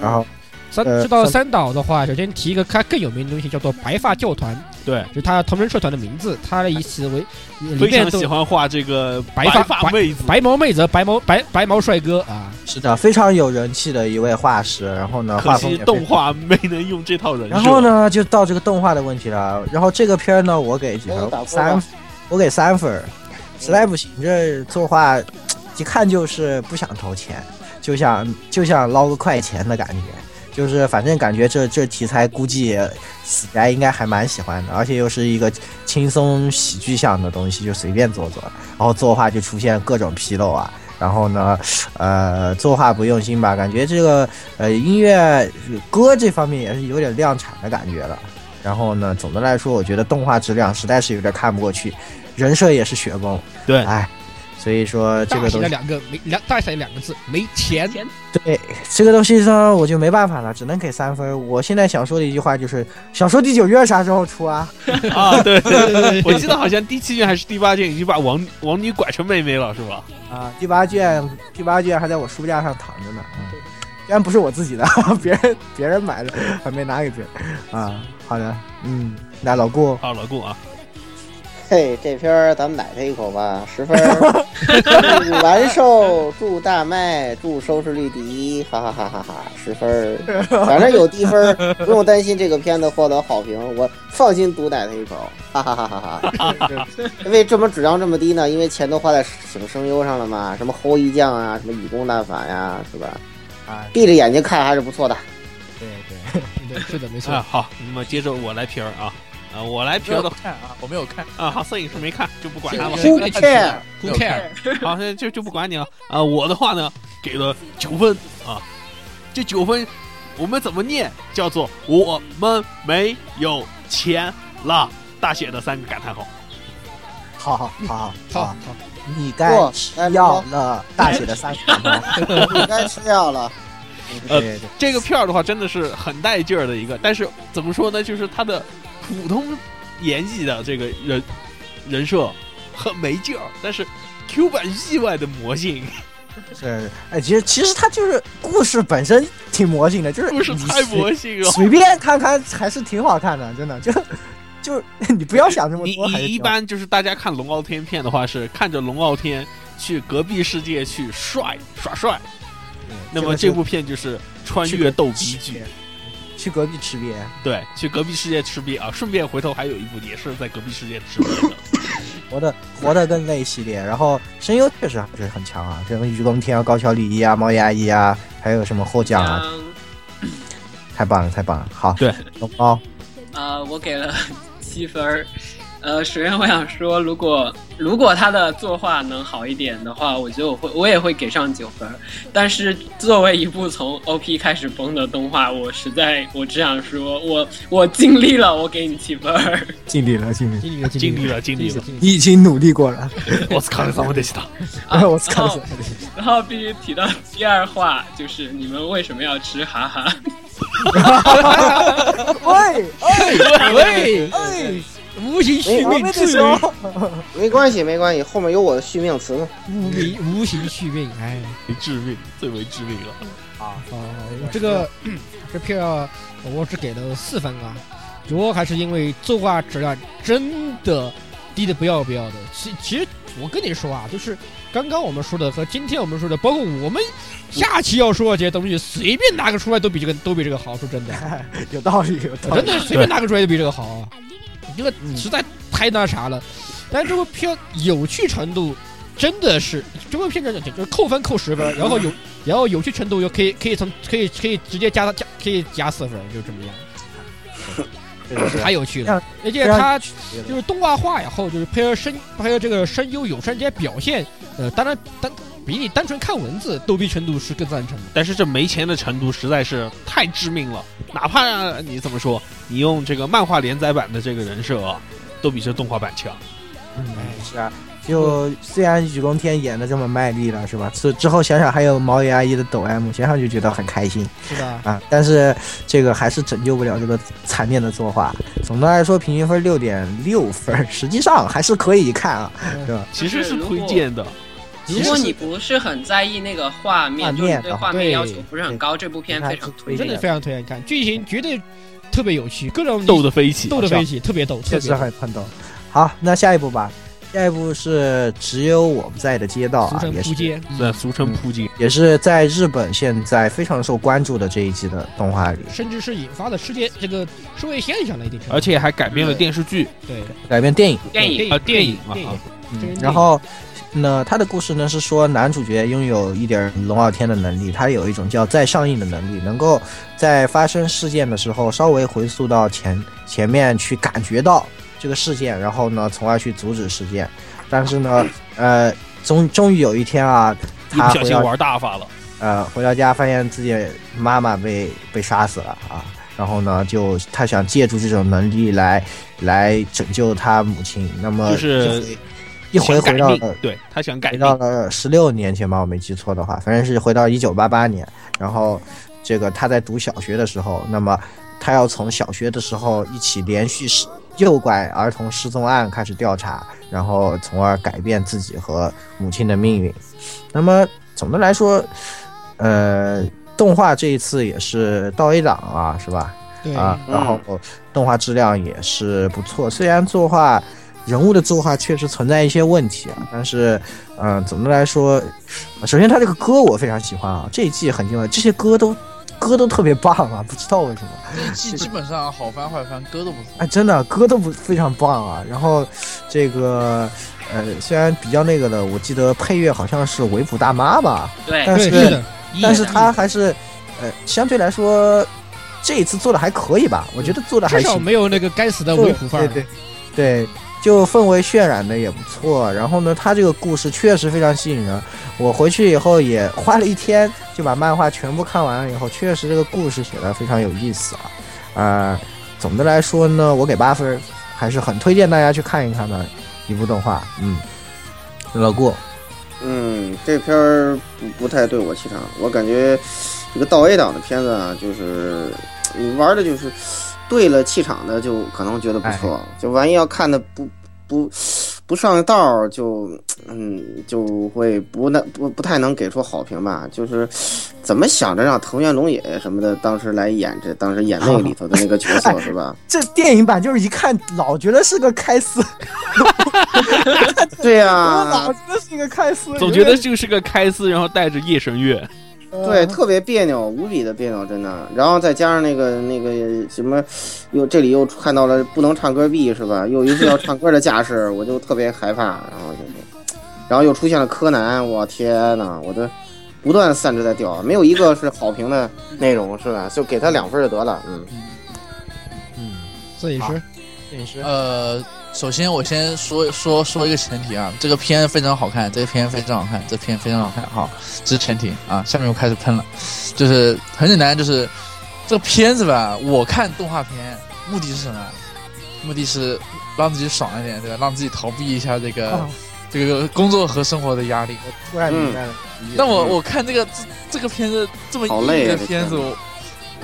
[SPEAKER 2] 然后
[SPEAKER 1] 三
[SPEAKER 2] 呃
[SPEAKER 1] 知道
[SPEAKER 2] 三
[SPEAKER 1] 三岛的话，首先提一个他更有名的东西，叫做白发教团，
[SPEAKER 5] 对，
[SPEAKER 1] 就是他同人社团的名字，他的意思为里
[SPEAKER 5] 非
[SPEAKER 1] 面
[SPEAKER 5] 常
[SPEAKER 1] 都
[SPEAKER 5] 喜欢画这个
[SPEAKER 1] 白发
[SPEAKER 5] 发妹子，
[SPEAKER 1] 白毛妹子、白毛白白毛帅哥啊，
[SPEAKER 2] 是的，非常有人气的一位画师，然后呢，
[SPEAKER 5] 可
[SPEAKER 2] 画风也
[SPEAKER 5] 惜
[SPEAKER 2] 非
[SPEAKER 5] 动画没能用这套人设。
[SPEAKER 2] 然后？呢，就到这个动画的问题了。然后这个片儿呢，我给几
[SPEAKER 4] 我
[SPEAKER 2] 分
[SPEAKER 4] 打？分
[SPEAKER 2] 三
[SPEAKER 4] 吧，
[SPEAKER 2] 我给三分儿。实在不行，这作画一看就是不想投钱，就想就想捞个快钱的感觉。就是反正感觉这这题材估计死宅应该还蛮喜欢的，而且又是一个轻松喜剧向的东西，就随便做做。然后作画就出现各种纰漏啊。然后呢，呃，作画不用心吧，感觉这个呃音乐歌这方面也是有点量产的感觉了。然后呢，总的来说，我觉得动画质量实在是有点看不过去，人设也是雪崩。
[SPEAKER 5] 对
[SPEAKER 2] 哎，所以说这
[SPEAKER 1] 大
[SPEAKER 2] 个
[SPEAKER 1] 写
[SPEAKER 2] 东
[SPEAKER 1] 的
[SPEAKER 2] 西，
[SPEAKER 1] 两个没两大写的两个字没钱，
[SPEAKER 6] 天
[SPEAKER 2] 对这个东西呢，我就没办法了，只能给三分。我现在想说的一句话就是，小说第九卷啥时候出啊？
[SPEAKER 5] 啊，对对对对，我记得好像第七卷还是第八卷已经把王王女拐成妹妹了，是吧？
[SPEAKER 2] 啊，第八卷，第八卷还在我书架上躺着呢。嗯 [LAUGHS] 虽然不是我自己的，别人别人买的，还没拿给别人。啊，好的，嗯，那老顾
[SPEAKER 5] 啊，老顾啊，
[SPEAKER 4] 嘿，这片儿咱们奶他一口吧，十分儿。祝
[SPEAKER 2] [LAUGHS]
[SPEAKER 4] 完售，祝大卖，祝收视率第一，哈哈哈哈哈，十分儿。反正有低分儿，不用担心这个片子获得好评，我放心毒奶他一口，哈哈哈哈 [LAUGHS] 哈。因为这么质量这么低呢？因为钱都花在请声优上了嘛，什么侯一将啊，什么以工大法呀，是吧？
[SPEAKER 2] 啊，
[SPEAKER 4] 闭着眼睛看还是不错的。
[SPEAKER 2] 对对，
[SPEAKER 1] 对，是的，没错
[SPEAKER 5] 啊。好，那么接着我来评儿啊，啊我来评儿的
[SPEAKER 3] 看啊，我没有看，
[SPEAKER 5] 啊，好，摄影师没看就不管他了，
[SPEAKER 4] Who care？
[SPEAKER 3] 没
[SPEAKER 1] Who
[SPEAKER 3] 有
[SPEAKER 1] care？
[SPEAKER 5] 好，那就就不管你了啊，我的话呢给了九分啊，这九分我们怎么念叫做我们没有钱了，大写的三个感叹号。
[SPEAKER 2] 好好
[SPEAKER 5] [LAUGHS]
[SPEAKER 2] 好
[SPEAKER 1] 好，，
[SPEAKER 2] 你该
[SPEAKER 4] 哇
[SPEAKER 2] 吃
[SPEAKER 4] 哎
[SPEAKER 2] 药了，大写的三个感叹
[SPEAKER 5] [LAUGHS]
[SPEAKER 2] 号
[SPEAKER 4] 你该吃药了。
[SPEAKER 2] 对
[SPEAKER 5] 呃
[SPEAKER 2] 对对，
[SPEAKER 5] 这个片儿的话真的是很带劲儿的一个，但是怎么说呢，就是他的普通演技的这个人人设很没劲儿，但是 Q 版意外的魔性，
[SPEAKER 2] 是，哎，其实其实它就是故事本身挺魔性的，就是
[SPEAKER 5] 故事
[SPEAKER 2] 你
[SPEAKER 5] 太
[SPEAKER 2] 随
[SPEAKER 5] 魔性啊 [LAUGHS] 了。
[SPEAKER 2] 随便看看还是挺好看的，真的就就 [LAUGHS] 你不要想这么
[SPEAKER 5] 你
[SPEAKER 2] 多，还是
[SPEAKER 5] 你
[SPEAKER 2] 挺
[SPEAKER 5] 一
[SPEAKER 2] 好
[SPEAKER 5] 般就是大家看龙傲天片的话，是看着龙傲天去隔壁世界去帅耍帅，那么这部片就是穿越逗逼剧，
[SPEAKER 2] 去隔壁吃瘪，
[SPEAKER 5] 对，去隔壁世界吃瘪啊，顺便回头还有一部也是在隔壁世界吃瘪的，
[SPEAKER 2] 活的活的更累系列，然后声优确实还是很强啊，什么于龙天啊、高桥李依啊、猫牙一啊，还有什么获奖啊，
[SPEAKER 6] 嗯
[SPEAKER 2] 太棒了，太棒了，好，
[SPEAKER 5] 对，
[SPEAKER 2] 龙猫
[SPEAKER 6] 呃，我给了 [LAUGHS] 七分儿。呃，首先我想说，如果如果他的作画能好一点的话，我觉得我会我也会给上九分儿。但是作为一部从 OP 开始崩的动画，我实在我只想说，我我尽力了，我给你七分儿。
[SPEAKER 2] 尽力了，尽力
[SPEAKER 1] 经理
[SPEAKER 2] 了，
[SPEAKER 1] 了，
[SPEAKER 5] 经
[SPEAKER 1] 经
[SPEAKER 5] 历
[SPEAKER 1] 理
[SPEAKER 5] 了
[SPEAKER 1] 了，
[SPEAKER 5] 经历了，
[SPEAKER 1] 经理
[SPEAKER 2] 你已经努力过了，
[SPEAKER 5] [LAUGHS] 我操，看了三万的其他。
[SPEAKER 2] [LAUGHS]
[SPEAKER 6] 啊
[SPEAKER 2] 我操
[SPEAKER 6] 然后，然后必须提到第二话，就是你们为什么要吃
[SPEAKER 2] [LAUGHS]
[SPEAKER 6] 哈哈？
[SPEAKER 2] 喂，
[SPEAKER 5] 哎
[SPEAKER 1] 了。喂，
[SPEAKER 2] 哎，
[SPEAKER 1] 无形续
[SPEAKER 2] 我
[SPEAKER 1] 命
[SPEAKER 2] 没
[SPEAKER 1] 至
[SPEAKER 2] 得
[SPEAKER 1] 于
[SPEAKER 2] 说，
[SPEAKER 4] 没关系，没关系，后面有我的续命词嘛。
[SPEAKER 1] 无名无形续命，哎，
[SPEAKER 5] 致命，最为致命了。
[SPEAKER 1] 哦，这个这片儿我只给了四分啊，主要还是因为作画质量真的低的不要不要的。其其实我跟你说啊，就是刚刚我们说的和今天我们说的，包括我们下期要说的这些东西，随便拿个出来都比这个都比这个好，说真的，
[SPEAKER 2] 有道理，有道
[SPEAKER 1] 真
[SPEAKER 2] 理，
[SPEAKER 1] 的随便拿个出来都比这个好啊。这个实在太那啥了，但是这部片有趣程度真的是，这部片子就是扣分扣十分，然
[SPEAKER 2] 嗯
[SPEAKER 1] 后有然后有趣程度又可以可以从可以可以直接加加可以加四分，就这么样，
[SPEAKER 2] 是啊是
[SPEAKER 1] 太有趣
[SPEAKER 2] 这
[SPEAKER 1] 了
[SPEAKER 2] 样。
[SPEAKER 1] 而且
[SPEAKER 2] 这样
[SPEAKER 1] 它
[SPEAKER 2] 别的
[SPEAKER 1] 就是动画化以后，就是配合声配合这个声优有瞬间表现，呃，当然单比你单纯看文字逗逼程度是更赞成的。
[SPEAKER 5] 但是这没钱的程度实在是太致命了，哪怕啊你怎么说，你用这个漫画连载版的这个人设啊，都比这动画版强。
[SPEAKER 2] 是啊，就虽然雨龙天演的这么卖力了，是吧？之之后想想还有毛爷阿姨的抖 M，想想就觉得很开心
[SPEAKER 1] 是吧？
[SPEAKER 2] 啊。但是这个还是拯救不了这个惨烈的作画。总的来说，平均分六点六分，实际上还是可以看啊。
[SPEAKER 5] 其实是推荐的，
[SPEAKER 6] 如果你不是很在意那个画面，
[SPEAKER 2] 画
[SPEAKER 6] 就是
[SPEAKER 2] 面
[SPEAKER 6] 你对
[SPEAKER 2] 的话
[SPEAKER 6] 画面
[SPEAKER 1] 对
[SPEAKER 6] 要求不是很高，这部片
[SPEAKER 2] 那
[SPEAKER 6] 非常推
[SPEAKER 1] 真
[SPEAKER 2] 啊
[SPEAKER 6] 荐
[SPEAKER 1] 的。非常推荐看，剧情绝对特别有趣，各种
[SPEAKER 5] 逗得飞起，啊
[SPEAKER 1] 逗得飞起，特别逗，特
[SPEAKER 2] 确
[SPEAKER 1] 别
[SPEAKER 2] 实
[SPEAKER 1] 逗。
[SPEAKER 2] 很很懂。好，那下一步吧。下一步是只有我不在的街道
[SPEAKER 1] 俗
[SPEAKER 2] 啊，
[SPEAKER 1] 称
[SPEAKER 2] 也
[SPEAKER 1] 扑
[SPEAKER 2] 是
[SPEAKER 1] 街，
[SPEAKER 5] 对，俗
[SPEAKER 2] 嗯
[SPEAKER 5] 称扑街。
[SPEAKER 2] 也是在日本现在非常受关注的这一季的动画里，
[SPEAKER 1] 甚至是引发了世界这个社会现象的一定程度。
[SPEAKER 5] 而且还改编了电视剧
[SPEAKER 1] 对
[SPEAKER 2] 改编电影。
[SPEAKER 6] 电影
[SPEAKER 5] 啊，电影
[SPEAKER 1] 电影
[SPEAKER 5] 啊，
[SPEAKER 1] 真人电影
[SPEAKER 2] 嗯然后呢，他的故事呢是说男主角拥有一点龙傲天的能力，他有一种叫再上映的能力，能够在发生事件的时候稍微回溯到前前面去感觉到这个事件，然后呢，从而去阻止事件。但是呢，呃，终终于有一天啊，
[SPEAKER 5] 一不
[SPEAKER 2] 他
[SPEAKER 5] 小
[SPEAKER 2] 回
[SPEAKER 5] 心
[SPEAKER 2] 到
[SPEAKER 5] 玩大发了，
[SPEAKER 2] 呃，回到家发现自己妈妈被被杀死了啊，然后呢，就他想借助这种能力来来拯救他母亲，那么
[SPEAKER 5] 就是
[SPEAKER 2] 一回呃一回
[SPEAKER 5] 想改
[SPEAKER 2] 回到
[SPEAKER 5] 命
[SPEAKER 2] 了
[SPEAKER 5] 对他想改
[SPEAKER 2] 回到
[SPEAKER 5] 命，
[SPEAKER 2] 了十六年前吧，我没记错的话，反正是回到一九八八年。然后，这个他在读小学的时候，那么他要从小学的时候一起连续失诱拐儿童失踪案开始调查，然后从而改变自己和母亲的命运。那么总的来说，呃，动画这一次也是到 A 档啊，是吧？
[SPEAKER 1] 对
[SPEAKER 2] 啊，
[SPEAKER 4] 嗯
[SPEAKER 2] 然后动画质量也是不错。虽然作画人物的作画确实存在一些问题啊，但是，嗯、总的来说，首先他这个歌我非常喜欢啊，这一季很意外，这些歌都歌都特别棒啊，不知道为什么。
[SPEAKER 3] 这一季基本上好翻坏翻歌都不错。
[SPEAKER 2] 哎，真的歌都不非常棒啊。然后这个呃，虽然比较那个的，我记得配乐好像是维普大妈吧，
[SPEAKER 6] 对，
[SPEAKER 2] 但
[SPEAKER 1] 对
[SPEAKER 2] 是
[SPEAKER 1] 是的，
[SPEAKER 2] 但是她还是呃，相对来说这一次做的还可以吧，我觉得做的还
[SPEAKER 1] 至
[SPEAKER 2] 行
[SPEAKER 1] 少。没有那个该死的
[SPEAKER 2] 对
[SPEAKER 1] 维普范
[SPEAKER 2] 对
[SPEAKER 1] 儿。
[SPEAKER 2] 对对，就氛围渲染的也不错。然后呢，他这个故事确实非常吸引人。我回去以后也花了一天就把漫画全部看完了，以后确实这个故事写的非常有意思啊。呃，总的来说呢，我给八分儿，还是很推荐大家去看一看的一部动画。嗯，老顾，
[SPEAKER 4] 嗯，这片儿不不太对我气场，我感觉这个到 A 档的片子啊，就是你玩的就是对了气场的，就可能觉得不错，就万一要看的不不不上道儿，就嗯就会不那不不太能给出好评吧。就是怎么想着让藤原龙也什么的，当时来演这当时演那个里头的那个角色 [LAUGHS]
[SPEAKER 2] 哎
[SPEAKER 4] 是吧？
[SPEAKER 2] 这电影版就是一看老觉得是个开司，
[SPEAKER 4] 对呀、
[SPEAKER 2] [LAUGHS] 觉得是一个开司
[SPEAKER 5] 总觉得就是个开司，然后带着夜神月，
[SPEAKER 4] 对，特别别扭，无比的别扭，真的。然后再加上那个那个什么，又这里又看到了不能唱歌币是吧？又一副要唱歌的架势，我就特别害怕。然后就是，然后又出现了柯南，我天呐，我的不断散值在掉，没有一个是好评的内容是吧？就给他两分就得了，嗯。
[SPEAKER 1] 摄影
[SPEAKER 2] 啊
[SPEAKER 1] 师，摄影师，
[SPEAKER 3] 呃，首先我先说说说一个前提啊，这个片非常好看，这个片非常好看，这个片非常好看，好，这是前提啊。下面我开始喷了，就是很简单，就是这个片子吧，我看动画片目的是什么？目的是让自己爽一点，对吧？让自己逃避一下这个、
[SPEAKER 2] 啊
[SPEAKER 3] 这个工作和生活的压力。
[SPEAKER 2] 突然明白了。
[SPEAKER 3] 但嗯我我看这个这这个片子这么
[SPEAKER 4] 好
[SPEAKER 3] 硬
[SPEAKER 4] 累啊
[SPEAKER 3] 的
[SPEAKER 4] 这
[SPEAKER 3] 片
[SPEAKER 4] 片子
[SPEAKER 3] 子，我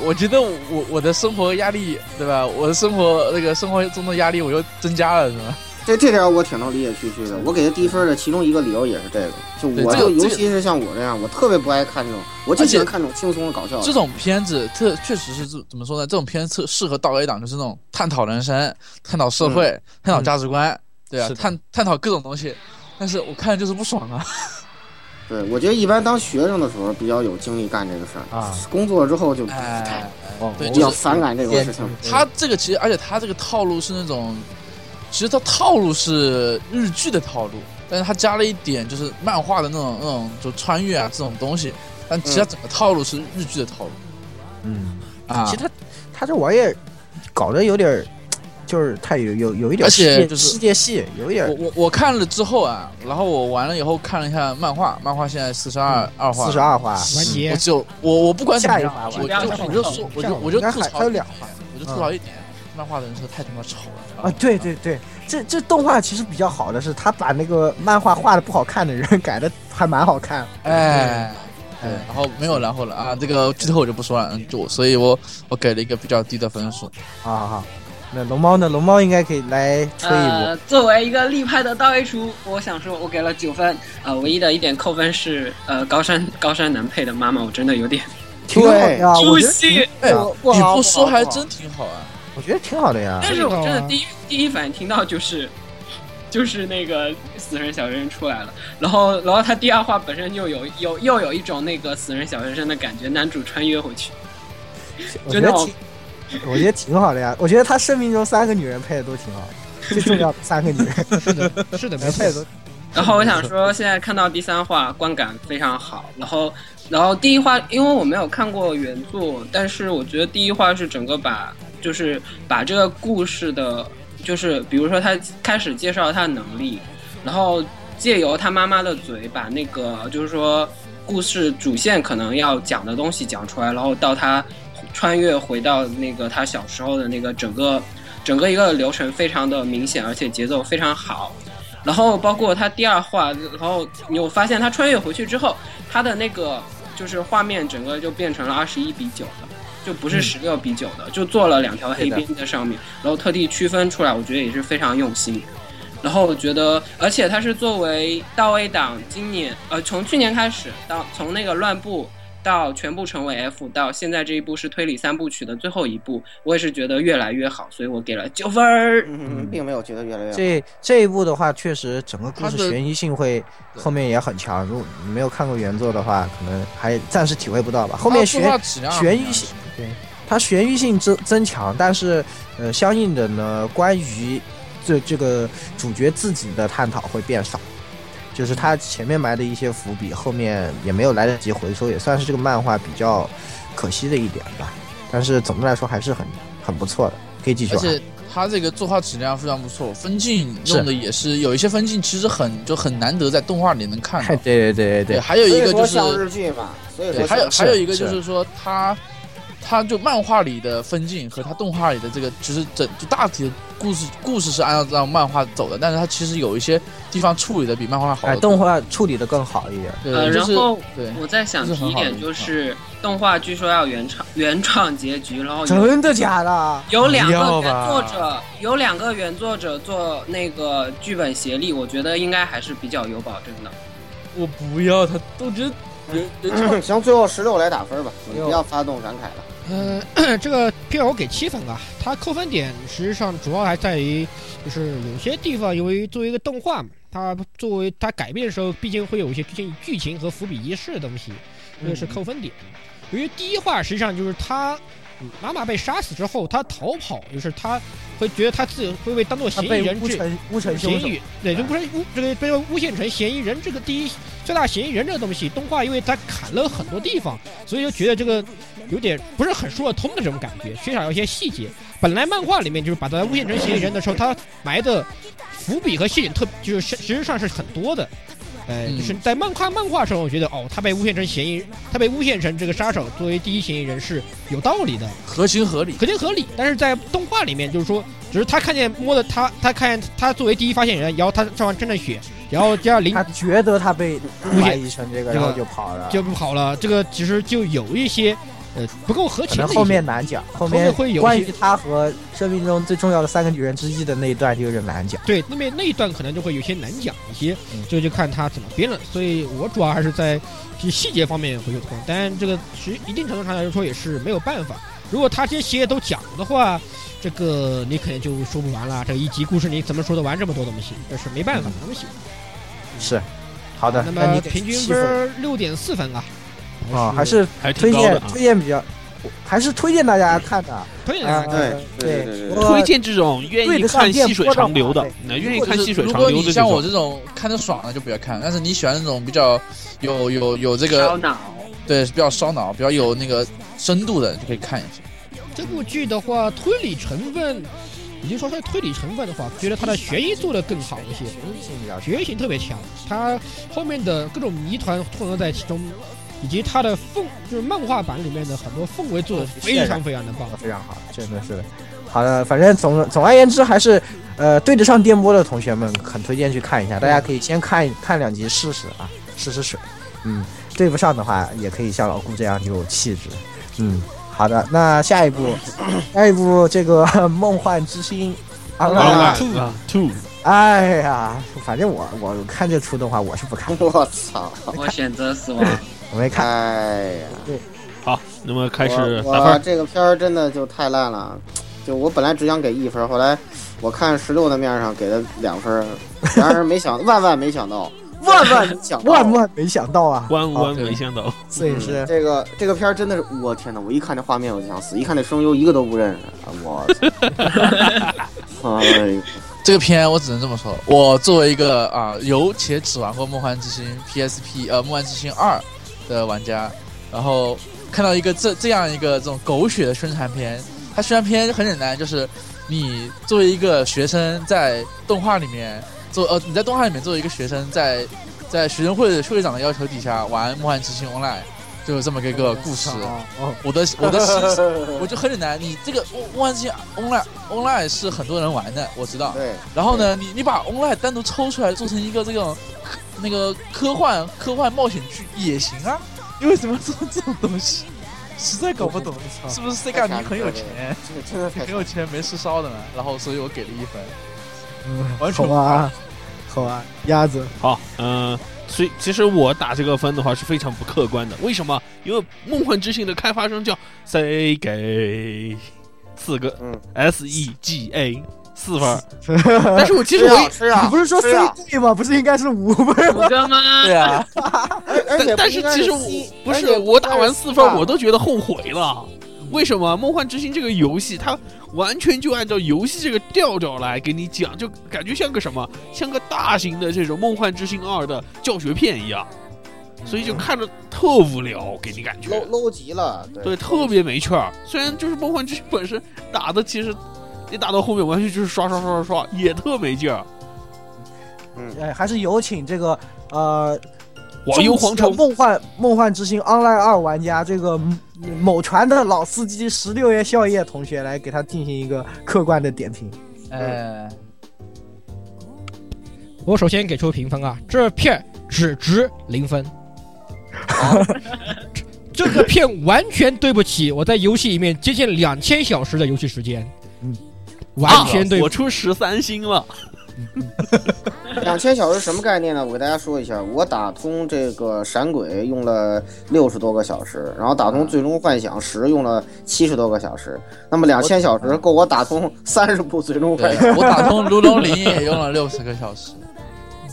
[SPEAKER 3] 我觉得我我的生活压力对吧？我的生活那个生活中的压力我又增加了，是吧？
[SPEAKER 4] 这这点我挺能理解区区的，我给他低分的其中一个理由也是这个，就
[SPEAKER 3] 对
[SPEAKER 4] 我
[SPEAKER 3] 这个
[SPEAKER 4] 就
[SPEAKER 3] 这
[SPEAKER 4] 尤
[SPEAKER 3] 个
[SPEAKER 4] 其是像我这样，我特别不爱看这种，我就喜欢看这种轻松的搞笑的
[SPEAKER 3] 这。种片子特确实是这怎么说呢？这种片子适合到 A 档，就是那种探讨人生、探讨社
[SPEAKER 4] 嗯
[SPEAKER 3] 会、探讨价值观，对啊
[SPEAKER 5] 是，的
[SPEAKER 3] 探探讨各种东西。但是我看着就是不爽啊！
[SPEAKER 4] 对，我觉得一般当学生的时候比较有精力干这个事儿
[SPEAKER 2] 啊，哦
[SPEAKER 4] 工作了之后就
[SPEAKER 3] 哎，对，
[SPEAKER 4] 比
[SPEAKER 3] 就
[SPEAKER 4] 较
[SPEAKER 3] 是
[SPEAKER 4] 反感这种事情。
[SPEAKER 2] 嗯
[SPEAKER 3] 他这个其实，而且他这个套路是那种，其实他套路是日剧的套路，但是他加了一点就是漫画的那种那种就穿越啊这种东西，但其实它整个套路是日剧的套路、
[SPEAKER 2] 嗯，
[SPEAKER 3] 啊。
[SPEAKER 2] 其实他他这玩意儿搞得有点儿，就是太有有有一点儿
[SPEAKER 3] 而且
[SPEAKER 2] 世界
[SPEAKER 3] 就是
[SPEAKER 2] 世界系，有一点
[SPEAKER 3] 我我我看了之后啊，然后我完了以后看了一下漫画，漫画现在四十二二话，
[SPEAKER 2] 嗯四十二话，
[SPEAKER 1] 完结
[SPEAKER 2] [LAUGHS]
[SPEAKER 3] 我，就我我不管怎么样
[SPEAKER 2] 下，一话
[SPEAKER 3] 我
[SPEAKER 6] 吧
[SPEAKER 3] 就我就说我就我就
[SPEAKER 2] 应该
[SPEAKER 3] 吐
[SPEAKER 2] 还还
[SPEAKER 3] 槽
[SPEAKER 2] 有
[SPEAKER 3] 一点，
[SPEAKER 2] 两话
[SPEAKER 3] 我就吐槽一点，漫画的人设太他妈丑了
[SPEAKER 2] 啊！对，对对，这这动画其实比较好的是，他把那个漫画画的不好看的人 [LAUGHS] 改的还蛮好看。
[SPEAKER 3] 哎。
[SPEAKER 2] 对
[SPEAKER 3] 对，然后没有然后了啊，这个剧透我就不说了，嗯就我所以我我给了一个比较低的分数。
[SPEAKER 2] 啊好，那龙猫呢？龙猫应该可以来吹一波。
[SPEAKER 6] 呃，作为一个力派的倒 A 厨，我想说，我给了九分。呃，唯一的一点扣分是，呃，高山高山男配的妈妈，我真的有点
[SPEAKER 2] 挺好的
[SPEAKER 6] [LAUGHS]
[SPEAKER 2] 呀，
[SPEAKER 6] 出
[SPEAKER 2] 啊我觉得嗯挺
[SPEAKER 6] 戏。
[SPEAKER 3] 哎，
[SPEAKER 2] 好
[SPEAKER 3] 你
[SPEAKER 2] 不好
[SPEAKER 3] 不说
[SPEAKER 2] 不好
[SPEAKER 3] 还
[SPEAKER 2] 不好
[SPEAKER 3] 真挺好啊。
[SPEAKER 2] 我觉得挺好的呀。
[SPEAKER 6] 但是我真的
[SPEAKER 1] 啊
[SPEAKER 6] 第一第一反应听到就是，就是那个死神小学生出来了，然后然后他第二话本身就有有又有一种那个死神小学生的感觉，男主穿越回去，
[SPEAKER 2] 我觉
[SPEAKER 6] 真
[SPEAKER 2] 得
[SPEAKER 6] 的
[SPEAKER 2] 挺，我觉得挺好的呀。我觉得他生命中三个女人配的都挺好的，最重要的三个女人 [LAUGHS]
[SPEAKER 1] 是的，是的，没
[SPEAKER 2] 配
[SPEAKER 1] 错
[SPEAKER 2] 的。都。
[SPEAKER 6] 然后我想说，现在看到第三话观感非常好。然后，然后第一话，因为我没有看过原作，但是我觉得第一话是整个把，就是把这个故事的，就是比如说他开始介绍他的能力，然后借由他妈妈的嘴把那个就是说故事主线可能要讲的东西讲出来，然后到他穿越回到那个他小时候的那个整个整个一个流程非常的明显，而且节奏非常好。然后包括他第二话，然后你有发现他穿越回去之后，他的那个就是画面整个就变成了二十一比九的，就不是十六比九的，就做了两条黑边在上面，然后特地区分出来，我觉得也是非常用心。然后我觉得，而且他是作为到位党今年呃从去年开始到从那个乱步到全部成为 F，到现在这一部是推理三部曲的最后一部，我也是觉得越来越好，所以我给了九分儿。
[SPEAKER 4] 嗯，并没有觉得越来越好。
[SPEAKER 2] 这这一部的话，确实整个故
[SPEAKER 3] 它
[SPEAKER 2] 事
[SPEAKER 3] 的
[SPEAKER 2] 悬疑性会后面也很强。如果你没有看过原作的话，可能还暂时体会不到
[SPEAKER 3] 啊
[SPEAKER 2] 吧。后面悬悬疑性，对它悬疑性增增强，但是呃，相应的呢，关于这这个主角自己的探讨会变少，就是他前面埋的一些伏笔，后面也没有来得及回收，也算是这个漫画比较可惜的一点吧。但是总的来说还是很很不错的，可以继续啊
[SPEAKER 3] 而
[SPEAKER 2] 玩。
[SPEAKER 3] 且它这个作画质量非常不错，分镜
[SPEAKER 2] 是
[SPEAKER 3] 用的也是有一些分镜其实很就很难得在动画里能看
[SPEAKER 2] 对
[SPEAKER 3] 到。
[SPEAKER 2] [LAUGHS] 对对对对，
[SPEAKER 3] 还有一
[SPEAKER 4] 所以
[SPEAKER 3] 个
[SPEAKER 4] 说
[SPEAKER 3] 就是
[SPEAKER 4] 像日剧嘛，所以
[SPEAKER 3] 对，
[SPEAKER 4] 说
[SPEAKER 3] 还有
[SPEAKER 2] 是
[SPEAKER 3] 还有一个就是是说它。它就漫画里的分镜和它动画里的这个，其实整就大体的故事故事是按照这样漫画走的，但是它其实有一些地方处理的比漫画好
[SPEAKER 2] 哎，
[SPEAKER 3] 得
[SPEAKER 2] 动
[SPEAKER 3] 多。
[SPEAKER 2] 画处理的更好一点。
[SPEAKER 6] 呃，
[SPEAKER 3] 对，就
[SPEAKER 6] 然
[SPEAKER 3] 是
[SPEAKER 6] 后
[SPEAKER 3] 对，
[SPEAKER 6] 我再想提一点，
[SPEAKER 3] 这
[SPEAKER 6] 就是是动画据说要原创原创结局，然
[SPEAKER 1] 哦
[SPEAKER 6] 后有
[SPEAKER 2] 真的假的？
[SPEAKER 6] 有两
[SPEAKER 2] 不
[SPEAKER 6] 个
[SPEAKER 2] 要
[SPEAKER 6] 原作
[SPEAKER 2] 吧
[SPEAKER 6] 者，有两个原作者做那个剧本协力，我觉得应该还是比较有保证的。
[SPEAKER 5] 我不要他，我觉得人人
[SPEAKER 4] [LAUGHS] 说行，最后十六来打分吧，你
[SPEAKER 2] 哟
[SPEAKER 4] 不要发动感慨了。
[SPEAKER 1] 呃， [CLEARS THROAT] 这个片我给七分啊，它扣分点实际上主要还在于，就是有些地方由于作为一个动画嘛，它作为它改变的时候，毕竟会有一些剧情剧情和伏笔仪式的东西，这
[SPEAKER 2] 嗯
[SPEAKER 1] 个是扣分点。由于第一话实际上就是他嗯妈妈被杀死之后，他逃跑，就是他会觉得他自己会被当做
[SPEAKER 2] 他
[SPEAKER 1] 嫌疑
[SPEAKER 2] 被
[SPEAKER 1] 人
[SPEAKER 2] 乌
[SPEAKER 1] 质。
[SPEAKER 2] 城乌城
[SPEAKER 1] 嫌
[SPEAKER 2] 凶手
[SPEAKER 1] 疑，对，就不是诬这个被诬陷成嫌疑人，这个第一最大嫌疑人这个东西，动画因为它砍了很多地方，所以就觉得这个有点不是很说得通的这种感觉，缺少一些细节。本来漫画里面就是把它诬陷成嫌疑人的时候，它埋的伏笔和细节特就是实实际上是很多的。呃，
[SPEAKER 3] 嗯
[SPEAKER 1] 就是在漫画漫画上，我觉得哦，他被诬陷成嫌疑，他被诬陷成这个杀手作为第一嫌疑人是有道理的，
[SPEAKER 3] 合情合理。
[SPEAKER 1] 合情合理。但是在动画里面，就是说，只是他看见摸的他，他看见他作为第一发现人，然后他上完真的血，然后加上零
[SPEAKER 2] 他觉得他被
[SPEAKER 1] 陷
[SPEAKER 2] 怀疑成这个，
[SPEAKER 1] 这个
[SPEAKER 2] 然后就跑了。
[SPEAKER 1] 就不好了。这个其实就有一些呃不够合
[SPEAKER 2] 可
[SPEAKER 1] 情的
[SPEAKER 2] 能
[SPEAKER 1] 一些。
[SPEAKER 2] 后面难讲，后
[SPEAKER 1] 面
[SPEAKER 2] 面
[SPEAKER 1] 会有一些
[SPEAKER 2] 关于他和生命中最重要的三个女人之一的那一段就有点难讲。
[SPEAKER 1] 对那边那一段可能就会有些难讲一些
[SPEAKER 2] 嗯，
[SPEAKER 1] 这就看他怎么编了。所以我主要还是在这细节方面会有空，当然这个其实一定程度上来说也是没有办法。如果他这些细节都讲了的话，这个你肯定就说不完了。这个一集故事你怎么说得完这么多东西？这是没办法
[SPEAKER 2] 嗯
[SPEAKER 1] 的东西。
[SPEAKER 2] 是，好的，
[SPEAKER 1] 那
[SPEAKER 2] 那
[SPEAKER 1] 么
[SPEAKER 2] 你给
[SPEAKER 1] 平均
[SPEAKER 2] 七分
[SPEAKER 1] 分六点四分啊，
[SPEAKER 2] 啊，还是
[SPEAKER 5] 还
[SPEAKER 2] 推
[SPEAKER 5] 挺高
[SPEAKER 2] 荐
[SPEAKER 5] 的啊。
[SPEAKER 2] 推荐比较，还是推荐大家看的啊。
[SPEAKER 1] 可以啊。
[SPEAKER 2] 呃
[SPEAKER 4] 对对对对
[SPEAKER 2] 不过
[SPEAKER 5] 推荐这种愿意看细水长流的，那愿意看细水
[SPEAKER 3] 如
[SPEAKER 5] 长
[SPEAKER 3] 果
[SPEAKER 5] 流
[SPEAKER 3] 你
[SPEAKER 5] 的这
[SPEAKER 3] 像我
[SPEAKER 5] 种，
[SPEAKER 3] 这种看得爽的就不要看，但是你喜欢那种比较有有有这
[SPEAKER 6] 烧
[SPEAKER 3] 个
[SPEAKER 6] 脑，
[SPEAKER 3] 对比较烧脑、比较有那个深度的，就可以看一下。
[SPEAKER 1] 这部剧的话，推理成分，已经说出来推理成分的话，觉得它的悬疑做得更好一些，
[SPEAKER 2] 性比较
[SPEAKER 1] 悬疑性特别强。它后面的各种谜团混合在其中，以及它的氛就是漫画版里面的很多氛围做
[SPEAKER 2] 哦
[SPEAKER 1] 得非常非常的棒。
[SPEAKER 2] 非常好，真的是。好的，反正总总而言之，还是呃对得上电波的同学们，很推荐去看一下。大家可以先看看两集试试啊，试试水。嗯，对不上的话，也可以像老顾这样有气质。嗯，好的，那下一步，下一步这个《梦幻之星》啊，
[SPEAKER 5] 啊
[SPEAKER 2] 那
[SPEAKER 5] two
[SPEAKER 2] 哎呀，反正我我看这出动画我是不看，
[SPEAKER 4] [LAUGHS] 我操！
[SPEAKER 6] 我选择死亡。
[SPEAKER 2] 我没看。
[SPEAKER 4] 哎呀，
[SPEAKER 5] 好，那么开始
[SPEAKER 4] 我
[SPEAKER 5] 打
[SPEAKER 4] 我
[SPEAKER 5] 分。
[SPEAKER 4] 这个片儿真的就太烂了，就我本来只想给一分，后来我看十六的面上给了两分，然而没想，万万没想到， [LAUGHS] 万万没想到，
[SPEAKER 2] 万万没想到啊！
[SPEAKER 5] 弯弯
[SPEAKER 2] 啊
[SPEAKER 5] 没想到，
[SPEAKER 2] 所以是
[SPEAKER 4] 嗯这个这个片儿真的是，我天哪！我一看这画面我就想死，一看这声优一个都不认识，啊我
[SPEAKER 5] [LAUGHS]
[SPEAKER 4] 操！哎呦 [LAUGHS]
[SPEAKER 3] 这个片我只能这么说，我作为一个啊、有且只玩过《梦幻之星》PSP 呃《梦幻之星二》的玩家，然后看到一个这这样一个这种狗血的宣传片，它宣传片很简单，就是你作为一个学生在动画里面做呃你在动画里面作为一个学生在在学生会会长的要求底下玩《梦幻之星 Online》，就是这么一个故事。
[SPEAKER 2] 哦哦，
[SPEAKER 3] 我的我的心我就很简单，你这个《梦幻之星 Online Online》是很多人玩的，我知道。
[SPEAKER 4] 对，
[SPEAKER 3] 然后呢，你你把 online 单独抽出来做成一个这种科那个科幻科幻冒险剧也行啊，你为什么要做这种东西？实在搞不懂，是不是 Sega 你很有钱，
[SPEAKER 4] 这个真的
[SPEAKER 5] [LAUGHS]
[SPEAKER 4] 太
[SPEAKER 3] 很有钱没事烧的呢？然后所以我给了一分，
[SPEAKER 2] 嗯
[SPEAKER 3] 完
[SPEAKER 2] [LAUGHS]
[SPEAKER 3] 全
[SPEAKER 2] 好啊，好啊，鸭子。
[SPEAKER 5] 好，嗯、所以其实我打这个分的话是非常不客观的。为什么？因为《梦幻之星》的开发商叫 C 给四个
[SPEAKER 4] 嗯
[SPEAKER 5] S E G A
[SPEAKER 4] [LAUGHS]
[SPEAKER 5] 四分儿，但是我其实我
[SPEAKER 4] 吃啊
[SPEAKER 5] 一
[SPEAKER 4] 吃啊，
[SPEAKER 2] 你不是说 C
[SPEAKER 4] 是啊
[SPEAKER 2] 对吗？不是应该是五分
[SPEAKER 6] 五个吗？
[SPEAKER 3] 对啊，
[SPEAKER 4] 而且
[SPEAKER 5] 但但
[SPEAKER 4] 不
[SPEAKER 5] 是
[SPEAKER 4] 应该
[SPEAKER 5] 其实我
[SPEAKER 4] C，
[SPEAKER 5] 不
[SPEAKER 4] 而
[SPEAKER 5] 是
[SPEAKER 4] 且
[SPEAKER 5] 我
[SPEAKER 4] 不
[SPEAKER 5] 打
[SPEAKER 4] 应该
[SPEAKER 5] 完
[SPEAKER 4] 是
[SPEAKER 5] 四
[SPEAKER 4] C
[SPEAKER 5] 分
[SPEAKER 4] 吧
[SPEAKER 5] 我都觉得后悔了。为什么《梦幻之星》这个游戏，它完全就按照游戏这个调调来给你讲，就感觉像个什么，像个大型的这种《梦幻之星二》的教学片一样，所以就看着特无聊，给你感觉。
[SPEAKER 4] low low 极了，对
[SPEAKER 5] 对，特别没趣儿。虽然就是《梦幻之星》本身打的，其实你打到后面完全就是刷刷刷刷刷，也特没劲儿。
[SPEAKER 2] [LAUGHS] 哎，还是有请这个呃，
[SPEAKER 5] 网游
[SPEAKER 2] 重
[SPEAKER 5] 蝗
[SPEAKER 2] 启的
[SPEAKER 5] 虫，
[SPEAKER 2] 梦幻梦幻之星 Online 二玩家这个嗯某船的老司机十六爷笑夜同学来给他进行一个客观的点评。
[SPEAKER 3] 哎，
[SPEAKER 5] 嗯
[SPEAKER 1] 我首先给出评分啊，这片只值零
[SPEAKER 2] [LAUGHS]
[SPEAKER 1] 分。这个片完全对不起我在游戏里面接近两千小时的游戏时间，
[SPEAKER 2] 嗯
[SPEAKER 1] 完全对
[SPEAKER 5] 啊
[SPEAKER 1] 不
[SPEAKER 5] 我出十三星了。
[SPEAKER 4] 两千小时什么概念呢？我给大家说一下，我打通这个闪鬼用了六十多个小时，然后打
[SPEAKER 5] 嗯
[SPEAKER 4] 通最终幻想十用了七十多个小时，那么两千小
[SPEAKER 5] 嗯
[SPEAKER 4] 时够我打通三十部最终幻想。
[SPEAKER 5] 啊
[SPEAKER 3] 对我打通卢龙林也用了六十个小时，
[SPEAKER 2] 啊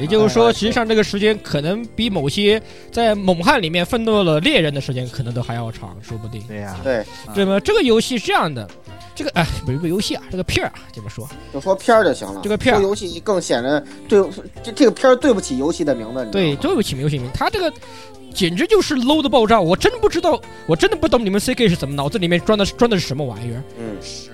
[SPEAKER 1] 也就是
[SPEAKER 2] 哎
[SPEAKER 1] 说，实际上这个时间可能比某些在猛汉里面奋斗了猎人的时间可能都还要长，说不定。
[SPEAKER 2] 对啊呀、
[SPEAKER 4] 对，
[SPEAKER 1] 那么这个游戏是这样的，这个哎，不是不是游戏啊，这个片儿啊，这么说，
[SPEAKER 4] 就说片儿就行了。
[SPEAKER 1] 这个片儿
[SPEAKER 4] 说游戏更显得对这这个片儿对不起游戏的名字，你知道
[SPEAKER 1] 对，
[SPEAKER 4] 吗
[SPEAKER 1] 都有起名有起名，他这个简直就是 low 的爆炸，我真不知道，我真的不懂你们 CK 是怎么脑子里面装的装的是什么玩意儿，
[SPEAKER 4] 嗯，
[SPEAKER 3] 十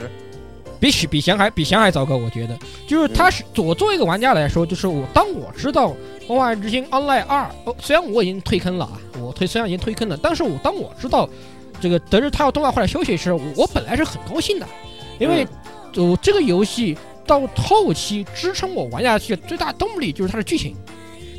[SPEAKER 1] 比起比翔还比翔还糟糕，我觉得，就是他是我作为一个玩家来说，就是我当我知道《梦幻之星 Online 二》，哦，虽然我已经退坑了啊，我退虽然已经退坑了，但是我当我知道这个德日泰奥动画化的消息时，我我本来是很高兴的，因
[SPEAKER 4] 嗯
[SPEAKER 1] 为我这个游戏到后期支撑我玩下去的最大动力就是它的剧情，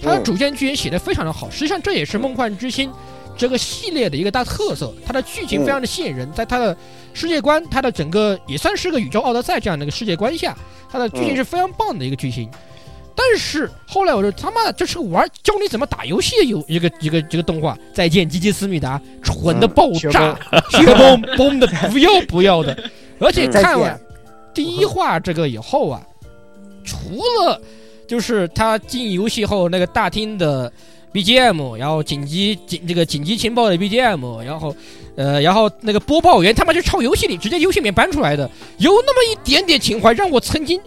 [SPEAKER 1] 它的
[SPEAKER 4] 嗯
[SPEAKER 1] 主线剧情写得非常的好，实际上这也是《梦幻之星》这个系列的一个大特色，它的剧
[SPEAKER 4] 嗯
[SPEAKER 1] 情非常的吸引人，在它的世界观，它的整个也算是个宇宙奥德赛这样的一个世界观下，它的
[SPEAKER 4] 嗯
[SPEAKER 1] 剧情是非常棒的一个剧情。但是后来我说他妈的，这是个玩教你怎么打游戏的有一个一个这个动画。再见，吉吉思密达，蠢的
[SPEAKER 4] 嗯
[SPEAKER 1] 爆
[SPEAKER 2] 学
[SPEAKER 1] 炸，
[SPEAKER 2] [LAUGHS]
[SPEAKER 1] 血崩崩的不要不要的。而且
[SPEAKER 4] 嗯
[SPEAKER 2] 再
[SPEAKER 1] 看完
[SPEAKER 2] 见，
[SPEAKER 1] 第一话这个以后啊，除了就是他进游戏后那个大厅的 BGM，然后紧急紧这个紧急情报的 BGM，然后呃，然后那个播报员他妈就抄游戏里直接游戏里面搬出来的，有那么一点点情怀，让我曾经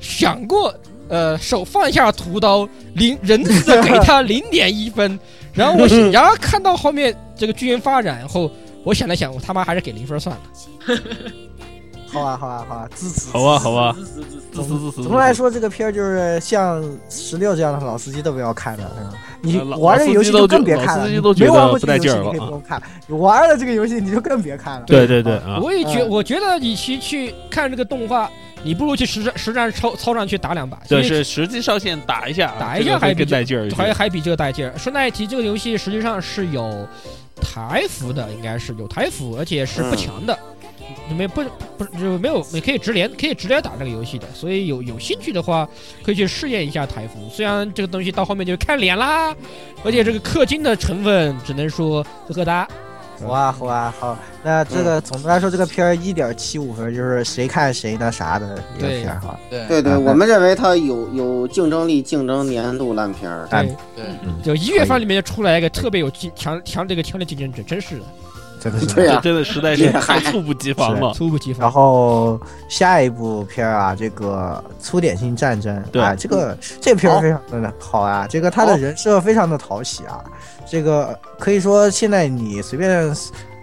[SPEAKER 1] 想过，呃，手放下屠刀，零仁慈的给他零点一
[SPEAKER 5] [LAUGHS]
[SPEAKER 1] 分，然后我想，然后看到后面这个剧情发展后，我想了想，我他妈还是给零分算了。
[SPEAKER 2] 好啊，好啊，好啊，支持。
[SPEAKER 5] 好啊，好啊，
[SPEAKER 6] 滋滋滋
[SPEAKER 5] 自
[SPEAKER 6] 滋
[SPEAKER 5] 私自私。
[SPEAKER 2] 总的来说，这个片儿就是像十六这样的老司机都不要看了，是吧？你
[SPEAKER 5] 呃老
[SPEAKER 2] 玩这个游戏就更别看
[SPEAKER 5] 老
[SPEAKER 2] 了，
[SPEAKER 5] 司
[SPEAKER 2] 你
[SPEAKER 5] 机都觉
[SPEAKER 2] 没
[SPEAKER 5] 得
[SPEAKER 2] 玩过
[SPEAKER 5] 不
[SPEAKER 2] 这
[SPEAKER 5] 带
[SPEAKER 2] 个游戏
[SPEAKER 5] 劲儿
[SPEAKER 2] 你可
[SPEAKER 5] 了
[SPEAKER 2] 以
[SPEAKER 5] 啊
[SPEAKER 2] 不用看，你玩了这个游戏你就更别看了。
[SPEAKER 5] 对对对啊，
[SPEAKER 1] 我也觉，
[SPEAKER 2] 嗯
[SPEAKER 1] 我觉得你去去看这个动画，你不如去实战实战操操场去打两把，因
[SPEAKER 5] 对
[SPEAKER 1] 为
[SPEAKER 5] 是实际上线打一下啊，
[SPEAKER 1] 打一下
[SPEAKER 5] 这个会
[SPEAKER 1] 还比
[SPEAKER 5] 更
[SPEAKER 1] 较
[SPEAKER 5] 带劲儿一
[SPEAKER 1] 还
[SPEAKER 5] 些。
[SPEAKER 1] 还比这个带劲儿。顺带一提，这个游戏实际上是有台服的，应该是有台服，而且是不强的，你没不不是就没有，你可以直连可以直连打这个游戏的，所以有有兴趣的话可以去试验一下台服。虽然这个东西到后面就看脸啦，而且这个氪金的成分只能说呵呵哒。
[SPEAKER 2] 好啊，好啊，好。那这个总的来说，这个片儿一点七五分，就是谁看谁那啥的一个
[SPEAKER 1] 对
[SPEAKER 2] 片儿哈。
[SPEAKER 3] 对
[SPEAKER 4] 对对，
[SPEAKER 2] 嗯
[SPEAKER 4] 我们认为它有有竞争力、竞争粘度烂片儿。
[SPEAKER 2] 哎
[SPEAKER 1] 对，
[SPEAKER 3] 对，
[SPEAKER 1] 就一月份里面就出来一个特别有竞强强这个强烈竞争者，真是的。
[SPEAKER 2] 真的是。
[SPEAKER 4] 对啊
[SPEAKER 5] 这真的实在是
[SPEAKER 4] 也
[SPEAKER 5] 太
[SPEAKER 4] 还
[SPEAKER 5] 猝不及防了。
[SPEAKER 1] 猝不及
[SPEAKER 2] [LAUGHS] 然
[SPEAKER 1] 防。
[SPEAKER 2] 后下一部片儿啊，这个《粗点心战争》
[SPEAKER 5] 对
[SPEAKER 2] 啊，这个这片儿非常的好啊，这个他的人设非常的讨喜啊，这个可以说现在你随便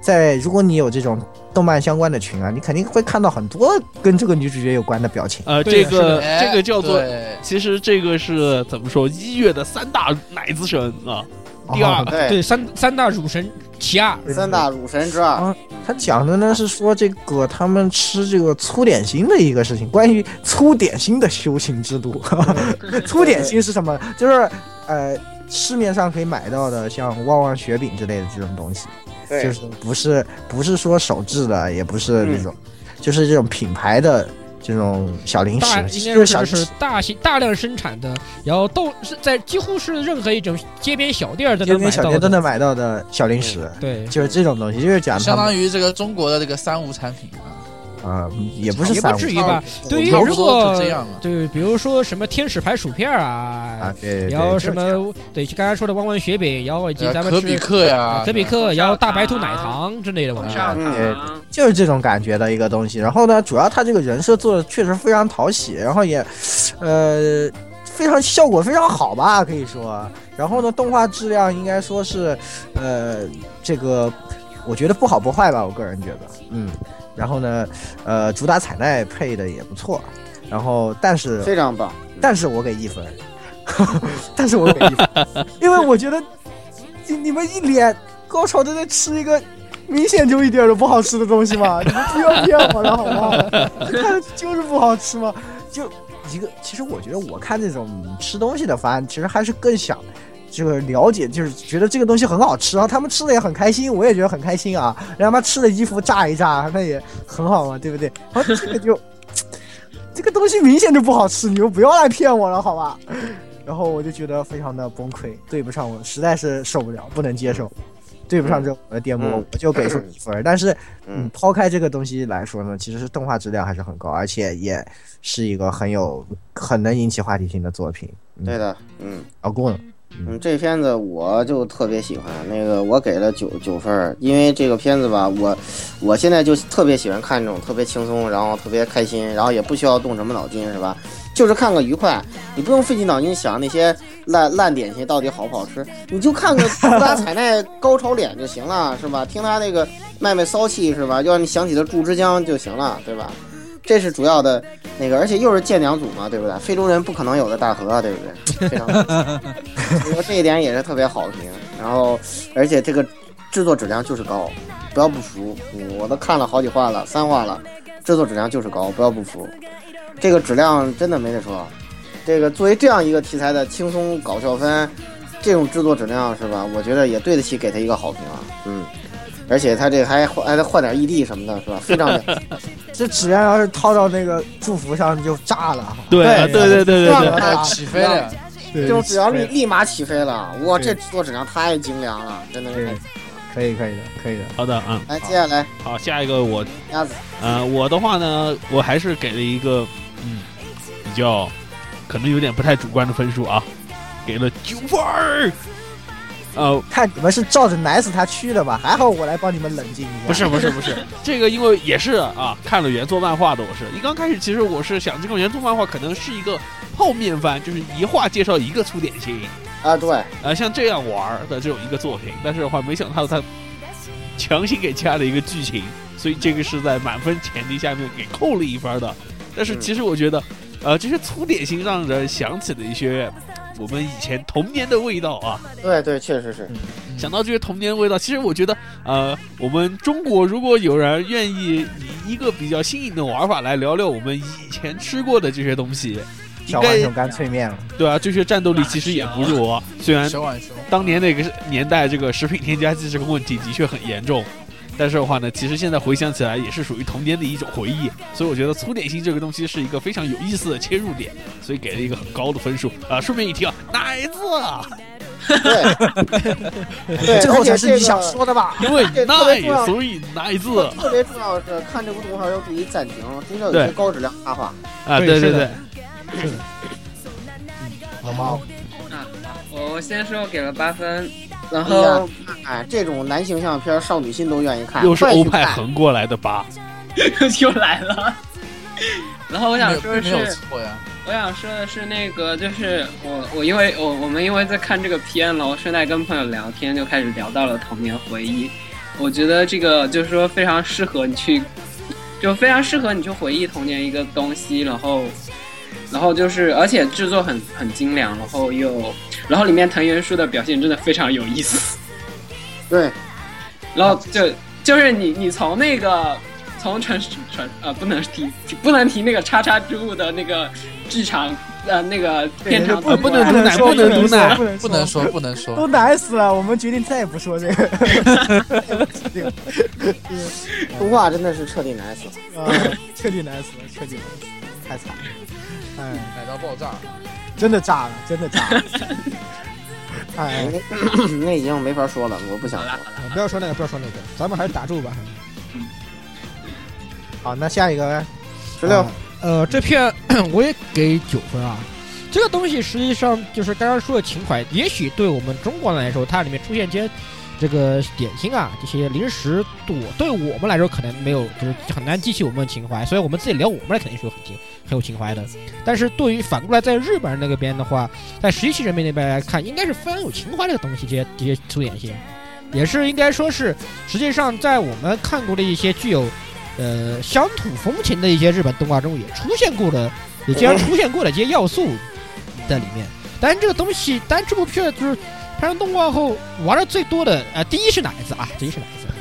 [SPEAKER 2] 在，如果你有这种动漫相关的群啊，你肯定会看到很多跟这个女主角有关的表情。
[SPEAKER 5] 呃，这
[SPEAKER 1] 对
[SPEAKER 5] 个
[SPEAKER 3] 哎
[SPEAKER 5] 这个叫做，
[SPEAKER 3] 对
[SPEAKER 5] 其实这个是怎么说？一月的三大奶子神啊，第
[SPEAKER 2] 然
[SPEAKER 5] 二
[SPEAKER 2] 后
[SPEAKER 4] 对，
[SPEAKER 1] 对，三三大乳神其二，
[SPEAKER 4] 三大乳神之二，
[SPEAKER 2] 他讲的呢是说这个他们吃这个粗点心的一个事情，关于粗点心的修行之路。 [LAUGHS] 粗点心是什么？就是呃市面上可以买到的像旺旺雪饼之类的这种东西，就
[SPEAKER 4] 对，
[SPEAKER 2] 是不是不是说手制的，也不是那种，就是这种品牌的这种小零
[SPEAKER 1] 大
[SPEAKER 2] 食，
[SPEAKER 1] 应该
[SPEAKER 2] 就是小
[SPEAKER 1] 说是
[SPEAKER 2] 零食。
[SPEAKER 1] 大型大量生产的，然后都是在几乎是任何一种街边小店儿都
[SPEAKER 2] 街
[SPEAKER 1] 能买
[SPEAKER 2] 边小
[SPEAKER 1] 到
[SPEAKER 2] 店都
[SPEAKER 1] 的。
[SPEAKER 2] 能买到的小零食，
[SPEAKER 1] 对，
[SPEAKER 2] 就是这种东西，就是讲他
[SPEAKER 3] 相
[SPEAKER 2] 们
[SPEAKER 3] 当于这个中国的这个三无产品啊，
[SPEAKER 2] 啊、也不是
[SPEAKER 1] 也
[SPEAKER 2] 散
[SPEAKER 1] 不
[SPEAKER 2] 户
[SPEAKER 1] 至于吧？对于
[SPEAKER 3] 差不
[SPEAKER 1] 如
[SPEAKER 3] 多
[SPEAKER 1] 果
[SPEAKER 3] 就这样了。
[SPEAKER 1] 对，比如说什么天使牌薯片儿
[SPEAKER 2] 啊
[SPEAKER 1] 啊，，
[SPEAKER 2] 对对对，
[SPEAKER 1] 然后什
[SPEAKER 2] 就是这样
[SPEAKER 1] 么对，就刚才说的汪汪雪饼，然后以及
[SPEAKER 3] 呃
[SPEAKER 1] 咱们
[SPEAKER 3] 可
[SPEAKER 1] 吃
[SPEAKER 3] 比克呀，
[SPEAKER 7] 啊
[SPEAKER 1] 可比克，然后大白兔奶
[SPEAKER 6] 啊
[SPEAKER 1] 糖之类的玩意儿。
[SPEAKER 6] 上
[SPEAKER 2] 对
[SPEAKER 6] 堂，
[SPEAKER 2] 就是这种感觉的一个东西。然后呢，主要他这个人设做的确实非常讨喜，然后也，呃，非常效果非常好吧，可以说。然后呢，动画质量应该说是，呃，这个我觉得不好不坏吧，我个人觉得，嗯。然后呢，呃，主打彩蛋配的也不错，然后但是
[SPEAKER 4] 非常棒。
[SPEAKER 2] 但是我给一分， [LAUGHS] 但是我给一分，因为我觉得你你们一脸高潮都在吃一个明显就一点都不好吃的东西嘛，你们不要骗我了好不好？看就是不好吃嘛，就一个。其实我觉得我看这种吃东西的番，其实还是更想。就是了解，就是觉得这个东西很好吃，然后他们吃的也很开心，我也觉得很开心啊。人家妈吃的衣服炸一炸，那也很好嘛，对不对？然后这个就 [LAUGHS] 这个东西明显就不好吃，你们不要来骗我了，好吧？然后我就觉得非常的崩溃，对不上我，实在是受不了，不能接受，对不上这我的电波，
[SPEAKER 4] 嗯
[SPEAKER 2] 我就给出一分儿。但是，嗯
[SPEAKER 4] 嗯，
[SPEAKER 2] 抛开这个东西来说呢，其实是动画质量还是很高，而且也是一个很有很能引起话题性的作品。嗯
[SPEAKER 4] 对，的，嗯
[SPEAKER 2] 老顾呢？
[SPEAKER 4] 嗯，这片子我就特别喜欢，那个我给了九九分儿，因为这个片子吧，我我现在就特别喜欢看这种特别轻松，然后特别开心，然后也不需要动什么脑筋，是吧？就是看个愉快，你不用费尽脑筋想那些烂烂点心到底好不好吃，你就看个主打彩奈高潮脸就行了，是吧？听他那个妹妹骚气，是吧？就让你想起他祝枝江就行了，对吧？这是主要的那个，而且又是舰娘组嘛，对不对？非洲人不可能有的大河啊，对不对？非常，所以说这一点也是特别好评。然后，而且这个制作质量就是高，不要不服。嗯我都看了好几话了，三话了，制作质量就是高，不要不服。这个质量真的没得说。这个作为这样一个题材的轻松搞笑番，这种制作质量是吧？我觉得也对得起给他一个好评啊。嗯，而且他这还换还得换点 ED 什么的，是吧？非常了
[SPEAKER 2] 这质量要是套到那个祝福上就炸了。
[SPEAKER 5] 对
[SPEAKER 4] 对
[SPEAKER 5] 啊对对对对
[SPEAKER 4] 让
[SPEAKER 5] 对
[SPEAKER 4] 我，
[SPEAKER 3] 啊起飞了，
[SPEAKER 2] 对
[SPEAKER 4] 就只要立立马起飞了，哇，这制作质量太精良了，真的是哎
[SPEAKER 2] 对。，可以可以的，可以的。
[SPEAKER 5] 好的啊，
[SPEAKER 4] 来，接下来
[SPEAKER 5] 好，下一个我
[SPEAKER 4] 鸭子，
[SPEAKER 5] 呃，我的话呢，我还是给了一个嗯比较可能有点不太主观的分数啊，给了九分儿。呃，
[SPEAKER 2] 看你们是照着奶死他去的吧？还好我来帮你们冷静一下。
[SPEAKER 5] 不是不是不是，这个因为也是啊，看了原作漫画的我是，一刚开始其实我是想这个原作漫画可能是一个泡面番，就是一画介绍一个粗点心，
[SPEAKER 4] 啊，对，
[SPEAKER 5] 呃，像这样玩儿的这种一个作品，但是的话，没想到他强行给加了一个剧情，所以这个是在满分前提下面给扣了一分儿的。但是其实我觉得，呃，这些粗点心让人想起了一些我们以前童年的味道啊。
[SPEAKER 4] 对对，确实是，
[SPEAKER 5] 想到这些童年味道，其实我觉得，呃，我们中国如果有人愿意以一个比较新颖的玩法来聊聊我们以前吃过的这些东西，应
[SPEAKER 2] 小浣
[SPEAKER 5] 该
[SPEAKER 2] 熊干脆面了。
[SPEAKER 5] 对啊，这些战斗力其实也不弱，虽然
[SPEAKER 3] 小浣熊，
[SPEAKER 5] 当年那个年代，这个食品添加剂这个问题的确很严重。但是的话呢，其实现在回想起来也是属于童年的一种回忆，所以我觉得粗点心这个东西是一个非常有意思的切入点，所以给了一个很高的分数啊。顺便一提啊，奶子，啊
[SPEAKER 4] 对， [LAUGHS] 对，
[SPEAKER 2] 最后才
[SPEAKER 4] 而且这
[SPEAKER 2] 是你
[SPEAKER 4] 个
[SPEAKER 2] 想说的吧？
[SPEAKER 5] 因为
[SPEAKER 4] 这特
[SPEAKER 5] 奶
[SPEAKER 4] 别重要，
[SPEAKER 5] 所以奶子
[SPEAKER 4] 特别重要的是看这部动画要注意暂停，中间有
[SPEAKER 5] 对
[SPEAKER 4] 些高质量插画，
[SPEAKER 5] 啊，
[SPEAKER 1] 对
[SPEAKER 5] 对对
[SPEAKER 1] 是
[SPEAKER 5] 对
[SPEAKER 1] 的，
[SPEAKER 2] 好吗？
[SPEAKER 6] 啊，我我先说给了八分，
[SPEAKER 4] 哎呀
[SPEAKER 6] 然后，
[SPEAKER 4] 哎，这种男形象片少女心都愿意看，
[SPEAKER 5] 又是
[SPEAKER 4] 快去
[SPEAKER 5] 欧派
[SPEAKER 4] 看
[SPEAKER 5] 横过来的吧？
[SPEAKER 3] 哎
[SPEAKER 6] [LAUGHS] 又来了。然后我
[SPEAKER 3] 我
[SPEAKER 6] 想说的
[SPEAKER 3] 没有
[SPEAKER 6] 是，
[SPEAKER 3] 错呀，
[SPEAKER 6] 我想说的是那个，就是我我因为我我们因为在看这个片了，我顺带跟朋友聊天，就开始聊到了童年回忆。我觉得这个就是说非常适合你去，就非常适合你去回忆童年一个东西，然后，然后就是而且制作很很精良，然后又，然后里面藤原树的表现真的非常有意思。
[SPEAKER 4] 对，
[SPEAKER 6] 然后就就是你你从那个从传传呃不能提不能提那个叉叉之物的那个剧场呃那个片场
[SPEAKER 5] 不能
[SPEAKER 2] 不
[SPEAKER 5] 读
[SPEAKER 2] 能
[SPEAKER 5] 奶
[SPEAKER 2] 说，
[SPEAKER 5] 不能读奶
[SPEAKER 2] 不能
[SPEAKER 3] 不能
[SPEAKER 2] 说，
[SPEAKER 3] [LAUGHS] 说不能说，
[SPEAKER 2] 都奶死了。我们决定再也不说这个。
[SPEAKER 4] 动画真的是彻底难死了。
[SPEAKER 7] 啊，
[SPEAKER 2] 呃
[SPEAKER 7] 彻底难死了，彻底难死了，太惨了，哎，
[SPEAKER 3] 奶到爆炸，
[SPEAKER 7] 真的炸了，真的
[SPEAKER 2] [LAUGHS]
[SPEAKER 7] 炸了，哎，
[SPEAKER 4] 那已经没法说了，我不想
[SPEAKER 6] 好
[SPEAKER 4] 说
[SPEAKER 6] 啦
[SPEAKER 4] 了。
[SPEAKER 6] 好啦，
[SPEAKER 7] 不要说那个，不要说那个，咱们还是打住吧。好，那下一个呗，
[SPEAKER 4] 十六
[SPEAKER 7] 啊，
[SPEAKER 1] 呃，这片 [CLEARS THROAT] 我也给九分啊。这个东西实际上就是刚刚说的情怀，也许对我们中国人来说，它里面出现一些这个点心啊，这些零食，对我对我们来说可能没有，就是很难激起我们的情怀。所以我们自己聊我们肯定是有很情很有情怀的。但是对于反过来在日本人那个边的话，在十一区人民那边来看，应该是非常有情怀的东西，这些这些出点心，也是应该说是实际上在我们看过的一些具有呃乡土风情的一些日本动画中也出现过的，也经常出现过的一些要素在里面。但是这个东西，但这部片就是拍成动画后玩的最多的，呃，第一是奶子啊，第一是奶子。啊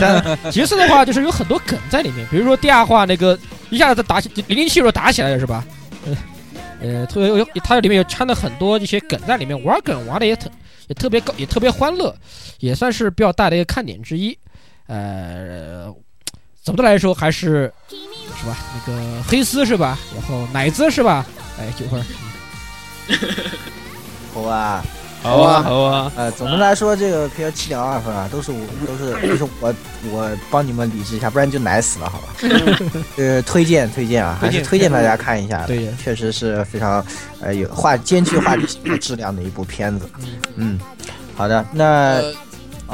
[SPEAKER 1] 但其次的话，就是有很多梗在里面，比如说第二话那个一下子打起零零七时候打起来了是吧？呃呃，特别有它里面有掺了很多这些梗在里面，玩梗玩的也特也特别高，也特别欢乐，也算是比较大的一个看点之一。呃，总的来说还是是吧？那个黑丝是吧？然后奶子是吧？哎，九分。
[SPEAKER 2] 好吧，
[SPEAKER 5] 好啊好啊，
[SPEAKER 2] 呃，总的来说这个 P L 七点二分啊，都是我，都是都是我，我帮你们理智一下，不然就奶死了，好吧？ [LAUGHS] 呃，推荐推荐啊，还是推荐大家看一下的，
[SPEAKER 1] 对的
[SPEAKER 2] 确实是非常呃有画兼具画质质量的一部片子。嗯，好的，那
[SPEAKER 3] 呃，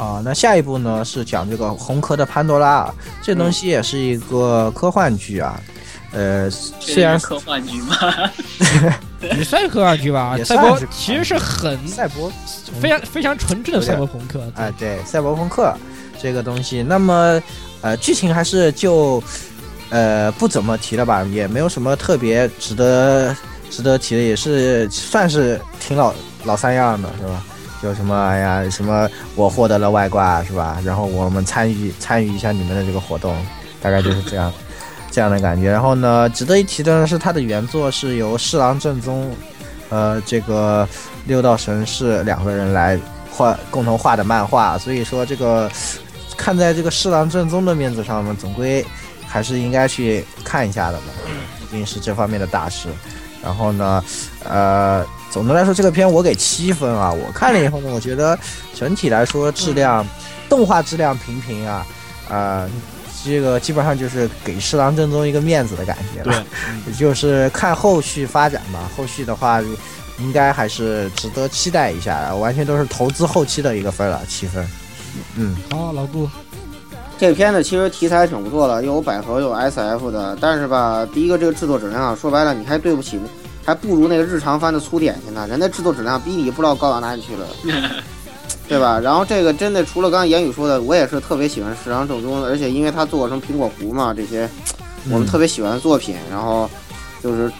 [SPEAKER 2] 啊、那下一部呢是讲这个红壳的潘多拉，啊，这东西也是一个科幻剧啊。呃，
[SPEAKER 6] 这
[SPEAKER 2] 虽
[SPEAKER 6] 是
[SPEAKER 2] 然
[SPEAKER 6] 科幻剧吗？
[SPEAKER 1] 也算科幻剧吧，
[SPEAKER 2] 也
[SPEAKER 1] 赛
[SPEAKER 2] 算
[SPEAKER 1] 博
[SPEAKER 2] 是科
[SPEAKER 1] 其实是很
[SPEAKER 2] 赛博
[SPEAKER 1] 非常非常纯正的赛博朋克。
[SPEAKER 2] 啊、对，赛博朋克这个东西，那么呃，剧情还是就呃不怎么提了吧，也没有什么特别值得值得提的，也是算是挺老老三样的，是吧？有什么哎呀，什么我获得了外挂是吧？然后我们参与参与一下你们的这个活动，大概就是这样这样的感觉。然后呢，值得一提的是，它的原作是由侍郎正宗，呃，这个六道神士两个人来画共同画的漫画，所以说这个看在这个侍郎正宗的面子上呢，总归还是应该去看一下的吧，毕竟是这方面的大师。然后呢，呃，总的来说这个片我给七分啊，我看了以后呢，我觉得整体来说质量，动画质量平平啊，呃。这个基本上就是给侍郎正宗一个面子的感觉了，也就是看后续发展吧。后续的话，应该还是值得期待一下的，完全都是投资后期的一个分了，七分。嗯，
[SPEAKER 1] 好，老顾，
[SPEAKER 4] 这片子其实题材挺不错的，又有百合，又有 S F 的，但是吧，第一个这个制作质量啊，说白了，你还对不起，还不如那个日常番的粗点去呢，人家制作质量比你不知道高到哪里去了，对吧？然后这个真的除了刚刚言语说的，我也是特别喜欢时尚正宗的，而且因为他做过什么苹果湖嘛这些，我们特别喜欢的作品，然后就是。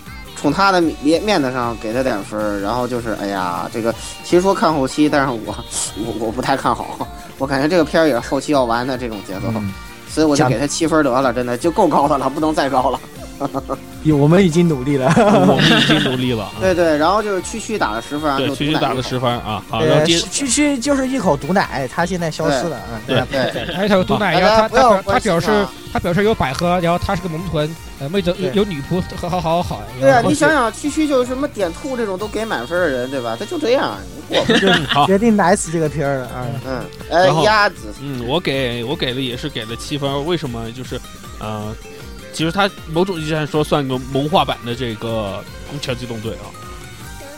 [SPEAKER 4] 冲他的面面子上给他点分儿，然后就是哎呀，这个其实说看后期，但是我 [LAUGHS] 我我不太看好，我感觉这个片儿也是后期要完的这种节奏。
[SPEAKER 2] 嗯
[SPEAKER 4] 所以我就
[SPEAKER 2] 讲
[SPEAKER 4] 给他七分得了，真的就够高的了，不能再高了。
[SPEAKER 2] 有我们已经努力了。
[SPEAKER 5] [LAUGHS] 我们已经努力了啊，
[SPEAKER 4] [LAUGHS] 对对，然后就是区区打了十分，啊
[SPEAKER 5] 对
[SPEAKER 4] 就，
[SPEAKER 5] 区区打了十
[SPEAKER 4] 分。
[SPEAKER 5] 分啊，好，然后
[SPEAKER 2] 呃，
[SPEAKER 5] 接
[SPEAKER 2] 区区就是一口毒奶，他现在消失了。嗯，
[SPEAKER 5] 对
[SPEAKER 4] 对，
[SPEAKER 1] 哎，他有毒奶，
[SPEAKER 4] 大
[SPEAKER 1] 然后
[SPEAKER 4] 家
[SPEAKER 1] 他
[SPEAKER 4] 不要
[SPEAKER 1] 他表他表
[SPEAKER 4] 关
[SPEAKER 1] 示
[SPEAKER 4] 心啊
[SPEAKER 1] 他表示有百合，然后他是个萌臀，呃，妹子有
[SPEAKER 4] 对
[SPEAKER 1] 有女仆，好好好好。
[SPEAKER 4] 对啊，
[SPEAKER 1] 然后
[SPEAKER 4] 你想想，区区就是什么点兔这种都给满分的人，对吧？他就这样，你过吧。
[SPEAKER 5] [LAUGHS] 嗯好，
[SPEAKER 2] 决定奶死这个片儿了啊！
[SPEAKER 4] 嗯，哎
[SPEAKER 5] 然后，
[SPEAKER 4] 鸭子，
[SPEAKER 5] 嗯，我给我给了也是给了七分，为什么？就是，呃，其实它某种意义上说算个萌化版的这个《宫壳机动队》啊，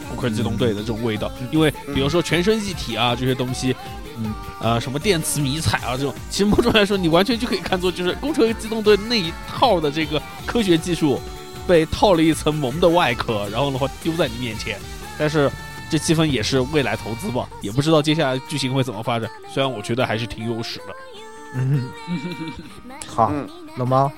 [SPEAKER 5] 《宫壳机动队》的这种味道，
[SPEAKER 1] 嗯
[SPEAKER 5] 因为比如说全身一体啊这些东西，
[SPEAKER 2] 嗯，
[SPEAKER 5] 呃，什么电磁迷彩啊这种，其实某种来说，你完全就可以看作就是《宫壳机动队》那一套的这个科学技术被套了一层萌的外壳，然后的话丢在你面前，但是。这七分也是未来投资吧，也不知道接下来剧情会怎么发展。虽然我觉得还是挺有史的。
[SPEAKER 2] 嗯，好
[SPEAKER 4] 嗯，
[SPEAKER 2] 龙猫，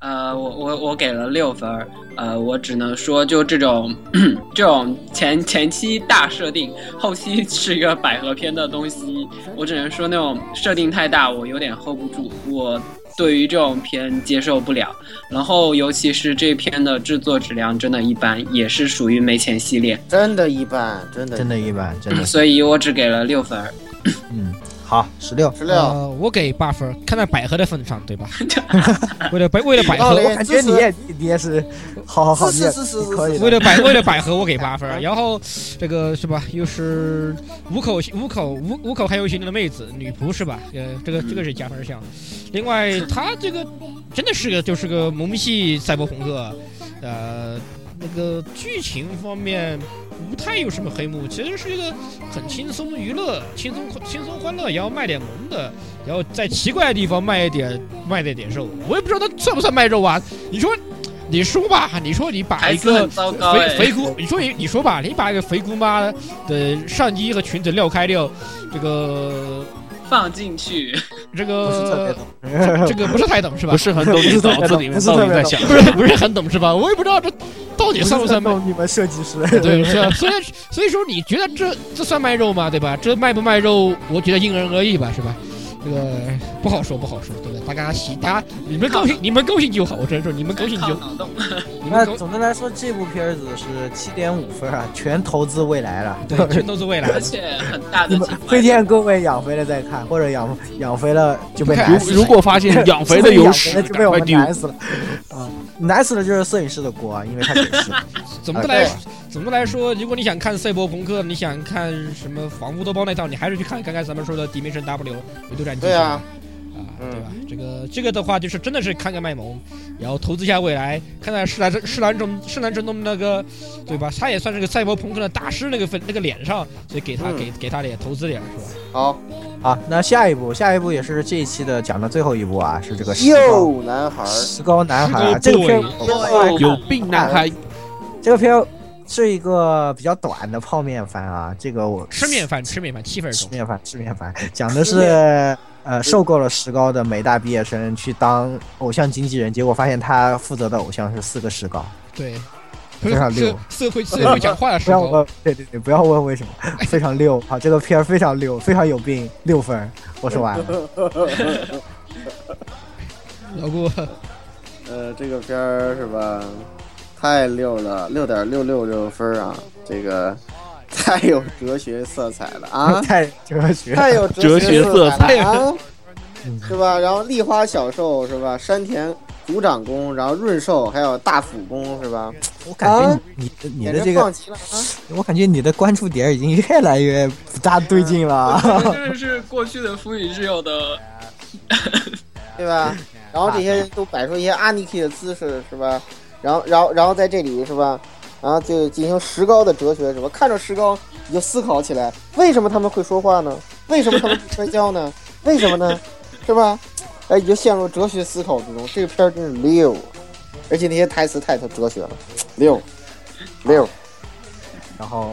[SPEAKER 6] 呃，我我我给了六分儿，呃，我只能说，就这种 [CLEARS THROAT] 这种前前期大设定，后期是一个百合篇的东西，我只能说那种设定太大，我有点 hold 不住，我对于这种片接受不了。然后尤其是这篇的制作质量真的一般，也是属于没钱系列，
[SPEAKER 4] 真的一般，真的
[SPEAKER 2] 真的一般，真的。
[SPEAKER 6] 所以我只给了六分儿。
[SPEAKER 2] 嗯，好，十六。
[SPEAKER 4] 十六，
[SPEAKER 1] 呃，我给八分，看在百合的份上，对吧？为了百为了百
[SPEAKER 4] 好
[SPEAKER 1] 合，
[SPEAKER 4] 嘞
[SPEAKER 2] 我感觉你也你你也是，好好好，你
[SPEAKER 4] 是
[SPEAKER 2] 也
[SPEAKER 4] 是是
[SPEAKER 2] 你
[SPEAKER 4] 是
[SPEAKER 2] 可以
[SPEAKER 4] 是
[SPEAKER 1] 为
[SPEAKER 2] 的。
[SPEAKER 1] 了百为了百合，我给八分儿。然后这个是吧？又是五口五口五五口还有一群的妹子女仆是吧？呃，这个这个是加分项。另外，他这个真的是个就是个萌系赛博朋克，啊呃，那个剧情方面不太有什么黑幕，其实是一个很轻松娱乐、轻松轻松欢乐，也要卖点萌的，然后在奇怪的地方卖一点卖一点肉。我也不知道他算不算卖肉啊？你说，你说吧，你说你把
[SPEAKER 6] 台
[SPEAKER 1] 一
[SPEAKER 6] 词
[SPEAKER 1] 个
[SPEAKER 6] 很糟糕
[SPEAKER 1] 肥
[SPEAKER 6] 哎。
[SPEAKER 1] 肥姑，你说你你说吧，你把一个肥姑妈的上衣和裙子撩开掉，这个
[SPEAKER 6] 放进去，
[SPEAKER 1] 这
[SPEAKER 2] 不是特别
[SPEAKER 1] 个
[SPEAKER 2] 懂，
[SPEAKER 1] 这个不是太懂是吧
[SPEAKER 5] 不？是很懂
[SPEAKER 1] [LAUGHS]
[SPEAKER 5] 你脑子里面到底在想
[SPEAKER 1] 不是不是很懂是吧？我也不知道这到底
[SPEAKER 2] 不
[SPEAKER 1] 算不
[SPEAKER 2] 是在
[SPEAKER 1] 算卖
[SPEAKER 2] 弄你们设计师。
[SPEAKER 1] 对，是啊，所以所以说，你觉得这这算卖肉吗？对吧？这卖不卖肉，我觉得因人而异吧，是吧？这个不好说，不好说，对不对？大家喜，大家你们高兴，你们高兴就好。我只能说，你们高兴
[SPEAKER 6] 靠
[SPEAKER 1] 就，
[SPEAKER 6] 脑洞。
[SPEAKER 1] 你
[SPEAKER 2] [LAUGHS] 那
[SPEAKER 1] 们高，
[SPEAKER 2] 总的来说，这部片儿子是七点五分啊，全投资未来了。
[SPEAKER 1] 对，全都是未来
[SPEAKER 6] 而。且很 [LAUGHS] 大的
[SPEAKER 2] 你们
[SPEAKER 6] 情怀
[SPEAKER 2] 推。荐各位养肥了再看，或者养养肥了就被
[SPEAKER 1] 不看
[SPEAKER 2] 奶
[SPEAKER 1] 是
[SPEAKER 2] 死
[SPEAKER 5] 如如果
[SPEAKER 2] [LAUGHS]
[SPEAKER 5] 发现养肥的有屎，
[SPEAKER 2] 就被
[SPEAKER 5] 赶
[SPEAKER 2] 我
[SPEAKER 5] 快
[SPEAKER 2] 们
[SPEAKER 5] 丢！
[SPEAKER 2] 奶死了。啊，奶死了就是摄影师的锅，啊因为他写诗。
[SPEAKER 1] 总的来，总的来说，如果你想看赛博朋克，你想看什么房屋都包那套，你还是去看刚才咱们说的《Dimension W》维度战记。
[SPEAKER 4] 对啊，
[SPEAKER 1] 啊，
[SPEAKER 4] 嗯
[SPEAKER 1] 对吧？这个这个的话，就是真的是看看卖萌，然后投资一下未来，看看施兰施兰中施兰中东那个，对吧？他也算是个赛博朋克的大师那个粉那个脸上，所以给他、
[SPEAKER 4] 嗯
[SPEAKER 1] 给给他点投资点是吧？
[SPEAKER 4] 好，
[SPEAKER 2] 好，那下一部，下一部也是这一期的讲的最后一部啊，是这个石膏
[SPEAKER 4] 幼男孩儿，
[SPEAKER 2] 石膏男孩啊，
[SPEAKER 5] 石
[SPEAKER 2] 这
[SPEAKER 5] 膏
[SPEAKER 2] 个
[SPEAKER 5] boy
[SPEAKER 2] 片我
[SPEAKER 5] 有病男孩，
[SPEAKER 2] 这个片是一个比较短的泡面番啊，这个我
[SPEAKER 1] 吃面饭吃面饭七分
[SPEAKER 2] 吃
[SPEAKER 1] 钟，
[SPEAKER 2] 面饭，吃面饭，讲的是呃，受够了石膏的美大毕业生去当偶像经纪人，结果发现他负责的偶像是四个石膏。
[SPEAKER 1] 对，
[SPEAKER 2] 非常溜
[SPEAKER 1] 社社会社会讲话的
[SPEAKER 2] [LAUGHS] 不
[SPEAKER 1] 时
[SPEAKER 2] 要
[SPEAKER 1] 候，
[SPEAKER 2] 问，对对对，不要问为什么，非常溜啊！这个片儿非常溜，非常有病，六分儿，我说完了。
[SPEAKER 1] 老顾 [LAUGHS]
[SPEAKER 4] 呃，这个片儿是吧？太溜了，六点六六六分儿啊！这个太有哲学色彩了啊！
[SPEAKER 2] [LAUGHS] 太哲
[SPEAKER 5] [LAUGHS]
[SPEAKER 2] 学，
[SPEAKER 4] 太有
[SPEAKER 5] 哲
[SPEAKER 4] 学
[SPEAKER 5] 学色
[SPEAKER 4] 彩了啊，是吧？然后立花小寿是吧？山田鼓掌功，然后润寿还有大辅功是吧？
[SPEAKER 2] 我感觉
[SPEAKER 4] 啊
[SPEAKER 2] 你你你
[SPEAKER 4] 简
[SPEAKER 2] 的
[SPEAKER 4] 直
[SPEAKER 2] 这个
[SPEAKER 4] 放，弃了啊！
[SPEAKER 2] 我感觉你的关注点已经越来越不大对劲了啊。
[SPEAKER 4] 嗯
[SPEAKER 6] 真的是过去的腐女之友的，
[SPEAKER 4] 对吧？然后这些人都摆出一些阿尼基的姿势，是吧？然后，然后，然后在这里是吧？然后就进行石膏的哲学，是吧？看着石膏，你就思考起来，为什么他们会说话呢？为什么他们不摔跤呢？为什么呢？是吧？哎，你就陷入哲学思考之中。这个片儿真是溜，而且那些台词太他哲学了，溜，溜。
[SPEAKER 2] [LAUGHS] 然后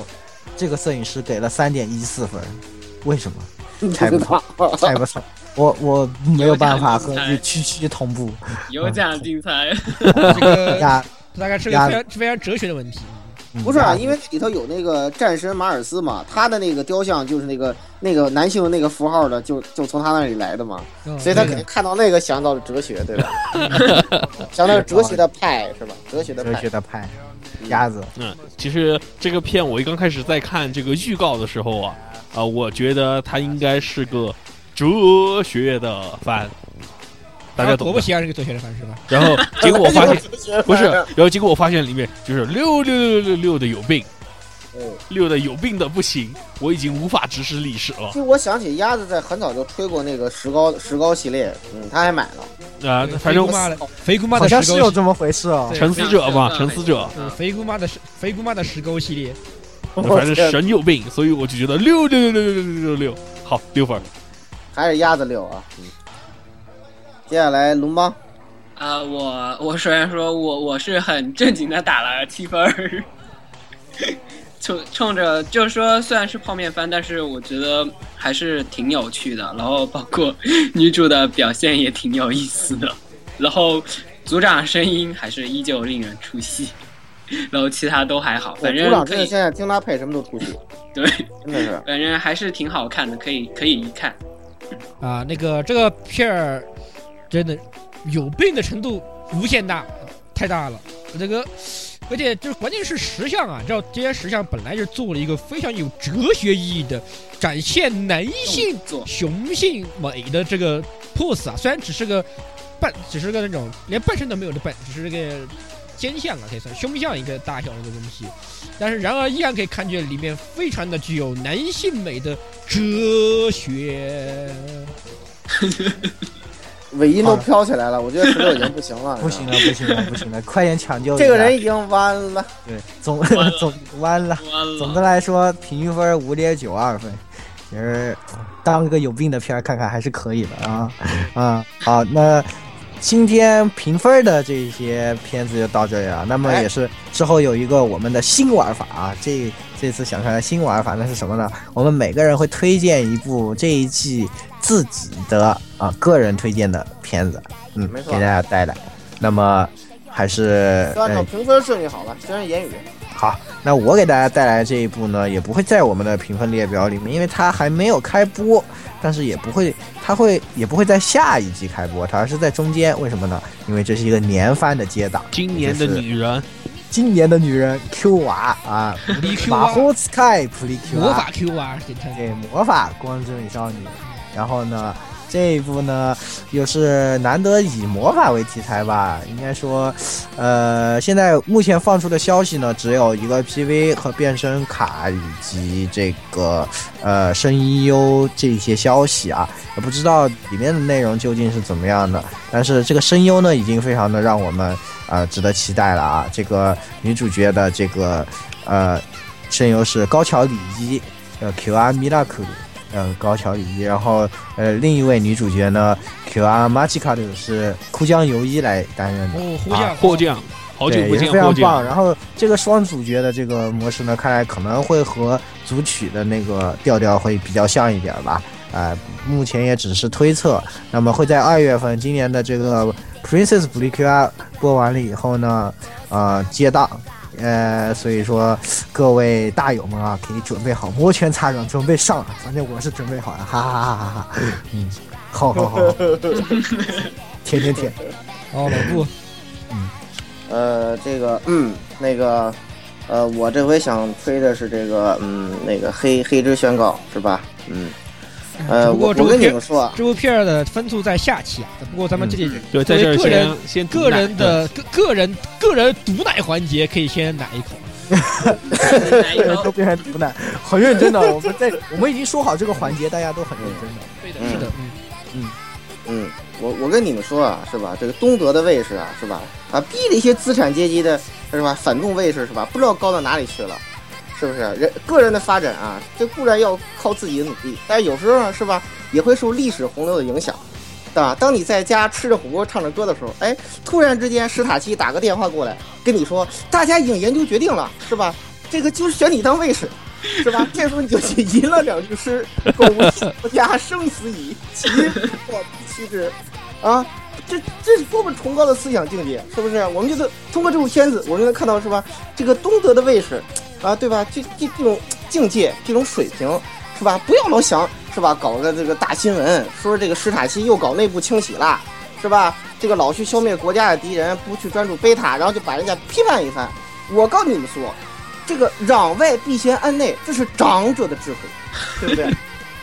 [SPEAKER 2] 这个摄影师给了三点一四分儿，为什么？太
[SPEAKER 4] 不
[SPEAKER 2] 不
[SPEAKER 4] 知
[SPEAKER 2] 懂
[SPEAKER 4] [LAUGHS] 道，
[SPEAKER 2] 太不懂，我我没有办法和
[SPEAKER 6] 有点
[SPEAKER 2] 你区区同步
[SPEAKER 6] 有奖
[SPEAKER 5] 嗯
[SPEAKER 6] 竞猜。
[SPEAKER 1] 这个
[SPEAKER 2] 呀。
[SPEAKER 1] 大概是个
[SPEAKER 2] 压
[SPEAKER 1] 非常非常哲学的问题。
[SPEAKER 4] [LAUGHS]
[SPEAKER 2] 嗯
[SPEAKER 4] 不是啊，
[SPEAKER 2] 呀
[SPEAKER 4] 因为里头有那个战神马尔斯嘛，他的那个雕像就是那个那个男性的那个符号的，就就从他那里来的嘛，
[SPEAKER 1] 嗯
[SPEAKER 4] 所以他
[SPEAKER 1] 对
[SPEAKER 4] 肯定看到那个想到了哲学，对吧？ [LAUGHS] 想到了哲学的派是吧？哲学的
[SPEAKER 2] 哲
[SPEAKER 4] 派
[SPEAKER 2] 学，的派，鸭子
[SPEAKER 5] 嗯，其实这个片我一刚开始在看这个预告的时候啊，啊、我觉得它应该是个哲学的番，大家
[SPEAKER 1] 然后
[SPEAKER 5] 懂
[SPEAKER 1] 啊果不
[SPEAKER 5] 的。
[SPEAKER 1] 其然是个哲学的番是吧？
[SPEAKER 5] 然后结果我发现不是，然后结果我发现里面就是六六六六六的有病，
[SPEAKER 4] 嗯，
[SPEAKER 5] 六的有病的不行，我已经无法直视历史了
[SPEAKER 4] 其实我想起鸭子在很早就推过那个石膏石膏系列，嗯，他还买了，
[SPEAKER 5] 啊、
[SPEAKER 1] 对
[SPEAKER 5] 反
[SPEAKER 1] 肥
[SPEAKER 5] 正
[SPEAKER 1] 姑妈的肥姑妈
[SPEAKER 2] 好
[SPEAKER 1] 的
[SPEAKER 2] 像
[SPEAKER 1] 石
[SPEAKER 2] 是有
[SPEAKER 1] 膏系，
[SPEAKER 2] 这么回事哦
[SPEAKER 1] 对。
[SPEAKER 5] 沉思者
[SPEAKER 6] [LAUGHS]
[SPEAKER 5] 嘛，沉思者，嗯
[SPEAKER 1] 对肥姑妈的石肥姑妈的石膏系列，
[SPEAKER 5] 反正神有病，所以我就觉得六六六六六六六六，好六分儿。
[SPEAKER 4] 还是鸭子溜啊。嗯接下来龙邦，
[SPEAKER 6] 啊、我我虽然说我我是很正经的打了七分儿，冲冲着就是说虽然是泡面番，但是我觉得还是挺有趣的，然后包括 [LAUGHS] 女主的表现也挺有意思的，然后组长声音还是依旧令人出戏，然后其他都还好，
[SPEAKER 4] 我
[SPEAKER 6] 反
[SPEAKER 4] 组长真
[SPEAKER 6] 正可
[SPEAKER 4] 的
[SPEAKER 6] 以
[SPEAKER 4] 现在听他配什么都出戏，
[SPEAKER 6] 对，
[SPEAKER 4] 真的是。
[SPEAKER 6] 反正还是挺好看的，可以可以一
[SPEAKER 4] [LAUGHS]
[SPEAKER 6] 看。
[SPEAKER 1] 啊，那个这个片儿真的有病的程度无限大，太大了。这个而且就是关键是石像啊，知道这些石像本来就做了一个非常有哲学意义的展现男性
[SPEAKER 6] 做
[SPEAKER 1] 雄性美的这个 pose 啊，虽然只是个半，只是个那种连半身都没有的半，只是个肩像啊，可以算胸像一个大小的一个东西，但是然而依然可以看见里面非常的具有男性美的哲学。
[SPEAKER 4] 尾音都飘起来了，我觉得石榴已经不行了，
[SPEAKER 2] 不行了，不行了，不行了，快点抢救一下！
[SPEAKER 4] 这个人已经弯了。
[SPEAKER 2] 对总 [LAUGHS] 总弯了。
[SPEAKER 6] 完
[SPEAKER 2] 总
[SPEAKER 6] 了，
[SPEAKER 2] 的来说，平均分五点九二分，也是当个有病的片儿看看还是可以的啊啊！好，那今天评分的这些片子就到这里了。那
[SPEAKER 4] 哎
[SPEAKER 2] 么也是之后有一个我们的新玩法啊，这这次想出来的新玩法那是什么呢？我们每个人会推荐一部这一季自己的啊个人推荐的片子，嗯，
[SPEAKER 4] 没错
[SPEAKER 2] 给大家带来。那么还是
[SPEAKER 4] 就按照
[SPEAKER 2] 嗯
[SPEAKER 4] 评分顺序好了，先是言语，
[SPEAKER 2] 好，那我给大家带来这一部呢，也不会在我们的评分列表里面，因为它还没有开播，但是也不会，它会也不会在下一季开播，它而是在中间。为什么呢？因为这是一个年番的接档，
[SPEAKER 5] 今年的
[SPEAKER 2] 就是
[SPEAKER 5] 女人，啊
[SPEAKER 2] 今年的女人 Q 娃啊，
[SPEAKER 1] [LAUGHS] 你 Q
[SPEAKER 2] 马
[SPEAKER 1] 啊，
[SPEAKER 2] 虎 Sky 普利 Q
[SPEAKER 1] 魔
[SPEAKER 2] 娃，
[SPEAKER 1] 法 Q 啊，给他
[SPEAKER 2] 对魔法光之美少女。然后呢，这一部呢又是难得以魔法为题材吧，应该说，呃，现在目前放出的消息呢，只有一个 PV 和变身卡以及这个呃声音优这些消息啊，也不知道里面的内容究竟是怎么样的。但是这个声优呢，已经非常的让我们呃值得期待了啊。这个女主角的这个呃声优是高桥李依，呃 Q R 米拉克鲁，呃高桥李依，然后呃另一位女主角呢 Q R 马奇卡鲁是哭江由一来担任的。
[SPEAKER 1] 哦，胡将
[SPEAKER 5] 霍将，好久
[SPEAKER 2] 对，
[SPEAKER 5] 不
[SPEAKER 2] 也是
[SPEAKER 5] 见
[SPEAKER 2] 非
[SPEAKER 5] 霍
[SPEAKER 2] 常
[SPEAKER 5] 将
[SPEAKER 2] 棒。，然后这个双主角的这个模式呢，看来可能会和组曲的那个调调会比较像一点吧。啊、目前也只是推测。那么会在二月份，今年的这个 Princess b l i q r 播完了以后呢，呃，接档。呃，所以说各位大友们啊，可以准备好摩拳擦掌，准备上了。反正我是准备好了，哈哈哈哈哈哈。嗯，好好好，好舔舔舔。
[SPEAKER 1] 哦，老布，
[SPEAKER 4] 呃，这个嗯，那个，呃，我这回想推的是这个嗯，那个黑黑之宣告是吧？嗯，呃，
[SPEAKER 1] 哎不
[SPEAKER 4] 我
[SPEAKER 1] 过这部
[SPEAKER 4] 我跟你
[SPEAKER 1] 片
[SPEAKER 4] 们说啊，
[SPEAKER 1] 这部片儿的分数在下期啊，不过咱们这里
[SPEAKER 4] 嗯
[SPEAKER 5] 对，在这儿
[SPEAKER 1] 作为个
[SPEAKER 5] 先
[SPEAKER 1] 人
[SPEAKER 5] 先毒
[SPEAKER 1] 个
[SPEAKER 5] 奶
[SPEAKER 1] 人的个个人个人毒奶环节可以先奶一口。
[SPEAKER 6] 来一
[SPEAKER 2] 对，
[SPEAKER 6] 个
[SPEAKER 2] 都变成毒奶，很认真的。我们在我们已经说好这个环节，大家都很认真的。
[SPEAKER 1] 对的
[SPEAKER 4] [LAUGHS] 嗯
[SPEAKER 1] 是的，
[SPEAKER 4] 嗯，我我跟你们说啊，是吧？这个东德的卫士啊，是吧？啊，逼了一些资产阶级的，是吧？反动卫士是吧？不知道高到哪里去了，是不是？人个人的发展啊，这固然要靠自己的努力，但是有时候呢，是吧？也会受历史洪流的影响，对吧？当你在家吃着火锅唱着歌的时候，哎，突然之间史塔奇打个电话过来跟你说，大家已经研究决定了，是吧？这个就是选你当卫士。是吧？这时候你就去吟了两句诗：“ [LAUGHS] 苟无国家生死以，其我岂止啊，这这是多么崇高的思想境界，是不是？我们就是通过这部片子，我们能看到是吧？这个东德的卫士，啊，对吧？这这这种境界，这种水平，是吧？不要老想是吧？搞个这个大新闻，说这个史塔西又搞内部清洗啦，是吧？这个老去消灭国家的敌人，不去专注贝塔，然后就把人家批判一番。我告诉你们说，这个攘外必先安内，这是长者的智慧，对不对？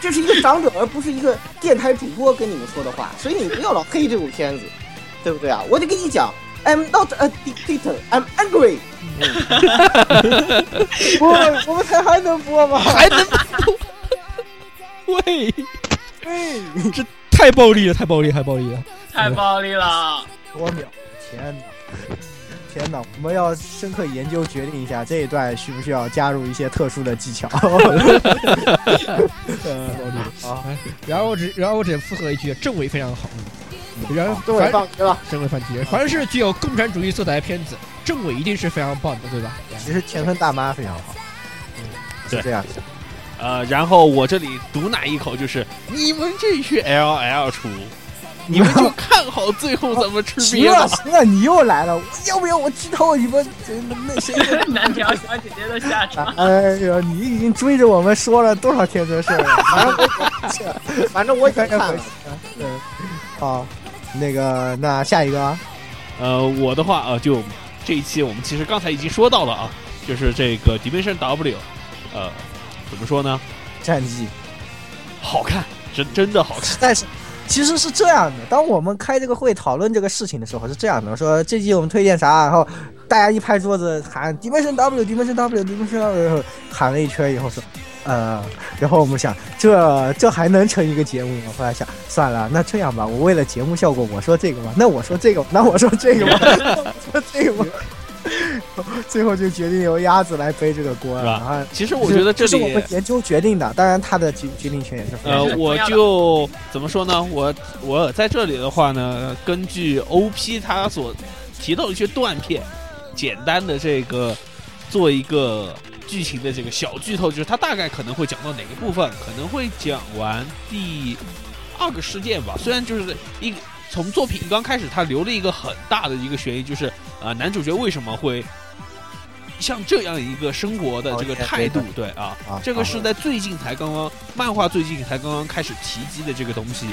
[SPEAKER 4] 这是一个长者，而不是一个电台主播跟你们说的话，所以你不要老黑这部片子，对不对啊？我得跟你讲，I'm not a dictator, I'm angry 播。我我们台还能播吗？
[SPEAKER 1] 还能喂，这太暴力了，太暴力，太暴力了！
[SPEAKER 6] 太暴力了，
[SPEAKER 2] 多秒，天哪！天哪，我们要深刻研究决定一下这一段需不需要加入一些特殊的技巧。
[SPEAKER 1] 呃，暴力
[SPEAKER 2] 好
[SPEAKER 1] 哎然后我只然后我只附和一句，政委非常好。然后
[SPEAKER 4] 政委放学了，
[SPEAKER 1] 政委反击， [LAUGHS] 凡是具有共产主义色彩的片子，政委一定是非常棒的，对吧？
[SPEAKER 2] 其实前村大妈非常好，嗯，是这样想。
[SPEAKER 5] 呃，然后我这里毒奶一口就是你们这群 L L [LAUGHS] 厨，你们就看好最后咱 [LAUGHS] 们吃
[SPEAKER 2] 行
[SPEAKER 5] 瘪
[SPEAKER 2] 了 [LAUGHS]
[SPEAKER 5] 吧。
[SPEAKER 2] 行了，你又来了，要不然我剧透你们这那谁？
[SPEAKER 6] [LAUGHS] 难调小姐姐的下 [LAUGHS] 场。
[SPEAKER 2] 哎呦，你已经追着我们说了多少天这事儿了？
[SPEAKER 4] 反正
[SPEAKER 2] [LAUGHS]
[SPEAKER 4] 我反正我已经看了，
[SPEAKER 2] 嗯，好，那个那下一个啊，
[SPEAKER 5] 呃，我的话呃就这一期我们其实刚才已经说到了啊，就是这个 Dimension W，呃，怎么说呢？
[SPEAKER 2] 战绩。
[SPEAKER 5] 好看，真真的好看。
[SPEAKER 2] [LAUGHS] 但是其实是这样的，当我们开这个会讨论这个事情的时候是这样的，我说这季我们推荐啥，然后大家一拍桌子喊 Dimension W Dimension W Dimension W，然后喊了一圈以后说。呃，然后我们想，这这还能成一个节目吗？后来想，算了，那这样吧，我为了节目效果，我说这个吧，那我说这个，那我说这个吧， [LAUGHS] 那我说这个吧，最后就决定由鸭子来背这个锅
[SPEAKER 5] 是
[SPEAKER 2] 了
[SPEAKER 5] 吧
[SPEAKER 2] 啊。
[SPEAKER 5] 其实我觉得这
[SPEAKER 2] 是
[SPEAKER 5] 里
[SPEAKER 2] 我们研究决定的，当然他的决决定权也是非常 [LAUGHS]
[SPEAKER 5] 呃
[SPEAKER 6] 是，
[SPEAKER 5] 我
[SPEAKER 6] 同样的
[SPEAKER 5] 就怎么说呢？我我在这里的话呢，根据 OP 他所提到的一些断片，简单的这个做一个剧情的这个小剧透，就是他大概可能会讲到哪个部分，可能会讲完第二个事件吧。虽然就是一从作品刚开始，他留了一个很大的一个悬疑，就是啊、呃男主角为什么会。像这样一个生活的这个
[SPEAKER 2] 哦对
[SPEAKER 5] 态度
[SPEAKER 2] 对，
[SPEAKER 5] 对啊，
[SPEAKER 2] 啊
[SPEAKER 5] 这个是在最近才刚刚漫画最近才刚刚开始提及的这个东西，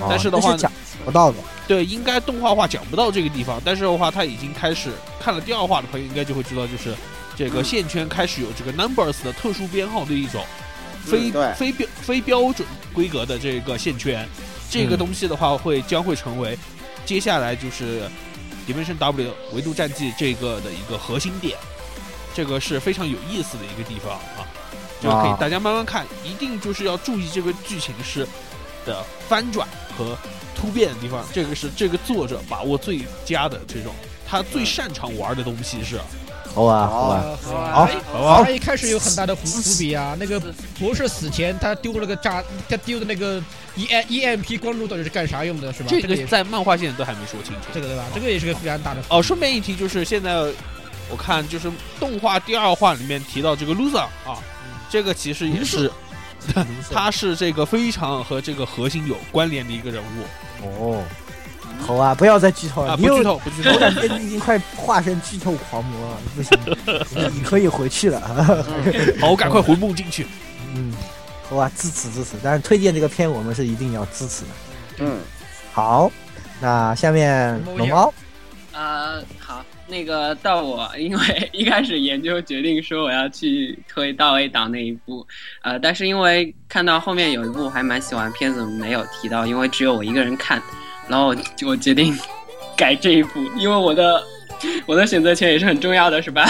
[SPEAKER 2] 啊
[SPEAKER 5] 但是的话
[SPEAKER 2] 这讲不
[SPEAKER 5] [LAUGHS]
[SPEAKER 2] 到的。
[SPEAKER 5] 对，应该动画化讲不到这个地方，但是的话，他已经开始看了第二话的朋友应该就会知道，就是这个线圈开始有这个 numbers 的特殊编号的一种嗯非、
[SPEAKER 4] 对
[SPEAKER 5] 非标非标准规格的这个线圈，这个
[SPEAKER 2] 嗯
[SPEAKER 5] 东西的话会将会成为接下来就是 Dimension W 维度战记这个的一个核心点，这个是非常有意思的一个地方啊，就可以
[SPEAKER 2] 啊
[SPEAKER 5] 大家慢慢看，一定就是要注意这个剧情是的翻转和突变的地方，这个是这个作者把握最佳的这种，他最擅长玩的东西是，
[SPEAKER 2] 好啊，好啊。
[SPEAKER 1] 好
[SPEAKER 2] 好
[SPEAKER 1] 哎他一开始有很大的伏伏笔啊，那个博士死前他丢了个炸，他丢的那个 E M E M P 光路到底是干啥用的，是吧？
[SPEAKER 5] 这
[SPEAKER 1] 这个
[SPEAKER 5] 个
[SPEAKER 1] 也是
[SPEAKER 5] 在漫画线都还没说清楚
[SPEAKER 1] 这。个对吧？这个也是个非常大的伏
[SPEAKER 5] 哦，顺便一提，就是现在我看就是动画第二话里面提到这个 loser 啊，这个其实也是，他是这个非常和这个核心有关联的一个人物
[SPEAKER 2] 哦，好啊，不要再剧透了，
[SPEAKER 5] 啊，
[SPEAKER 2] 你
[SPEAKER 5] 不
[SPEAKER 2] 又
[SPEAKER 5] 剧，透不剧
[SPEAKER 2] 我
[SPEAKER 5] 透。
[SPEAKER 2] 感 [LAUGHS] 觉你已经快化身剧透狂魔
[SPEAKER 5] [LAUGHS]
[SPEAKER 2] 了，不行，你可以回去了。啊
[SPEAKER 5] 好，我赶快回梦进去。
[SPEAKER 2] 嗯，好啊，支持支持，但是推荐这个片我们是一定要支持的。
[SPEAKER 4] 嗯，
[SPEAKER 2] 好，那下面
[SPEAKER 1] 猫
[SPEAKER 2] 龙
[SPEAKER 1] 眼
[SPEAKER 2] 猫，
[SPEAKER 6] 啊，好，那个到我，因为一开始研究决定说我要去推到 A 档那一部，呃，但是因为看到后面有一部我还蛮喜欢的片子没有提到，因为只有我一个人看，然后我我决定改这一部，因为我的我的选择权也是很重要的，是吧？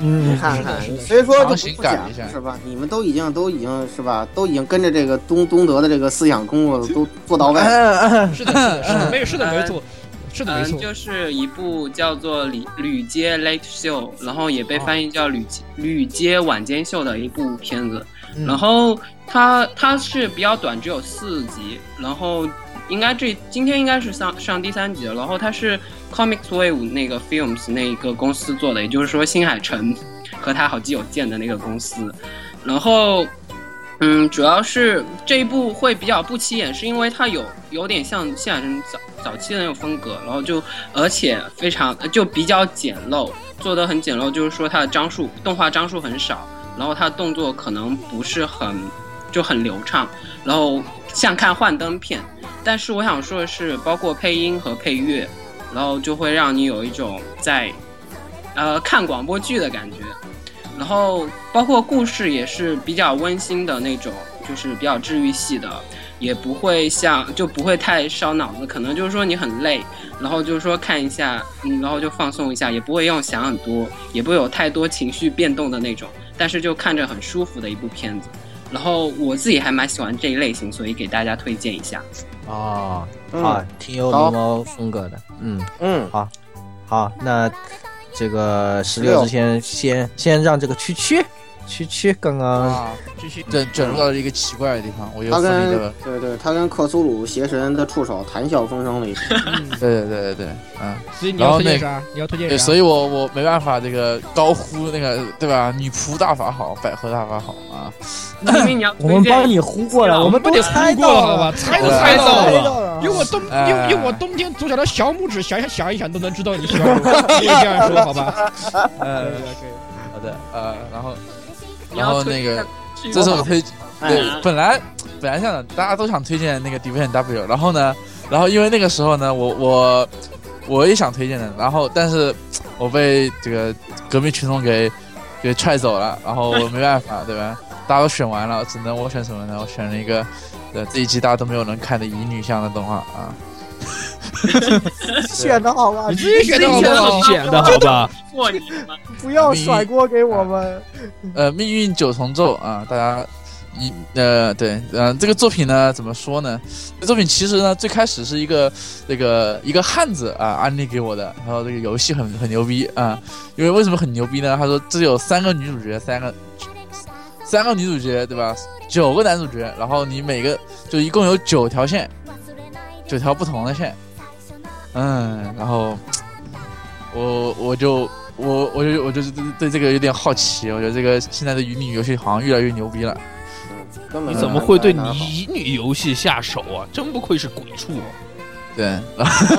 [SPEAKER 4] 你
[SPEAKER 2] 嗯，
[SPEAKER 4] 看看，所以说
[SPEAKER 3] 强
[SPEAKER 4] 就
[SPEAKER 3] 行
[SPEAKER 4] 不
[SPEAKER 3] 改
[SPEAKER 4] 讲
[SPEAKER 3] 一下
[SPEAKER 4] 是吧？你们都已经都已经是吧？都已经跟着这个东东德的这个思想工作都做到位了。
[SPEAKER 2] [LAUGHS]
[SPEAKER 1] 笔。是的，是
[SPEAKER 5] 嗯
[SPEAKER 1] 的，是的，没有，是的，没错，是的，没
[SPEAKER 6] 嗯，
[SPEAKER 1] 错。
[SPEAKER 6] 就是一部叫做《旅旅街 Late Show》，然后也
[SPEAKER 1] 哦
[SPEAKER 6] 被翻译叫旅《旅街晚间秀》的一部片子。
[SPEAKER 2] 嗯
[SPEAKER 6] 然后它它是比较短，只有四集。然后应该这今天应该是上上第三集了。然后它是 Comics Wave 那个 Films 那个公司做的，也就是说新海诚和他好基友建的那个公司。然后嗯，主要是这一部会比较不起眼，是因为它有有点像新海诚早早期的那种风格，然后就而且非常呃就比较简陋，做的很简陋，就是说它的张数动画张数很少，然后它动作可能不是很就很流畅，然后像看幻灯片。但是我想说的是，包括配音和配乐，然后就会让你有一种在呃看广播剧的感觉。然后包括故事也是比较温馨的那种，就是比较治愈系的，也不会像就不会太烧脑子，可能就是说你很累，然后就是说看一下，嗯，然后就放松一下，也不会用想很多，也不会有太多情绪变动的那种，但是就看着很舒服的一部片子。然后我自己还蛮喜欢这一类型，所以给大家推荐一下。
[SPEAKER 2] 哦，
[SPEAKER 4] 嗯
[SPEAKER 2] 啊，挺有
[SPEAKER 4] 好
[SPEAKER 2] 龙猫风格的，嗯，
[SPEAKER 4] 嗯，
[SPEAKER 2] 好，那这个十
[SPEAKER 4] 16
[SPEAKER 2] 六之前先先让这个区区区区刚刚
[SPEAKER 4] 啊，
[SPEAKER 3] 整整入到了一个奇怪的地方，我又
[SPEAKER 4] 他
[SPEAKER 3] 分离
[SPEAKER 4] 跟
[SPEAKER 3] 了。
[SPEAKER 4] 对对，他跟克苏鲁邪神的触手谈笑风生了一下。
[SPEAKER 3] 对对对对对，嗯，
[SPEAKER 1] 所以你要推荐啥？你要推荐
[SPEAKER 3] 对，
[SPEAKER 1] 啥
[SPEAKER 3] 呃所？以我我没办法，这个高呼那个对吧？女仆大法好，百合大法好啊！
[SPEAKER 6] 明明你要推
[SPEAKER 2] 我
[SPEAKER 6] 荐
[SPEAKER 2] 们帮你呼过来，
[SPEAKER 6] 我
[SPEAKER 2] 们
[SPEAKER 1] 我
[SPEAKER 2] 都
[SPEAKER 1] 们得猜
[SPEAKER 2] 猜到
[SPEAKER 1] 过了，好
[SPEAKER 2] 了
[SPEAKER 1] 吧？猜都
[SPEAKER 3] 我
[SPEAKER 1] 猜
[SPEAKER 3] 猜
[SPEAKER 1] 到
[SPEAKER 5] 到
[SPEAKER 2] 呃猜
[SPEAKER 1] 了。
[SPEAKER 2] 到了，
[SPEAKER 1] 用我冬
[SPEAKER 3] 哎
[SPEAKER 1] 用用我冬天左脚的小拇指想想想一想都能知道你喜欢我，你也这样说好吧？
[SPEAKER 3] 呃，
[SPEAKER 1] 对
[SPEAKER 3] 好的，呃，然后
[SPEAKER 6] 你
[SPEAKER 3] 然
[SPEAKER 6] 要
[SPEAKER 3] 后
[SPEAKER 6] 推
[SPEAKER 3] 哦那个
[SPEAKER 6] 荐，
[SPEAKER 3] 这
[SPEAKER 6] 哦
[SPEAKER 3] 是我推对
[SPEAKER 4] 哎，，
[SPEAKER 3] 本来本来想的，大家都想推荐那个 Division W，然后呢，然后因为那个时候呢，我我我也想推荐的，然后但是我被这个革命群众给给踹走了，然后我没办法，对吧？大家都选完了，只能我选什么呢？我选了一个，呃，这一季大家都没有人看的乙女向的动画啊。
[SPEAKER 7] 选的好啊吧
[SPEAKER 1] 你？自己选的好不好？
[SPEAKER 5] 选的好吧？
[SPEAKER 6] 过你们
[SPEAKER 7] 不要甩锅给我们。
[SPEAKER 3] 呃，命运九重奏啊，大家一呃对，嗯、这个作品呢怎么说呢？这作品其实呢最开始是一个这个一个汉子啊安利给我的，然后这个游戏很很牛逼啊，因为为什么很牛逼呢？他说这有三个女主角，三个三个女主角对吧？九个男主角，然后你每个就一共有九条线，九条不同的线，嗯，然后我我就我我就我就是对对这个有点好奇，我觉得这个现在的乙女游戏好像越来越牛逼了。
[SPEAKER 4] 根本
[SPEAKER 5] 你怎么会对
[SPEAKER 4] 没嗯拿好
[SPEAKER 5] 乙女游戏下手啊？真不愧是鬼畜、啊
[SPEAKER 3] 对，然后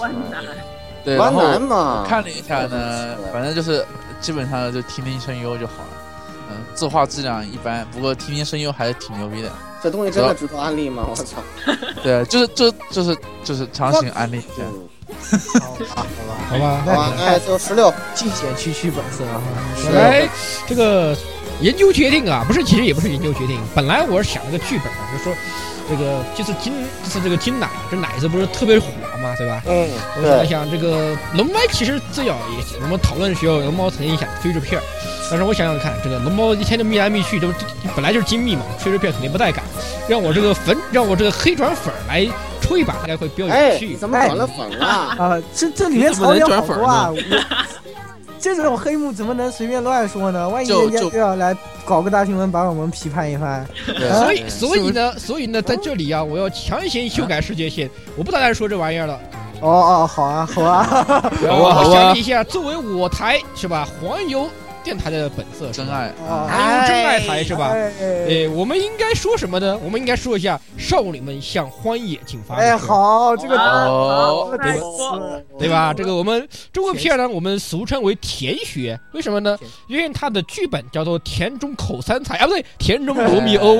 [SPEAKER 6] 万难，
[SPEAKER 3] [LAUGHS] 对，然
[SPEAKER 4] 弯
[SPEAKER 3] 后
[SPEAKER 4] 男
[SPEAKER 3] 我
[SPEAKER 4] 嗯嘛，
[SPEAKER 3] 看了一下呢，反正就是基本上就听听声优就好了。嗯，作画质量一般，不过听听声优还是挺牛逼的。 [LAUGHS]
[SPEAKER 4] 这东西真的值得安利吗？我操！
[SPEAKER 3] 对，就是就就是就是啊强行安利。对，
[SPEAKER 4] 嗯
[SPEAKER 7] 好吧，好吧，
[SPEAKER 1] 好吧，
[SPEAKER 4] 好吧，那就十六，
[SPEAKER 7] 尽显区区本色啊！
[SPEAKER 1] 本来这个研究决定啊，不是，其实也不是研究决定。本来我是想了个剧本啊，就说这个这次金这次这个金奶这奶子不是特别火嘛，对吧？
[SPEAKER 4] 嗯，
[SPEAKER 1] 我想了
[SPEAKER 4] 对，
[SPEAKER 1] 想，这个龙猫其实最早也我们讨论的时候，龙猫曾经想追着片儿，但是我想想看，这个龙猫一天就密来密去，这不本来就是金密嘛，追着片儿肯定不带感，让我这个粉，让我这个黑转粉儿来吹一把，应该会比较有
[SPEAKER 4] 哎，
[SPEAKER 1] 趣
[SPEAKER 4] 你。怎么转了粉了？
[SPEAKER 7] 啊，这这里面槽点好多啊！我这种黑幕怎么能随便乱说呢？万一
[SPEAKER 3] 就
[SPEAKER 7] 人家
[SPEAKER 3] 就
[SPEAKER 7] 非要来搞个大新闻把我们批判一番，
[SPEAKER 3] 对
[SPEAKER 1] 所以，所以呢，所以呢，在这里啊，我要强行修改世界线，我不打算说这玩意儿了。
[SPEAKER 7] 哦哦，好啊好啊，
[SPEAKER 1] 然后
[SPEAKER 5] 好啊
[SPEAKER 1] 我
[SPEAKER 5] 好啊
[SPEAKER 1] 想起一下，作为我台是吧，黄油电台的本色，
[SPEAKER 3] 真爱
[SPEAKER 7] 哦
[SPEAKER 1] 黄油真爱台是吧？
[SPEAKER 7] 哎
[SPEAKER 1] 诶，我们应该说什么呢？我们应该说一下少女们向荒野进发。
[SPEAKER 7] 哎，，好，这个
[SPEAKER 3] 哦
[SPEAKER 2] 哎
[SPEAKER 7] 这个
[SPEAKER 1] 哎
[SPEAKER 6] 来
[SPEAKER 7] 台
[SPEAKER 6] 说，
[SPEAKER 7] 词
[SPEAKER 1] 对吧？这个我们中国片呢，我们俗称为甜学，为什么呢
[SPEAKER 7] 甜？
[SPEAKER 1] 因为它的剧本叫做《田中口三才》啊，不对，《田中罗密
[SPEAKER 3] 哎
[SPEAKER 1] 欧》。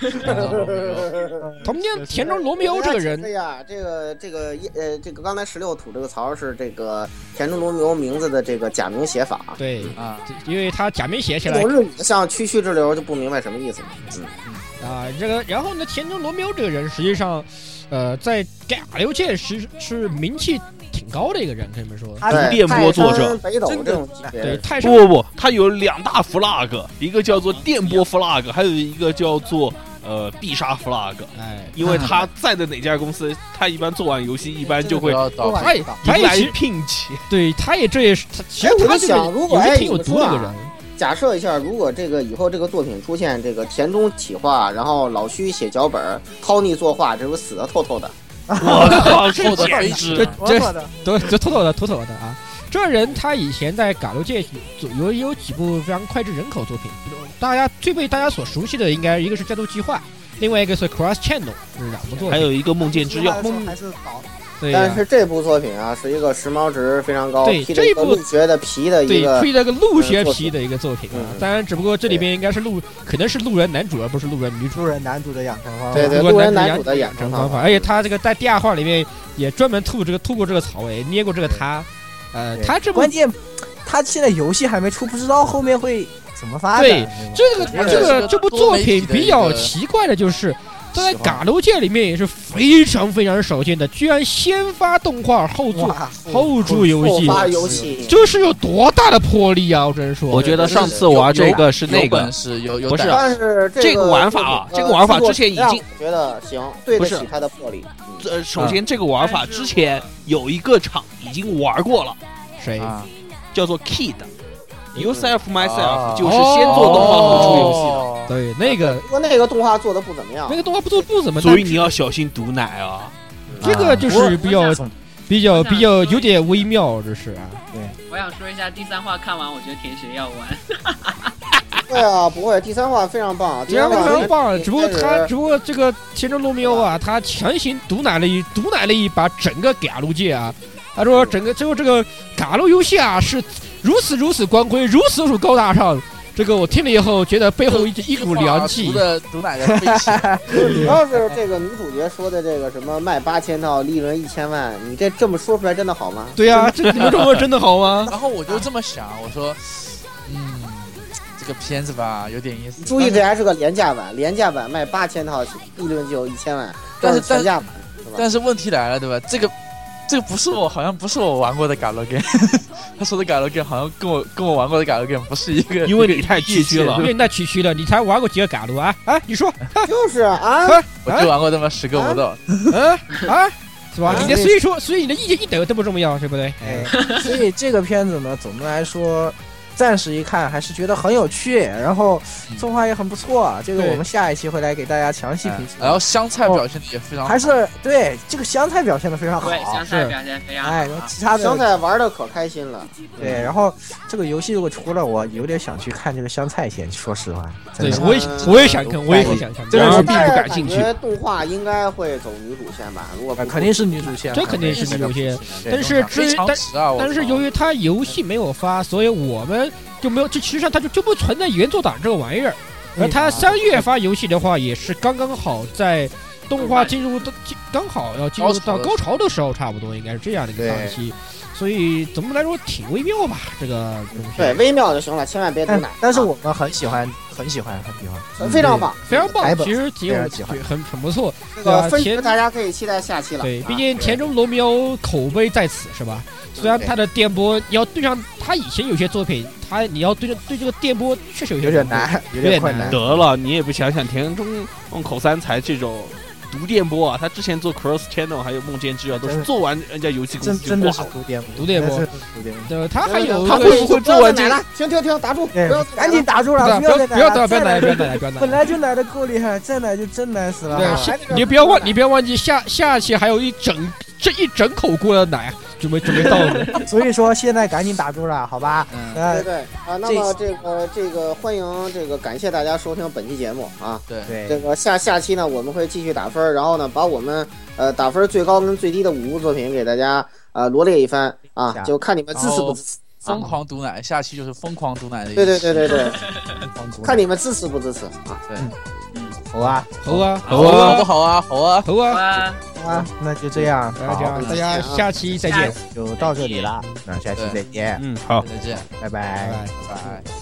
[SPEAKER 1] [LAUGHS] 同样，田中罗密欧这个人
[SPEAKER 4] 对哎呀，这个这个呃，这个刚才十六吐这个槽是这个田中罗密欧名字的这个假名写法，
[SPEAKER 1] 对，
[SPEAKER 3] 啊，
[SPEAKER 1] 因为他假名写起
[SPEAKER 4] 这
[SPEAKER 1] 来
[SPEAKER 4] 种日语的像区区之流就不明白什么意思了。嗯，
[SPEAKER 1] 啊，这个然后呢，田中罗密欧这个人实际上，呃，在改流界是是名气挺高的一个人，可以这么说。
[SPEAKER 7] 他
[SPEAKER 4] 对
[SPEAKER 5] 是电波作证
[SPEAKER 4] 泰山北斗这种级别
[SPEAKER 1] 对，
[SPEAKER 4] 的，
[SPEAKER 1] 泰山
[SPEAKER 5] 不不不，它有两大 flag，一个叫做电波 flag，还有一个叫做呃必杀 flag。
[SPEAKER 1] 哎，
[SPEAKER 5] 因为他在的哪家公司，他一般做完游戏，一般就会
[SPEAKER 3] 要
[SPEAKER 7] 都
[SPEAKER 3] 倒
[SPEAKER 7] 晚
[SPEAKER 3] 霉。
[SPEAKER 1] 他也
[SPEAKER 7] 上
[SPEAKER 1] [LAUGHS] 他
[SPEAKER 5] 迎
[SPEAKER 1] 也
[SPEAKER 5] 来
[SPEAKER 1] 其实
[SPEAKER 5] 聘
[SPEAKER 1] [LAUGHS]
[SPEAKER 5] 请。
[SPEAKER 1] 对，他也这也是他，其
[SPEAKER 4] 哎
[SPEAKER 1] 实
[SPEAKER 4] 我
[SPEAKER 1] 他
[SPEAKER 4] 就
[SPEAKER 1] 这
[SPEAKER 4] 想
[SPEAKER 1] 个
[SPEAKER 4] 如果
[SPEAKER 1] 也
[SPEAKER 4] 哎
[SPEAKER 1] 是挺有
[SPEAKER 4] 你
[SPEAKER 1] 毒
[SPEAKER 4] 说
[SPEAKER 1] 的一个
[SPEAKER 4] 啊
[SPEAKER 1] 人。
[SPEAKER 4] 假设一下，如果这个以后这个作品出现这个田中企划，然后老须写脚本，涛尼作画，这不死的透透的。
[SPEAKER 5] 我靠，这
[SPEAKER 3] 我的
[SPEAKER 5] 简
[SPEAKER 3] 天
[SPEAKER 5] 直！
[SPEAKER 7] 妥妥的，
[SPEAKER 1] 都就妥妥的妥妥的啊！这人他以前在港流界有有有几部非常脍炙人口作品，大家最被大家所熟悉的应该一个是《战斗计划》，另外一个是《Cross Channel》，是两部作
[SPEAKER 5] 还
[SPEAKER 1] 品。
[SPEAKER 5] 有一个梦见之钥，
[SPEAKER 7] 梦还是倒，
[SPEAKER 1] 对呀、
[SPEAKER 4] 但是这部作品啊，是一个时髦值非常高，
[SPEAKER 1] 对
[SPEAKER 4] 披
[SPEAKER 1] 这
[SPEAKER 4] 着一个
[SPEAKER 1] 部
[SPEAKER 4] 鹿角的皮的一
[SPEAKER 1] 对
[SPEAKER 4] 个，
[SPEAKER 1] 推了个路学皮的一个作品啊
[SPEAKER 4] 嗯，
[SPEAKER 1] 当然，只不过这里边应该是路，可能是路人男主而不是路人女主。
[SPEAKER 7] 路人男主的养成方法，
[SPEAKER 4] 对对，
[SPEAKER 1] 路
[SPEAKER 4] 路人
[SPEAKER 1] 男
[SPEAKER 4] 男主的养成
[SPEAKER 1] 方
[SPEAKER 4] 方法，
[SPEAKER 1] 而且他这个在第二话里面也专门吐这个吐过这个草尾，捏过这个他，呃，
[SPEAKER 4] 对
[SPEAKER 1] 他这部
[SPEAKER 7] 关键他现在游戏还没出，不知道后面会怎么发展。
[SPEAKER 1] 对
[SPEAKER 7] 吧
[SPEAKER 1] 这个
[SPEAKER 3] 而且
[SPEAKER 1] 这
[SPEAKER 3] 是
[SPEAKER 1] 个
[SPEAKER 3] 个
[SPEAKER 1] 这部
[SPEAKER 3] 多
[SPEAKER 1] 作
[SPEAKER 3] 媒体
[SPEAKER 1] 品
[SPEAKER 3] 的
[SPEAKER 1] 比
[SPEAKER 3] 一
[SPEAKER 1] 较
[SPEAKER 3] 个
[SPEAKER 1] 奇怪的就是，在
[SPEAKER 3] 喜欢
[SPEAKER 1] 嘎楼界里面也是非常非常少见的，居然先发动画后做
[SPEAKER 7] 哇，
[SPEAKER 1] 后出游
[SPEAKER 4] 后
[SPEAKER 1] 戏，
[SPEAKER 4] 发游戏，
[SPEAKER 1] 这是有多大的魄力啊！我只能说，
[SPEAKER 4] 我觉得上次玩这
[SPEAKER 5] 个是
[SPEAKER 3] 有本事有有
[SPEAKER 5] 不是
[SPEAKER 3] 胆
[SPEAKER 5] 啊
[SPEAKER 4] 但是这
[SPEAKER 5] 这个玩法啊
[SPEAKER 4] 作品
[SPEAKER 5] 这个玩法之前已经
[SPEAKER 4] 呃制作质量我觉得行，对得
[SPEAKER 5] 不
[SPEAKER 4] 起
[SPEAKER 5] 是
[SPEAKER 4] 他的魄力。嗯
[SPEAKER 5] 呃，首先这个玩法之前有一个厂已经玩过了，
[SPEAKER 1] 谁
[SPEAKER 3] 啊，
[SPEAKER 5] 叫做 Kid。Yourself
[SPEAKER 3] 啊
[SPEAKER 5] myself 就是先做动画后出游戏的，
[SPEAKER 3] 哦
[SPEAKER 1] 对那个
[SPEAKER 4] 不过那个动画做的不怎么样
[SPEAKER 1] 那，个动画不做不怎么，
[SPEAKER 5] 所以你要小心毒
[SPEAKER 1] [LAUGHS]
[SPEAKER 5] 奶啊！
[SPEAKER 1] 但这个
[SPEAKER 6] 啊
[SPEAKER 1] 就是比较比较比较有点微妙，这是啊。
[SPEAKER 6] 我想说一下，第三话看完，我觉得铁血要玩。
[SPEAKER 4] 对啊，不会，第三话非常棒，啊第
[SPEAKER 1] 虽然
[SPEAKER 4] 三
[SPEAKER 1] 非
[SPEAKER 4] 话
[SPEAKER 1] 常棒，只不过
[SPEAKER 4] 开
[SPEAKER 1] 他
[SPEAKER 4] 始
[SPEAKER 1] 只不过这个田中罗密欧啊，他强行毒奶了一毒奶了一把整个嘎路界啊。他说整个最后这个嘎路游戏啊是如此如此光辉，如此如此高大上，这个我听了以后，觉得背后一一股凉气
[SPEAKER 3] 读。的读哪个飞起？
[SPEAKER 4] 主要是这个女主角说的这个什么卖八千套，利润一千万，你这这么说出来真的好吗？
[SPEAKER 1] 对呀、这你们中国真的好
[SPEAKER 3] [LAUGHS]
[SPEAKER 1] 吗？
[SPEAKER 3] 然后我就这么想，我说，嗯，这个片子吧有点意思。
[SPEAKER 4] 注意，这还是个廉价版，廉价版卖八千套，利润就有一千万，这
[SPEAKER 3] 但是
[SPEAKER 4] 全价版是吧？
[SPEAKER 3] 但是问题来了，对吧？这个这个不是我，好像不是我玩过的 g a l game。他 [LAUGHS] 说的 g a l game 好像跟我跟我玩过的 g a l game 不是一个，
[SPEAKER 5] 因为你太崎岖了
[SPEAKER 1] 因。为你太崎岖了，你才玩过几个嘎鲁啊？啊，你说，
[SPEAKER 4] 就是 [LAUGHS] 啊，
[SPEAKER 3] 我就玩过这么十个不到。
[SPEAKER 1] 嗯啊，是吧？
[SPEAKER 2] 啊
[SPEAKER 1] 你的所以说，所以你的意见一点都不重要，对不对？
[SPEAKER 2] 哎，所以这个片子呢，总的来说，暂时一看还是觉得很有趣，然后
[SPEAKER 1] 嗯
[SPEAKER 2] 动画也很不错。这个
[SPEAKER 1] 对
[SPEAKER 2] 我们下一期会来给大家详细
[SPEAKER 3] 哎
[SPEAKER 2] 评述。
[SPEAKER 3] 然后香菜表现的也非常好，
[SPEAKER 2] 还是对这个香菜表现的非常好
[SPEAKER 6] 对，，香菜
[SPEAKER 1] 啊是
[SPEAKER 6] 表现非常
[SPEAKER 2] 哎，
[SPEAKER 6] 好。
[SPEAKER 2] 其他的
[SPEAKER 4] 香菜玩的可开心了。嗯
[SPEAKER 2] 对，然后这个游戏如果出了，我有点想去看这个香菜先，说实话，真
[SPEAKER 1] 对
[SPEAKER 2] 的，
[SPEAKER 1] 我也我也想看，我也很想看，
[SPEAKER 5] 这个
[SPEAKER 1] 然
[SPEAKER 5] 是
[SPEAKER 1] 后
[SPEAKER 5] 必不感兴趣
[SPEAKER 4] 但是感觉动画应该会走女主线吧？如果
[SPEAKER 2] 啊
[SPEAKER 4] 不
[SPEAKER 2] 肯定是女主线，
[SPEAKER 1] 这肯定是
[SPEAKER 2] 那
[SPEAKER 1] 女
[SPEAKER 2] 个
[SPEAKER 1] 主线。
[SPEAKER 2] 对
[SPEAKER 1] 但是至
[SPEAKER 3] 非
[SPEAKER 1] 于
[SPEAKER 3] 常
[SPEAKER 1] 但
[SPEAKER 3] 值啊！我
[SPEAKER 1] 但是
[SPEAKER 3] 操
[SPEAKER 1] 由于它游戏没有发，所以我们就没有，这其实上它就就不存在原作党这个玩意儿。而它三月发游戏的话，也是刚刚好在动画进入到进刚好要进入到高潮的时候，差不多应该是这样的一个档期。所以总的来说挺微妙吧，这个东西。
[SPEAKER 4] 对，微妙就行了，千万别读
[SPEAKER 2] 但
[SPEAKER 4] 奶。
[SPEAKER 2] 但是我们很喜欢，很喜欢，很喜欢。
[SPEAKER 4] 啊非常棒，
[SPEAKER 1] 非常棒
[SPEAKER 2] 台，本
[SPEAKER 1] 其实挺有
[SPEAKER 2] 非常喜欢
[SPEAKER 1] 对很很不错。
[SPEAKER 4] 这
[SPEAKER 1] 对啊
[SPEAKER 4] 个分
[SPEAKER 1] 前
[SPEAKER 4] 值大家可以期待下期了。
[SPEAKER 1] 对，
[SPEAKER 4] 啊
[SPEAKER 1] 毕竟田中罗密欧口碑在此是吧？虽然他的电波你要对上他以前有些作品，他你要对着对这个电波确实有些
[SPEAKER 2] 有点
[SPEAKER 1] 难度。
[SPEAKER 2] 难，有
[SPEAKER 1] 点
[SPEAKER 2] 点
[SPEAKER 1] 困
[SPEAKER 2] 困
[SPEAKER 1] 难
[SPEAKER 2] 难。
[SPEAKER 5] 得了，你也不想想田中用口三才这种读电波啊，他之前做 Cross Channel 还有梦见之遥都是
[SPEAKER 2] 真的
[SPEAKER 5] 做完人家游戏公
[SPEAKER 2] 真
[SPEAKER 5] 司就
[SPEAKER 2] 真的
[SPEAKER 5] 挂
[SPEAKER 2] 是
[SPEAKER 5] 了
[SPEAKER 2] 读电波，
[SPEAKER 1] 读电波
[SPEAKER 2] 真的是读电波。
[SPEAKER 1] 对，他还有
[SPEAKER 5] 他
[SPEAKER 1] 一
[SPEAKER 5] 会
[SPEAKER 1] 个
[SPEAKER 5] 不会做
[SPEAKER 4] 不要
[SPEAKER 5] 完
[SPEAKER 4] 再
[SPEAKER 5] 这
[SPEAKER 4] 奶
[SPEAKER 5] 个？
[SPEAKER 4] 了？停停停，打住！不
[SPEAKER 2] 对
[SPEAKER 4] 要，
[SPEAKER 2] 哎赶紧打住
[SPEAKER 1] 不
[SPEAKER 2] 了，
[SPEAKER 1] 要不要
[SPEAKER 2] 再
[SPEAKER 1] 不要
[SPEAKER 2] 打了
[SPEAKER 1] 不要奶
[SPEAKER 2] 再
[SPEAKER 1] 不要
[SPEAKER 2] 奶
[SPEAKER 1] 奶不要奶
[SPEAKER 2] 本。来就奶的够厉害，再奶就真奶死了。
[SPEAKER 1] 对，
[SPEAKER 2] 啊
[SPEAKER 1] 下你不要忘，你不要忘记下下期还有一整这一整口锅的奶准备准备到 [LAUGHS] 你。
[SPEAKER 2] 所以说现在赶紧打住了，好吧？
[SPEAKER 3] 嗯，
[SPEAKER 4] 对
[SPEAKER 2] 呃，
[SPEAKER 4] 对啊，那
[SPEAKER 2] 这
[SPEAKER 4] 么这个这个欢迎这个感谢大家收听本期节目啊。
[SPEAKER 3] 对，
[SPEAKER 4] 这
[SPEAKER 2] 对，
[SPEAKER 4] 个下下期呢，我们会继续打分儿，然后呢，把我们呃打分最高跟最低的五部作品给大家呃罗列一番啊，就看你们支持不支持。
[SPEAKER 3] 疯狂毒奶，下期就是疯狂毒奶的一期。
[SPEAKER 4] 对对对对对，看
[SPEAKER 2] 你
[SPEAKER 4] 你们支持不支持啊。
[SPEAKER 2] 好啊，
[SPEAKER 1] 猴啊
[SPEAKER 5] 好
[SPEAKER 1] 猴
[SPEAKER 5] 啊
[SPEAKER 3] 好不好啊？好啊，
[SPEAKER 1] 猴啊！
[SPEAKER 6] 哇，
[SPEAKER 2] 好啊，那就这样，
[SPEAKER 1] 大哎家这样，
[SPEAKER 2] 好
[SPEAKER 1] 大家下期再见，
[SPEAKER 2] 就到这里了，那下期再见，
[SPEAKER 5] 嗯，好。
[SPEAKER 3] 再见，
[SPEAKER 1] 拜
[SPEAKER 2] 拜拜
[SPEAKER 1] 拜。
[SPEAKER 3] 拜拜。